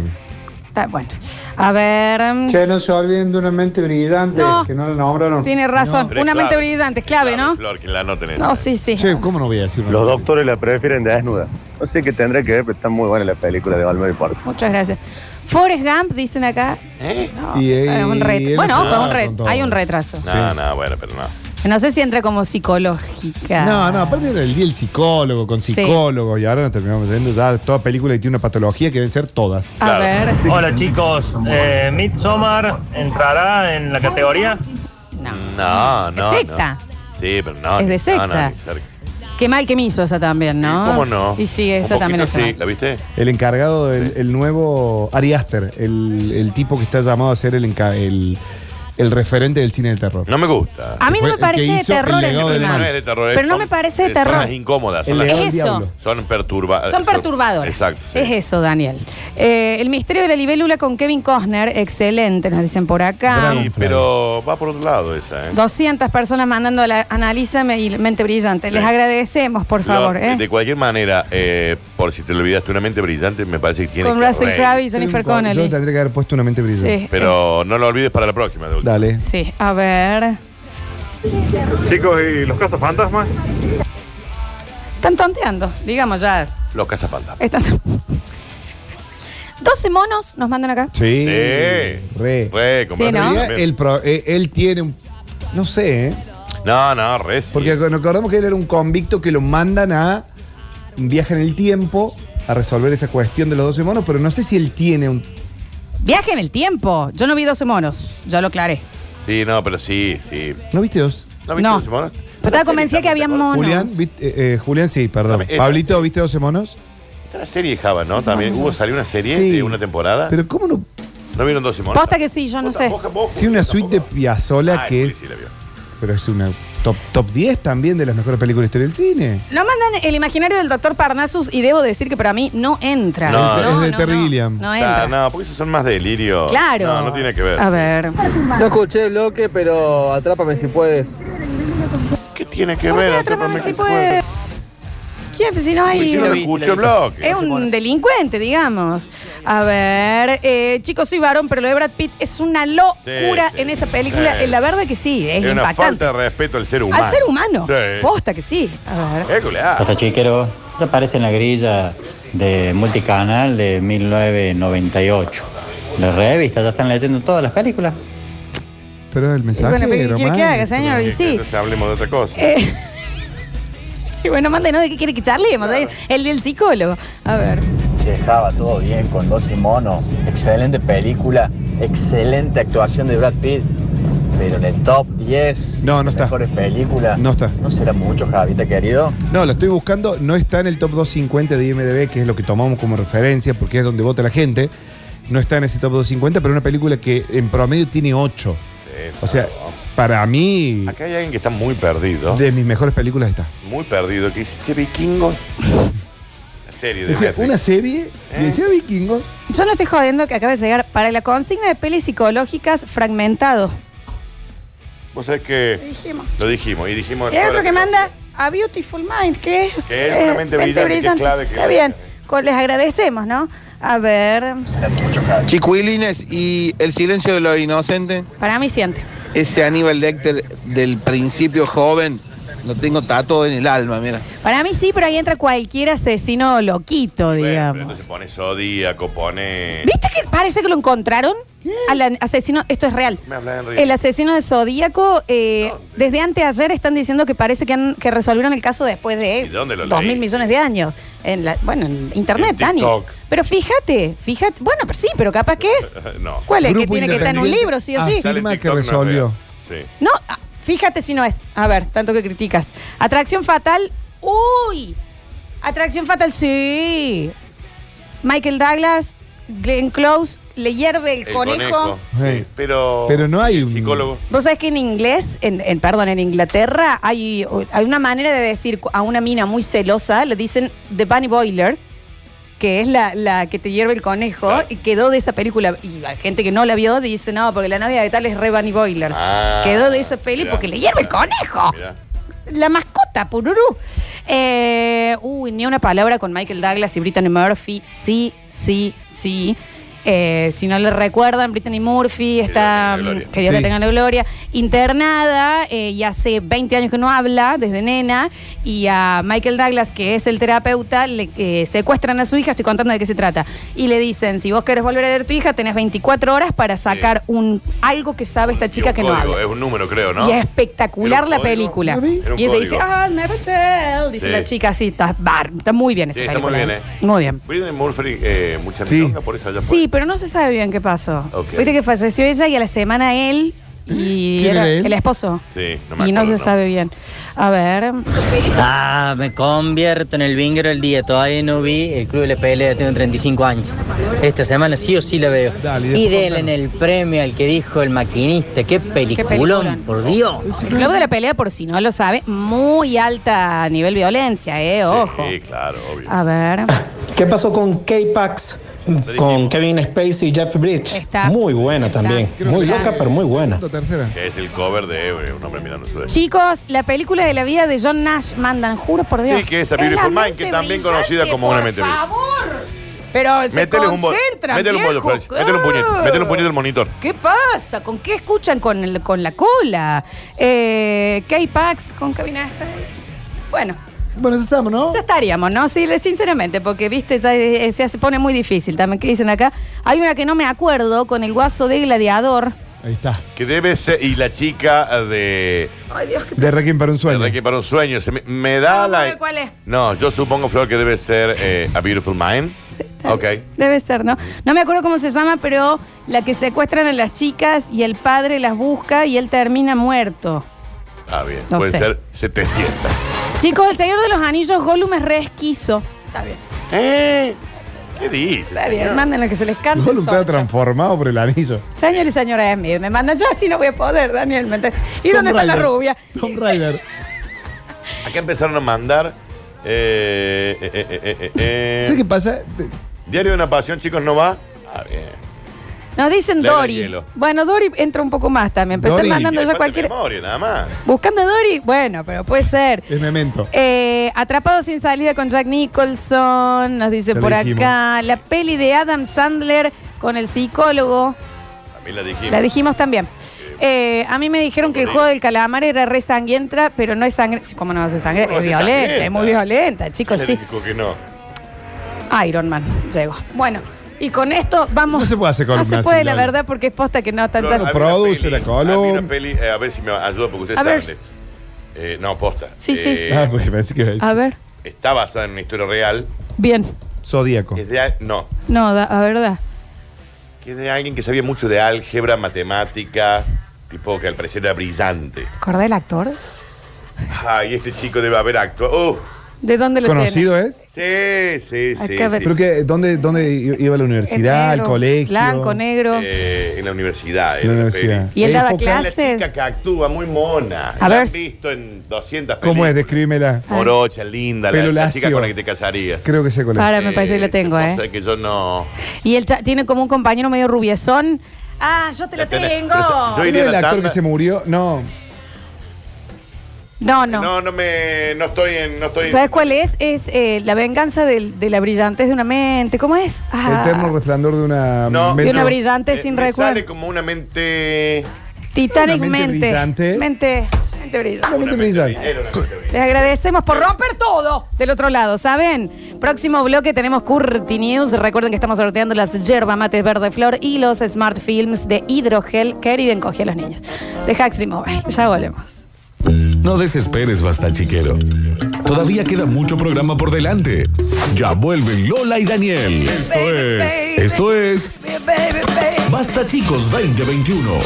Speaker 4: Está bueno. A ver. mm,
Speaker 23: Che, no se olviden de una mente brillante,
Speaker 4: No.
Speaker 23: que no la nombraron.
Speaker 4: Tiene razón.
Speaker 23: Pero es
Speaker 4: Una
Speaker 23: clave.
Speaker 4: mente brillante, es clave, ¿no?
Speaker 1: Flor, que la noten
Speaker 4: No, sí, sí.
Speaker 7: ¿cómo no voy a decir
Speaker 24: Los doctores la prefieren de desnuda. No sé qué tendrá que ver, pero está muy buena la película de Balmer y Porce.
Speaker 4: Muchas gracias. Forrest Gump, dicen acá. No,
Speaker 24: Y
Speaker 4: es
Speaker 24: ahí-
Speaker 4: un ret-
Speaker 24: Eh, y él
Speaker 4: Bueno,
Speaker 24: no
Speaker 4: ojo, es un
Speaker 24: estaba
Speaker 4: ret-
Speaker 24: con todo.
Speaker 4: hay un retraso.
Speaker 1: No, no, bueno, pero no.
Speaker 4: No sé si entra como psicológica.
Speaker 7: No, no, aparte era el día del psicólogo, con
Speaker 4: Sí.
Speaker 7: psicólogo, y ahora nos terminamos yendo ya toda película que tiene una patología que deben ser todas.
Speaker 4: A ver.
Speaker 13: Hola chicos, eh, Midsommar entrará en la categoría.
Speaker 1: No, no.
Speaker 4: Es secta.
Speaker 1: no. Sí, pero no.
Speaker 4: Es de secta.
Speaker 1: No, no, ni cerca.
Speaker 4: Qué mal que me hizo esa también, ¿no?
Speaker 1: ¿Cómo no?
Speaker 4: Y sí,
Speaker 1: Un
Speaker 4: esa
Speaker 1: poquito
Speaker 4: también es
Speaker 1: sí. ¿La viste?
Speaker 7: El encargado, del el nuevo Ari Aster, el, el tipo que está llamado a ser el, enca- el, el referente del cine de terror.
Speaker 1: No me gusta.
Speaker 4: A mí no me parece de terror encima.
Speaker 1: No es de terror.
Speaker 4: Pero no
Speaker 1: son-
Speaker 4: me parece de
Speaker 1: eh,
Speaker 4: terror.
Speaker 1: Son las incómodas. Son
Speaker 4: El
Speaker 1: las-
Speaker 4: legado del Eso. diablo.
Speaker 1: Son perturbadoras.
Speaker 4: Son perturbadoras.
Speaker 1: Exacto.
Speaker 4: Es eso, Daniel. Eh, el misterio de la libélula con Kevin Costner, excelente, nos dicen por acá.
Speaker 1: Sí, pero va por otro lado esa, ¿eh?
Speaker 4: 200 personas mandando a la analízame y mente brillante. Les
Speaker 1: Sí.
Speaker 4: agradecemos, por favor.
Speaker 1: Flor,
Speaker 4: ¿eh?
Speaker 1: De cualquier manera, eh, por si te lo olvidaste, una mente brillante me parece que tiene
Speaker 4: Con
Speaker 1: que
Speaker 4: Russell
Speaker 1: reír.
Speaker 4: Crowe y Jennifer
Speaker 7: Yo
Speaker 4: Connelly.
Speaker 7: tendría que haber puesto una mente brillante.
Speaker 4: Sí,
Speaker 1: Pero no lo olvides para la próxima. de última.
Speaker 7: Dale.
Speaker 4: Sí, a ver.
Speaker 13: Chicos, ¿y los cazafantasmas?
Speaker 4: Están tonteando, digamos ya.
Speaker 1: Los cazafantasmas.
Speaker 4: Están... 12 monos nos mandan acá.
Speaker 7: Sí.
Speaker 1: Re. Re,
Speaker 4: Sí, ¿no?
Speaker 1: completamente.
Speaker 7: Él, pro- eh, él tiene un. No sé, ¿eh?
Speaker 1: No, no, re. sí.
Speaker 7: Porque nos acordamos que él era un convicto que lo mandan a un viaje en el tiempo a resolver esa cuestión de los 12 monos, pero no sé si él tiene un.
Speaker 4: Viaje en el tiempo. Yo no vi 12 monos. Ya lo aclaré.
Speaker 1: Sí, no, pero sí, sí.
Speaker 7: ¿No viste dos?
Speaker 1: ¿No viste
Speaker 4: No.
Speaker 1: los Simonos?
Speaker 4: Pero estaba convencida que había monos.
Speaker 7: Julián, vi- eh, eh, Julián, sí, perdón.
Speaker 1: Dame, eh,
Speaker 7: Pablito, ¿viste 12 monos?
Speaker 1: Está la serie de Java, ¿no? También hubo, salió una serie
Speaker 7: Sí.
Speaker 1: de una temporada.
Speaker 7: Pero ¿cómo no?
Speaker 1: ¿No vieron dos Simonos?
Speaker 4: Posta que sí, yo no sé.
Speaker 7: Tiene una suite de Piazzola
Speaker 1: Ah,
Speaker 7: que
Speaker 1: el
Speaker 7: es. Pero es una. top, top 10 también de las mejores películas de la historia del cine.
Speaker 4: No mandan el imaginario del doctor Parnassus y debo decir que para mí no entra.
Speaker 7: No, es de
Speaker 4: no,
Speaker 7: Terry
Speaker 4: no.
Speaker 7: Gilliam.
Speaker 4: No entra.
Speaker 1: no, porque esos son más delirios.
Speaker 4: Claro.
Speaker 1: No, no tiene que ver.
Speaker 4: A ver.
Speaker 2: No escuché el bloque, pero atrápame si puedes.
Speaker 1: ¿Qué tiene que
Speaker 4: ¿Por
Speaker 1: ver?
Speaker 4: qué atrápame si puede? ¿Quién? Si no
Speaker 1: Pues
Speaker 4: hay.
Speaker 1: yo no lo escucho, el bloque.
Speaker 4: Es un delincuente, digamos. A ver, eh, chicos, soy varón, pero lo de Brad Pitt es una locura
Speaker 1: Sí, sí,
Speaker 4: en esa película.
Speaker 1: sí.
Speaker 4: Eh, La verdad que sí, es,
Speaker 1: Es una
Speaker 4: impactante.
Speaker 1: falta de respeto al ser humano.
Speaker 4: Al ser humano.
Speaker 1: Sí.
Speaker 4: Posta que sí. A ver.
Speaker 1: Película.
Speaker 8: Hasta chiquero ya aparece en la grilla de multicanal de 1998. La revista ya están leyendo todas las películas.
Speaker 7: Pero el
Speaker 4: Y bueno,
Speaker 7: mensaje
Speaker 4: pero ¿qué
Speaker 7: era
Speaker 4: quiere que haga, señor? Y sí.
Speaker 1: Entonces hablemos de otra cosa.
Speaker 4: Eh, y bueno, mándenos de qué quiere que charlemos. eh? El del psicólogo. A ver.
Speaker 11: Che, Java, todo bien con Dos y Mono. Excelente película, excelente actuación de Brad Pitt. Pero en el top 10
Speaker 7: No,
Speaker 11: de
Speaker 7: no está.
Speaker 11: mejores películas.
Speaker 7: No está.
Speaker 11: No será mucho, Javita querido.
Speaker 7: No, lo estoy buscando, no está en el top 250 de IMDB, que es lo que tomamos como referencia, porque es donde vota la gente. No está en ese top 250, pero una película que en promedio tiene 8. O sea, para mí,
Speaker 1: Acá hay alguien que está muy perdido.
Speaker 7: de mis mejores películas está.
Speaker 1: Muy perdido. Que dice, che, vikingos. La serie de
Speaker 7: Decía,
Speaker 1: Netflix.
Speaker 7: una serie,
Speaker 1: ¿Eh?
Speaker 7: y decía vikingo.
Speaker 4: Yo no estoy jodiendo que acaba de llegar para la consigna de pelis psicológicas fragmentado.
Speaker 1: Vos sabés que
Speaker 4: Dijimos.
Speaker 1: lo dijimos. Y dijimos.
Speaker 4: Y hay otro que manda a Beautiful Mind, que es, eh,
Speaker 1: Que es una mente brillante, que es clave que-
Speaker 4: Está bien, Co- les agradecemos, ¿no? A ver,
Speaker 12: Chicuilines y El silencio de los inocentes.
Speaker 4: para mí siente.
Speaker 12: Ese Aníbal Lecter del principio joven, lo tengo tatuado en el alma, mira.
Speaker 4: Para mí sí, pero ahí entra cualquier asesino loquito, digamos.
Speaker 1: Entonces pone zodíaco, pone.
Speaker 4: ¿Viste que parece que lo encontraron? Al an- asesino, esto es real.
Speaker 1: Me habla Henry.
Speaker 4: El asesino de Zodíaco, eh, desde anteayer están diciendo que parece que, han, que resolvieron el caso después de
Speaker 1: ¿Y dónde lo
Speaker 4: dos
Speaker 1: leí?
Speaker 4: mil millones de años. En la- bueno, en internet,
Speaker 1: En
Speaker 4: Dani.
Speaker 1: TikTok.
Speaker 4: Pero fíjate, fíjate. Bueno, pero sí, pero capaz que es.
Speaker 1: No.
Speaker 4: ¿Cuál es? ¿Que tiene que estar en un libro, sí o sí?
Speaker 1: Ah, Sale
Speaker 7: Afirma que
Speaker 1: TikTok, no es
Speaker 7: resolvió.
Speaker 1: real. Sí.
Speaker 4: No, ah, fíjate si no es. A ver, tanto que criticas. Atracción fatal. ¡Uy! Atracción fatal, sí. Michael Douglas, Glenn Close, le hierve el,
Speaker 1: El
Speaker 4: conejo.
Speaker 1: conejo. Sí, pero.
Speaker 7: Pero no hay
Speaker 1: el
Speaker 7: un-
Speaker 1: Psicólogo.
Speaker 4: Vos sabés que en inglés, en, en- perdón, en Inglaterra hay, hay una manera de decir a una mina muy celosa, le dicen The Bunny Boiler, que es la, la que te hierve el conejo, y quedó de esa película. Y la gente que no la vio dice, no, porque la novia de tal es re Bunny Boiler.
Speaker 1: Ah,
Speaker 4: quedó de esa peli
Speaker 1: mirá,
Speaker 4: porque le hierve el conejo.
Speaker 1: Mirá.
Speaker 4: La mascota, Pururú. Eh, uy, ni una palabra con Michael Douglas y Brittany Murphy. Sí, sí, sí. Eh, si no le recuerdan, Brittany Murphy está.
Speaker 25: gloria.
Speaker 4: Que Dios la
Speaker 25: Sí.
Speaker 4: tenga en la gloria. Internada eh, y hace 20 años que no habla, desde nena. Y a Michael Douglas, que es el terapeuta, le eh, secuestran a su hija. Estoy contando de qué se trata. Y le dicen: si vos querés volver a ver a tu hija, tenés 24 horas para sacar un algo que sabe esta chica
Speaker 1: Un
Speaker 4: que no
Speaker 1: código,
Speaker 4: habla.
Speaker 1: Es un número, creo, ¿no?
Speaker 4: Y es espectacular
Speaker 1: ¿Era un
Speaker 4: la
Speaker 1: código?
Speaker 4: película.
Speaker 1: ¿Lo vi? Era un
Speaker 4: Y ella
Speaker 1: código.
Speaker 4: dice, I'll never tell. Dice
Speaker 1: Sí.
Speaker 4: la chica así, está, bar, está muy bien esa
Speaker 1: Sí, está muy
Speaker 4: película.
Speaker 1: bien, ¿eh?
Speaker 4: Muy bien.
Speaker 1: Brittany Murphy, eh, mucha milonga, por eso allá fue.
Speaker 4: Sí, pero no se sabe bien qué pasó.
Speaker 1: Ok.
Speaker 4: Viste que falleció ella y a la semana él y
Speaker 8: ¿Quién
Speaker 4: era
Speaker 8: era él?
Speaker 4: el esposo.
Speaker 1: Sí,
Speaker 4: y no se sabe bien. A ver.
Speaker 8: Ah, me convierto en el vinguero el día. Todavía no vi el club de la pelea, tengo 35 años. Esta semana sí o sí la veo. y denle en el premio al que dijo el maquinista. Qué peliculón,
Speaker 4: peliculón.
Speaker 8: por Dios.
Speaker 4: El club de la pelea, por si no lo sabe, muy alta nivel violencia, eh, ojo.
Speaker 1: Sí, claro, obvio.
Speaker 4: A ver.
Speaker 26: ¿Qué pasó con K-Pax? Con Kevin Spacey y Jeff Bridge. muy buena también. Muy
Speaker 1: que
Speaker 26: loca, pero muy buena.
Speaker 7: tercera.
Speaker 1: Que es el cover de eh, Un hombre mirando su dedo.
Speaker 4: Chicos, la película de la vida de John Nash mandan, juro por Dios.
Speaker 1: Sí, que es A
Speaker 4: Es la
Speaker 1: Beautiful Mind,
Speaker 4: mente
Speaker 1: que también
Speaker 4: brillante,
Speaker 1: conocida como Una mente
Speaker 4: Por
Speaker 1: brillante.
Speaker 4: favor. Pero se
Speaker 1: Métele un, bo-
Speaker 4: concentran,
Speaker 1: métele un bollo,
Speaker 4: viejo.
Speaker 1: Florencia. Métele un puñete. Métele un puñete al monitor.
Speaker 4: ¿Qué pasa? ¿Con qué escuchan con, el- con la cola? Eh, K-Pax con cabinastas. Bueno.
Speaker 7: Bueno, ya estamos, ¿no?
Speaker 4: Ya estaríamos, ¿no? Sí, le- sinceramente, porque, viste, ya eh, se hace- pone muy difícil también. ¿Qué dicen acá? Hay una que no me acuerdo, con el guaso de gladiador.
Speaker 7: Ahí está.
Speaker 1: Que debe ser. Y la chica de.
Speaker 4: Ay, Dios, qué
Speaker 7: De Requiem para un sueño.
Speaker 1: de Requiem para un sueño. Se me, me da Ah, la.
Speaker 4: ¿Cuál es?
Speaker 1: No, yo supongo, Flor, que debe ser eh, A Beautiful Mind. ok.
Speaker 4: Debe ser, ¿no? No me acuerdo cómo se llama, pero la que secuestran a las chicas y el padre las busca y él termina muerto.
Speaker 1: Ah, bien.
Speaker 4: No
Speaker 1: Puede
Speaker 4: sé.
Speaker 1: ser 700.
Speaker 4: Chicos, el Señor de los Anillos, Gollum es re esquizo. Está bien.
Speaker 1: ¿Qué dices?
Speaker 4: Está bien,
Speaker 1: Eh, señor?
Speaker 4: manden lo que se les cante.
Speaker 7: Gollum está
Speaker 4: son.
Speaker 7: transformado por el anillo.
Speaker 4: Señor y señora Smith, me mandan, yo así no voy a poder, Daniel. ¿me entiendes? ¿Y dónde está la
Speaker 1: Raider.
Speaker 4: rubia?
Speaker 7: Tom
Speaker 1: Eh.
Speaker 7: Rider.
Speaker 1: Acá empezaron a mandar. Eh, eh, eh, eh, eh, eh.
Speaker 7: ¿Sabes qué pasa? Te-
Speaker 1: Diario de una pasión, chicos, no va. Ah, bien.
Speaker 4: Nos dicen
Speaker 1: Leo
Speaker 4: Dori.
Speaker 1: Hielo.
Speaker 4: Bueno, Dori entra un poco más también, pero
Speaker 7: Dori.
Speaker 4: están mandando
Speaker 1: Y
Speaker 4: ya
Speaker 1: le falta
Speaker 4: cualquier.
Speaker 1: memoria, nada más.
Speaker 4: Buscando a Dory, bueno, pero puede ser.
Speaker 7: Es memento.
Speaker 4: Eh, Atrapado sin salida con Jack Nicholson, nos dice
Speaker 1: Ya lo
Speaker 4: por
Speaker 1: dijimos.
Speaker 4: acá. La peli de Adam Sandler con el psicólogo,
Speaker 1: A mí la dijimos.
Speaker 4: la dijimos también. Eh, a mí me dijeron que el juego del calamar era re sangrienta, pero no es sangre. sí, ¿Cómo no va a ser sangre?
Speaker 1: ¿Cómo va a
Speaker 4: Es
Speaker 1: ser
Speaker 4: violenta,
Speaker 1: sangrienta?
Speaker 4: es muy violenta, chicos,
Speaker 1: Ya
Speaker 4: sí.
Speaker 1: le dijo que no.
Speaker 4: Iron Man, llegó. Bueno, y con esto vamos.
Speaker 7: No se puede hacer
Speaker 4: No se
Speaker 7: columna
Speaker 4: puede,
Speaker 7: así,
Speaker 4: la
Speaker 7: Lola.
Speaker 4: verdad, porque es posta que no está
Speaker 1: Flor,
Speaker 4: ya-
Speaker 1: había una
Speaker 7: Produce la
Speaker 1: peli- había una
Speaker 7: columna.
Speaker 1: peli, eh, a ver si me ayuda porque ustedes
Speaker 4: A ver.
Speaker 1: saben. de- Eh, no, posta.
Speaker 4: Sí, sí,
Speaker 1: Eh,
Speaker 7: Ah, pues pensé que iba a decir.
Speaker 4: A ver,
Speaker 1: Está basada en una historia real.
Speaker 4: bien.
Speaker 7: Zodíaco.
Speaker 1: Es de, al- no,
Speaker 4: No, da- a ver, da.
Speaker 1: que es de alguien que sabía mucho de álgebra, matemática, tipo que al parecer era brillante.
Speaker 4: ¿Acordás del actor?
Speaker 1: Ay, este chico debe haber actuado. uh, Uf.
Speaker 4: ¿De dónde lo
Speaker 7: ¿Conocido
Speaker 4: tenés?
Speaker 1: Sí,
Speaker 7: es?
Speaker 1: sí, sí.
Speaker 4: Acá ve-
Speaker 1: sí.
Speaker 7: Pero que, ¿dónde, ¿dónde i- iba a la universidad, al
Speaker 4: Negro,
Speaker 7: colegio?
Speaker 4: Blanco, negro.
Speaker 1: Eh, en la universidad. En
Speaker 7: La universidad.
Speaker 4: ¿Y él daba
Speaker 1: La
Speaker 4: clases?
Speaker 1: chica que actúa muy mona.
Speaker 4: A
Speaker 1: la
Speaker 4: ver
Speaker 1: han
Speaker 4: si-
Speaker 1: visto en 200 películas.
Speaker 7: ¿Cómo es? Descríbemela.
Speaker 1: Morocha, linda, la,
Speaker 7: Pelo
Speaker 1: la
Speaker 7: lacio.
Speaker 1: chica con la que te casarías.
Speaker 7: Creo que sé cuál es.
Speaker 4: Para, me parece que la tengo,
Speaker 1: O
Speaker 4: ¿eh?
Speaker 1: sea que yo no.
Speaker 4: Y él cha- tiene como un compañero medio rubiezón. Ah, yo te lo tengo.
Speaker 1: Yo
Speaker 7: ¿No
Speaker 1: iría a
Speaker 7: el
Speaker 1: la
Speaker 7: actor
Speaker 1: tanda.
Speaker 7: que se murió? No.
Speaker 4: No,
Speaker 1: No,
Speaker 4: no.
Speaker 1: no, me. Eh, No estoy en. No estoy en-
Speaker 4: ¿Sabes cuál es? Es eh, la venganza del- de la brillantez de una mente. ¿Cómo es? Ah,
Speaker 7: Eterno resplandor de una.
Speaker 1: No. Eh,
Speaker 7: mente-
Speaker 4: de una brillante sin
Speaker 1: me
Speaker 4: recuerdo.
Speaker 1: Sale como una mente.
Speaker 4: Titanic
Speaker 7: Una mente
Speaker 4: mente.
Speaker 7: brillante.
Speaker 4: Mente, mente brillante.
Speaker 7: Una mente brillante.
Speaker 1: Era una mente
Speaker 4: Les agradecemos por romper todo del otro lado, ¿saben? Próximo bloque tenemos Curti News. Recuerden que estamos sorteando las yerba mates verde flor y los smart films de hidrogel que heriden coge a los niños. De Huxley Mobile. Ya volvemos.
Speaker 5: No desesperes, basta chiquero. Todavía queda mucho programa por delante. Ya vuelven Lola y Daniel. Esto es. Esto es. Basta chicos 2021.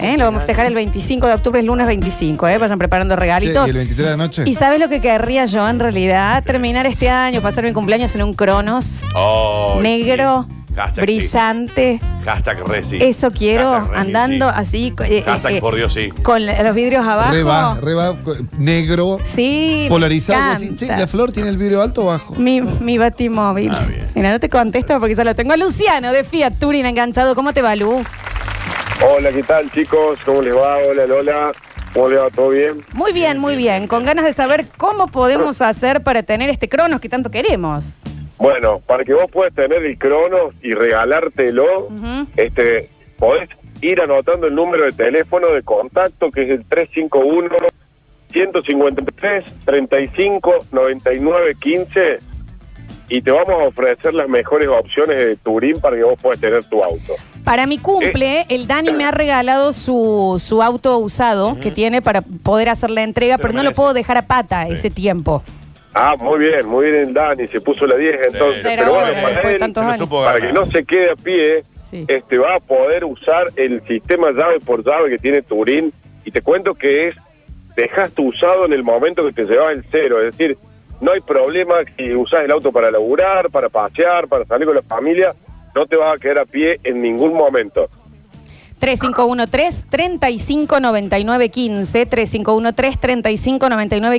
Speaker 4: ¿eh? Lo vamos a festejar el 25 de octubre, el lunes 25, ¿eh? Vayan preparando
Speaker 7: Che,
Speaker 4: regalitos.
Speaker 7: ¿Y el 23 de la noche?
Speaker 4: ¿Y sabes lo que querría yo en realidad? Terminar este año, pasar mi cumpleaños en un Cronos
Speaker 1: Oh,
Speaker 4: negro,
Speaker 1: sí. Hashtag
Speaker 4: brillante.
Speaker 1: sí. Hashtag Resi.
Speaker 4: Eso quiero,
Speaker 1: Hashtag Resi,
Speaker 4: andando
Speaker 1: sí.
Speaker 4: así, eh,
Speaker 1: Hashtag
Speaker 4: eh,
Speaker 1: por Dios, sí.
Speaker 4: con la- los vidrios abajo.
Speaker 7: Reba, reba, negro,
Speaker 4: Sí. me
Speaker 7: polarizado. vos decís,
Speaker 4: encanta.
Speaker 7: "Che, ¿La flor tiene el vidrio alto o bajo?
Speaker 4: Mi, mi batimóvil.
Speaker 1: Ah,
Speaker 4: Mira, no te contesto porque solo tengo a Luciano de Fiat Turing enganchado. ¿Cómo te va, Lu?
Speaker 3: Hola, ¿qué tal chicos? ¿Cómo les va? Hola Lola. ¿Cómo les va? ¿Todo bien?
Speaker 4: Muy bien, muy bien. Con ganas de saber cómo podemos hacer para tener este Cronos que tanto queremos.
Speaker 3: Bueno, para que vos puedas tener el Cronos y regalártelo,
Speaker 4: Mm.
Speaker 3: este, podés ir anotando el número de teléfono de contacto que es el 351 153 35 99 15 y te vamos a ofrecer las mejores opciones de Turín para que vos puedas tener tu auto.
Speaker 4: Para mi cumple, el Dani me ha regalado su, su auto usado que tiene para poder hacer la entrega, pero no lo puedo dejar a pata ese tiempo.
Speaker 3: Ah, muy bien, muy bien el Dani, se puso la 10 entonces.
Speaker 4: Pero
Speaker 3: Pero bueno,
Speaker 4: bueno,
Speaker 3: para,
Speaker 4: después de
Speaker 3: él,
Speaker 4: tantos años.
Speaker 3: para que no se quede a pie, este va a poder usar el sistema llave por llave que tiene Turín. Y te cuento que es, dejas tu usado en el momento que te llevas el cero. Es decir, no hay problema si usas el auto para laburar, para pasear, para salir con la familia. No te vas a quedar a pie en ningún momento.
Speaker 4: 3513-359915,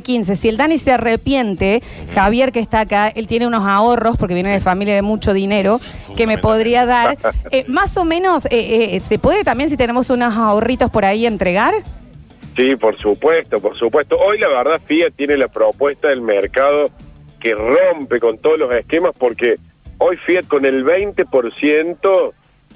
Speaker 4: 3513-359915. Si el Dani se arrepiente, Javier que está acá, él tiene unos ahorros, porque viene de familia de mucho dinero, que me podría dar. Eh, más o menos, eh, eh, ¿se puede también si tenemos unos ahorritos por ahí entregar?
Speaker 3: Sí, por supuesto, por supuesto. Hoy la verdad Fiat tiene la propuesta del mercado que rompe con todos los esquemas porque hoy Fiat con el 20%,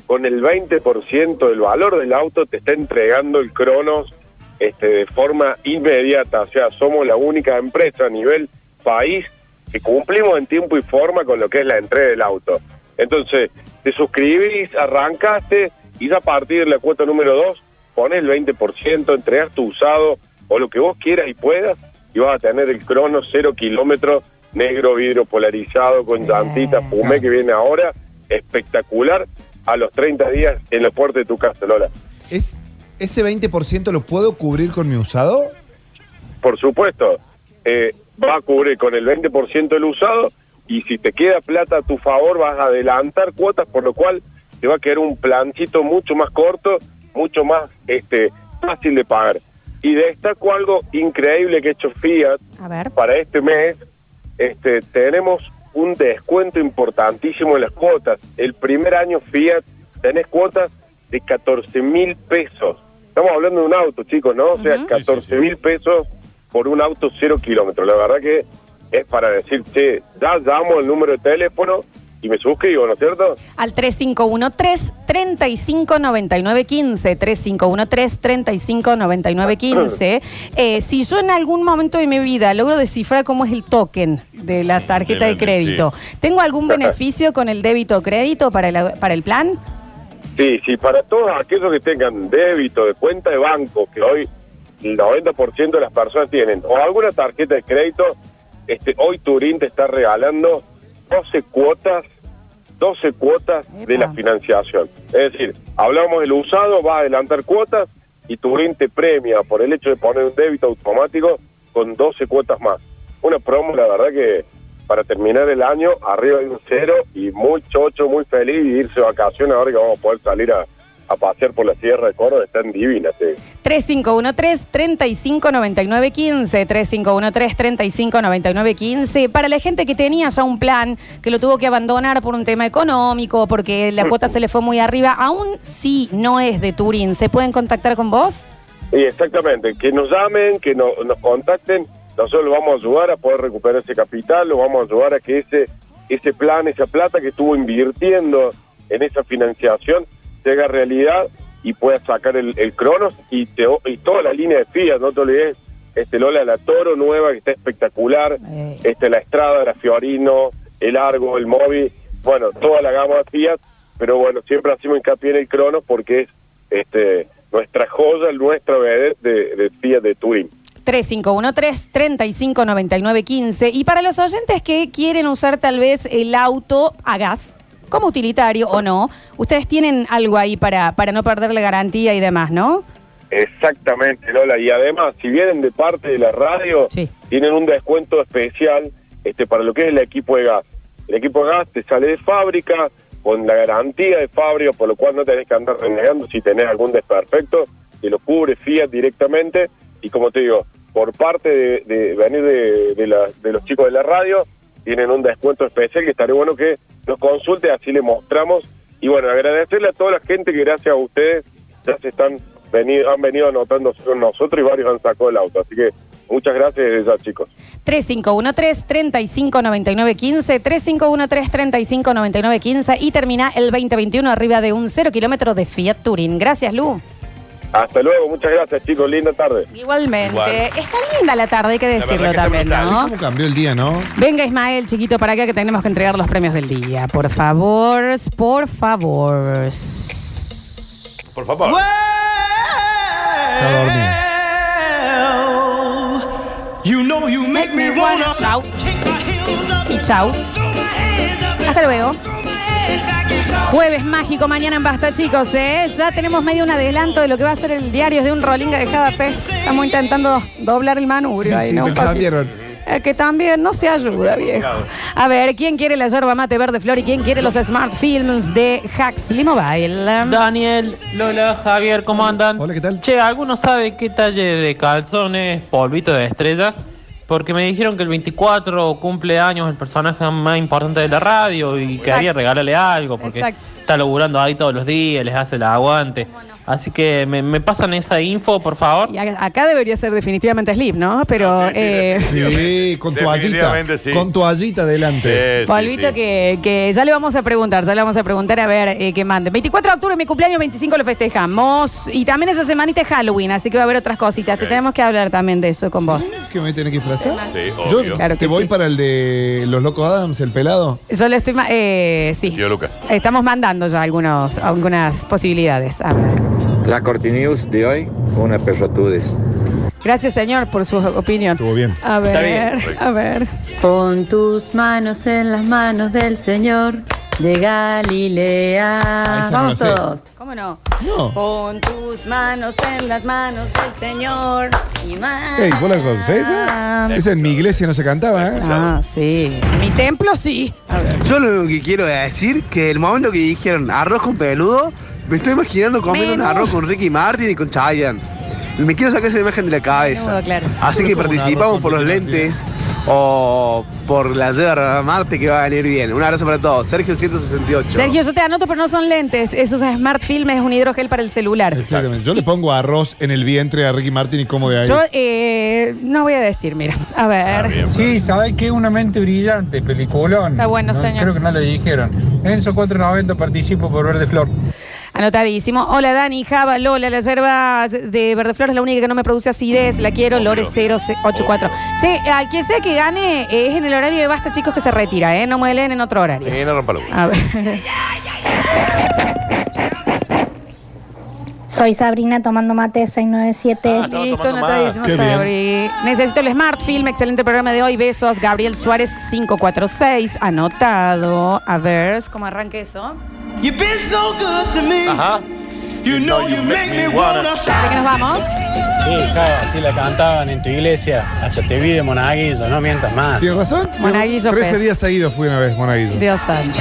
Speaker 3: con el 20% del valor del auto te está entregando el Cronos este, de forma inmediata. O sea, somos la única empresa a nivel país que cumplimos en tiempo y forma con lo que es la entrega del auto. Entonces, te suscribís, arrancaste y ya a partir de la cuota número 2 pones el 20%, entregas tu usado o lo que vos quieras y puedas y vas a tener el crono 0 kilómetros, negro vidrio polarizado con llantita, fumé que viene ahora, espectacular, a los 30 días en la puerta de tu casa, Lola.
Speaker 7: ¿Es, ¿Ese 20% lo puedo cubrir con mi usado?
Speaker 3: Por supuesto, eh, va a cubrir con el 20% el usado y si te queda plata a tu favor vas a adelantar cuotas, por lo cual te va a quedar un plancito mucho más corto, mucho más este, fácil de pagar. Y destaco algo increíble que ha hecho Fiat
Speaker 4: A ver.
Speaker 3: para este mes. Este, tenemos un descuento importantísimo en las cuotas. El primer año Fiat tenés cuotas de 14 mil pesos. Estamos hablando de un auto, chicos, ¿no? O sea, 14 mil pesos por un auto cero kilómetros. La verdad que es para decir, che, ya llamo el número de teléfono y me suscribo, ¿no es cierto?
Speaker 4: Al 3513-359915. 3513-359915. Eh, si yo en algún momento de mi vida logro descifrar cómo es el token de la tarjeta de
Speaker 3: sí,
Speaker 4: crédito, ¿tengo algún beneficio con el débito o crédito para el, para el plan?
Speaker 3: Sí, sí, para todos aquellos que tengan débito de cuenta de banco, que hoy el 90% de las personas tienen, o alguna tarjeta de crédito, este, hoy Turín te está regalando 12 cuotas, 12 cuotas de la financiación. Es decir, hablamos del usado, va a adelantar cuotas y Turín te premia por el hecho de poner un débito automático con 12 cuotas más. Una promo, la verdad que para terminar el año arriba de un cero y muy chocho, muy feliz y irse de vacaciones ahora que vamos a poder salir a, a pasear por la Sierra de Córdoba, están divinas. sí.
Speaker 4: 3513-359915, 3513-359915. Para la gente que tenía ya un plan, que lo tuvo que abandonar por un tema económico, porque la cuota se le fue muy arriba, aún si no es de Turín, ¿se pueden contactar con vos?
Speaker 3: Y exactamente, que nos llamen, que no- nos contacten, nosotros los vamos a ayudar a poder recuperar ese capital, lo vamos a ayudar a que ese, ese plan, esa plata que estuvo invirtiendo en esa financiación, llegue a realidad y pueda sacar el, el Cronos y, te- y toda la línea de Fiat, no te olvides, este Lola la Toro nueva que está espectacular, este la Estrada, la Fiorino, el Argo, el Mobi, bueno, toda la gama de Fiat, pero bueno, siempre hacemos hincapié en el Cronos porque es este nuestra joya, nuestra vedette de, de Fiat de Turín.
Speaker 4: 3513-359915. Y para los oyentes que quieren usar tal vez el auto a gas, como utilitario o no, ustedes tienen algo ahí para, para no perder la garantía y demás, ¿no?
Speaker 3: Exactamente, Lola. Y además, si vienen de parte de la radio, tienen un descuento especial este, para lo que es el equipo de gas. El equipo de gas te sale de fábrica con la garantía de fábrica, por lo cual no tenés que andar renegando si tenés algún desperfecto, te lo cubre Fiat directamente. Y como te digo, por parte de, de venir de, de la- de los chicos de la radio, tienen un descuento especial que estaría bueno que nos consulte, así le mostramos. Y bueno, agradecerle a toda la gente que gracias a ustedes ya se están venido, han venido anotando con nosotros y varios han sacado el auto. Así que muchas gracias desde ya, chicos.
Speaker 4: 3513-359915, 3513-359915 y termina el 2021 arriba de un cero kilómetro de Fiat Turín. Gracias, Lu.
Speaker 3: Hasta luego, muchas gracias, chicos. Linda tarde.
Speaker 4: Igualmente.
Speaker 3: Igual.
Speaker 4: Está linda la tarde, hay que decirlo también, ¿no?
Speaker 7: ¿Cómo cambió el día, no?
Speaker 4: Venga, Ismael, chiquito, para acá que tenemos que entregar los premios del día. Por favor, por favor.
Speaker 27: Por favor.
Speaker 1: You know you make me wanna
Speaker 4: Chau. Y chau. Hasta luego. Jueves mágico mañana en Basta, chicos, ¿eh? Ya tenemos medio un adelanto de lo que va a ser el diario de un rolinga de cada pez. Estamos intentando doblar el manubrio ahí,
Speaker 7: Sí,
Speaker 4: ¿no?
Speaker 7: me
Speaker 4: Papi?
Speaker 7: cambiaron.
Speaker 4: Eh, que también no se ayuda, viejo. A ver, ¿quién quiere la yerba mate verde flor y quién quiere los smart films de Huxley Mobile?
Speaker 13: Daniel, Lola, Javier, ¿cómo andan? Hola, ¿qué tal? Che, ¿alguno sabe qué talle de calzones, polvito de estrellas? Porque me dijeron que el 24 cumple años el personaje más importante de la radio y quería regalarle algo porque
Speaker 8: Exacto.
Speaker 13: está laburando ahí todos los días, les hace el aguante. Así que me, me pasan esa info, por favor.
Speaker 4: Y a- acá debería ser definitivamente Slip, ¿no? Pero eh,
Speaker 7: Sí, con toallita.
Speaker 27: Definitivamente sí.
Speaker 7: Con toallita delante.
Speaker 4: Polvito Que, que ya le vamos a preguntar, ya le vamos a preguntar a ver eh, que mande. 24 de octubre, mi cumpleaños, 25 lo festejamos. Y también esa semanita es Halloween, así que va a haber otras cositas. Te tenemos que hablar también de eso con vos.
Speaker 7: ¿Que me tiene que disfrazar?
Speaker 27: Sí,
Speaker 7: Yo
Speaker 27: obvio.
Speaker 7: te voy para el de los locos Adams, el pelado.
Speaker 4: Yo le estoy... ma- eh, sí.
Speaker 27: Tío Lucas.
Speaker 4: Estamos mandando ya algunos, algunas posibilidades. A ver.
Speaker 28: La Cortinews de hoy, una perrotudes.
Speaker 4: Gracias, señor, por su opinión. Estuvo
Speaker 7: bien.
Speaker 4: A
Speaker 28: Está
Speaker 4: ver,
Speaker 28: bien.
Speaker 4: a ver.
Speaker 2: Pon tus manos en las manos del Señor de Galilea.
Speaker 4: esa no
Speaker 2: Ah, Vamos
Speaker 4: la sé.
Speaker 2: todos.
Speaker 4: ¿Cómo o no?
Speaker 7: No.
Speaker 4: Pon tus manos en las manos del Señor y más.
Speaker 7: Ey, ¿vos la conocés?
Speaker 27: Ah.
Speaker 7: esa? Esa en mi iglesia no se cantaba, ¿eh?
Speaker 4: Ah, sí. Mi templo sí. A ver.
Speaker 12: Yo lo que quiero es decir que el momento que dijeron arroz con peludo, me estoy imaginando comiendo un
Speaker 4: Menudo.
Speaker 12: arroz con Ricky Martin y con Chayanne. Me quiero sacar esa imagen de la cabeza.
Speaker 4: Menudo, claro.
Speaker 12: Así que
Speaker 4: Como un arroz
Speaker 12: participamos
Speaker 4: con
Speaker 12: por los
Speaker 4: Ricky
Speaker 12: lentes o por la yerba Marte que va a venir bien. Un abrazo para todos. Sergio 168.
Speaker 4: Sergio, yo te anoto, pero no son lentes. Eso es Smart Film, es un hidrogel para el celular.
Speaker 7: Exactamente. Yo le pongo arroz en el vientre a Ricky Martin y como de ahí.
Speaker 4: Yo eh, no voy a decir, mira. A ver.
Speaker 29: Sí, sabés que una mente brillante, peliculón.
Speaker 4: Está bueno,
Speaker 29: No,
Speaker 4: señor.
Speaker 29: Creo que no le dijeron. Enzo 490 participo por Verde Flor.
Speaker 4: Anotadísimo. Hola Dani, Java, Lola, la hierba de Verde Flor es la única que no me produce acidez. La quiero, Lore 084. Che, al que sea que gane, eh, es en el horario de basta, chicos, que se retira, ¿eh? No muelen en otro horario.
Speaker 1: Elena Rampalú.
Speaker 4: A ver.
Speaker 10: Soy Sabrina tomando mate 697.
Speaker 4: Listo, anotadísimo, Sabri. Necesito el Smart Film, excelente programa de hoy. Besos, Gabriel Suárez 546. Anotado. A ver, ¿cómo arranca eso?
Speaker 6: You've been so good to me.
Speaker 1: Ajá.
Speaker 6: You know you make me wanna.
Speaker 4: ¿De qué nos vamos?
Speaker 13: Sí, Java, así la cantaban en tu iglesia. Hasta te vi de monaguillo, no mientas más.
Speaker 7: ¿Tienes razón?
Speaker 4: Monaguillo
Speaker 7: 13
Speaker 4: Pez.
Speaker 7: días seguidos fui una vez, Monaguillo.
Speaker 4: Dios santo.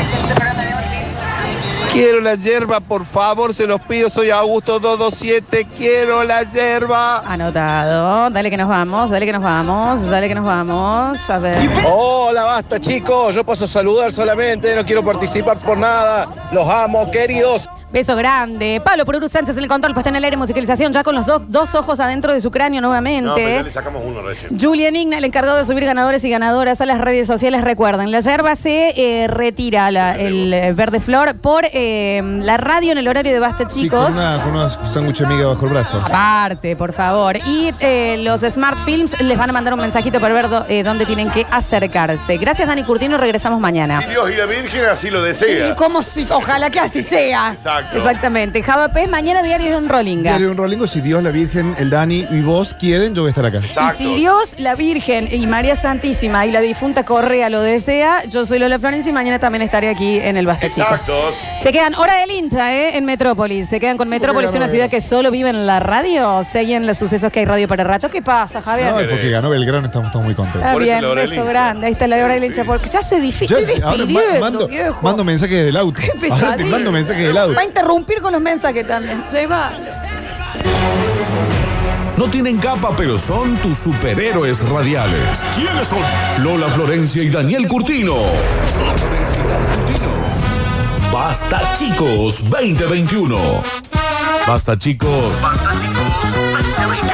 Speaker 12: Quiero la yerba, por favor, se los pido. Soy Augusto 227. Quiero la yerba.
Speaker 4: Anotado. Dale que nos vamos, dale que nos vamos, dale que nos vamos. A ver.
Speaker 30: Hola, basta chicos, yo paso a saludar solamente, no quiero participar por nada, los amo, queridos.
Speaker 4: Beso grande. Pablo Pururu Sánchez en el control, puesta en el aire, musicalización, ya con los dos- dos ojos adentro de su cráneo
Speaker 1: No, pero ya
Speaker 4: nuevamente.
Speaker 1: le sacamos uno recién.
Speaker 4: Julian Igna, el encargado de subir ganadores y ganadoras a las redes sociales, recuerden, la yerba se eh, retira la- el eh, verde flor por eh, la radio en el horario de Basta
Speaker 7: Sí, con,
Speaker 4: Chicos.
Speaker 7: una, con unos sándwiches miga bajo el brazo.
Speaker 4: Aparte, por favor. Y eh, los Smart Films les van a mandar un mensajito para ver do- eh, dónde tienen que acercarse. Gracias, Dani Curtino. Regresamos mañana.
Speaker 1: Dios y la Virgen así lo
Speaker 4: Y
Speaker 1: desea.
Speaker 4: como si, ojalá que así sea.
Speaker 1: Exacto.
Speaker 4: Exactamente. Java Pez, mañana diario de un rollinga.
Speaker 7: Diario de un Rolingo, si Dios, la Virgen, el Dani y vos quieren, yo voy a estar acá.
Speaker 4: Y si Dios, la Virgen y María Santísima y la difunta Correa lo desea, yo soy Lola Florencia y mañana también estaré aquí en el Basta, chicos.
Speaker 1: Exactos.
Speaker 4: Se quedan, hora del hincha, ¿eh? En Metrópolis. Se quedan con Metrópolis,
Speaker 7: ganó
Speaker 4: una ciudad que solo vive en la radio. Seguían los sucesos que hay radio para rato. ¿Qué pasa, Javier?
Speaker 7: No, y porque ganó Belgrano, estamos todos muy contentos.
Speaker 4: Está bien, beso grande. Ahí está la hora del hincha. Porque ya se difícil.
Speaker 7: Ya,
Speaker 4: Estoy
Speaker 7: ahora ma-
Speaker 4: despidiendo,
Speaker 7: mando,
Speaker 4: viejo.
Speaker 7: mando mensajes del auto. Ahora te
Speaker 4: Pesadilla.
Speaker 7: mando mensajes del auto.
Speaker 4: Va a interrumpir con los mensajes también. Che, va.
Speaker 5: No tienen capa, pero son tus superhéroes radiales. ¿Quiénes son? Lola Florencia y Daniel Curtino. Basta chicos 2021. Basta chicos. Basta chicos 2021.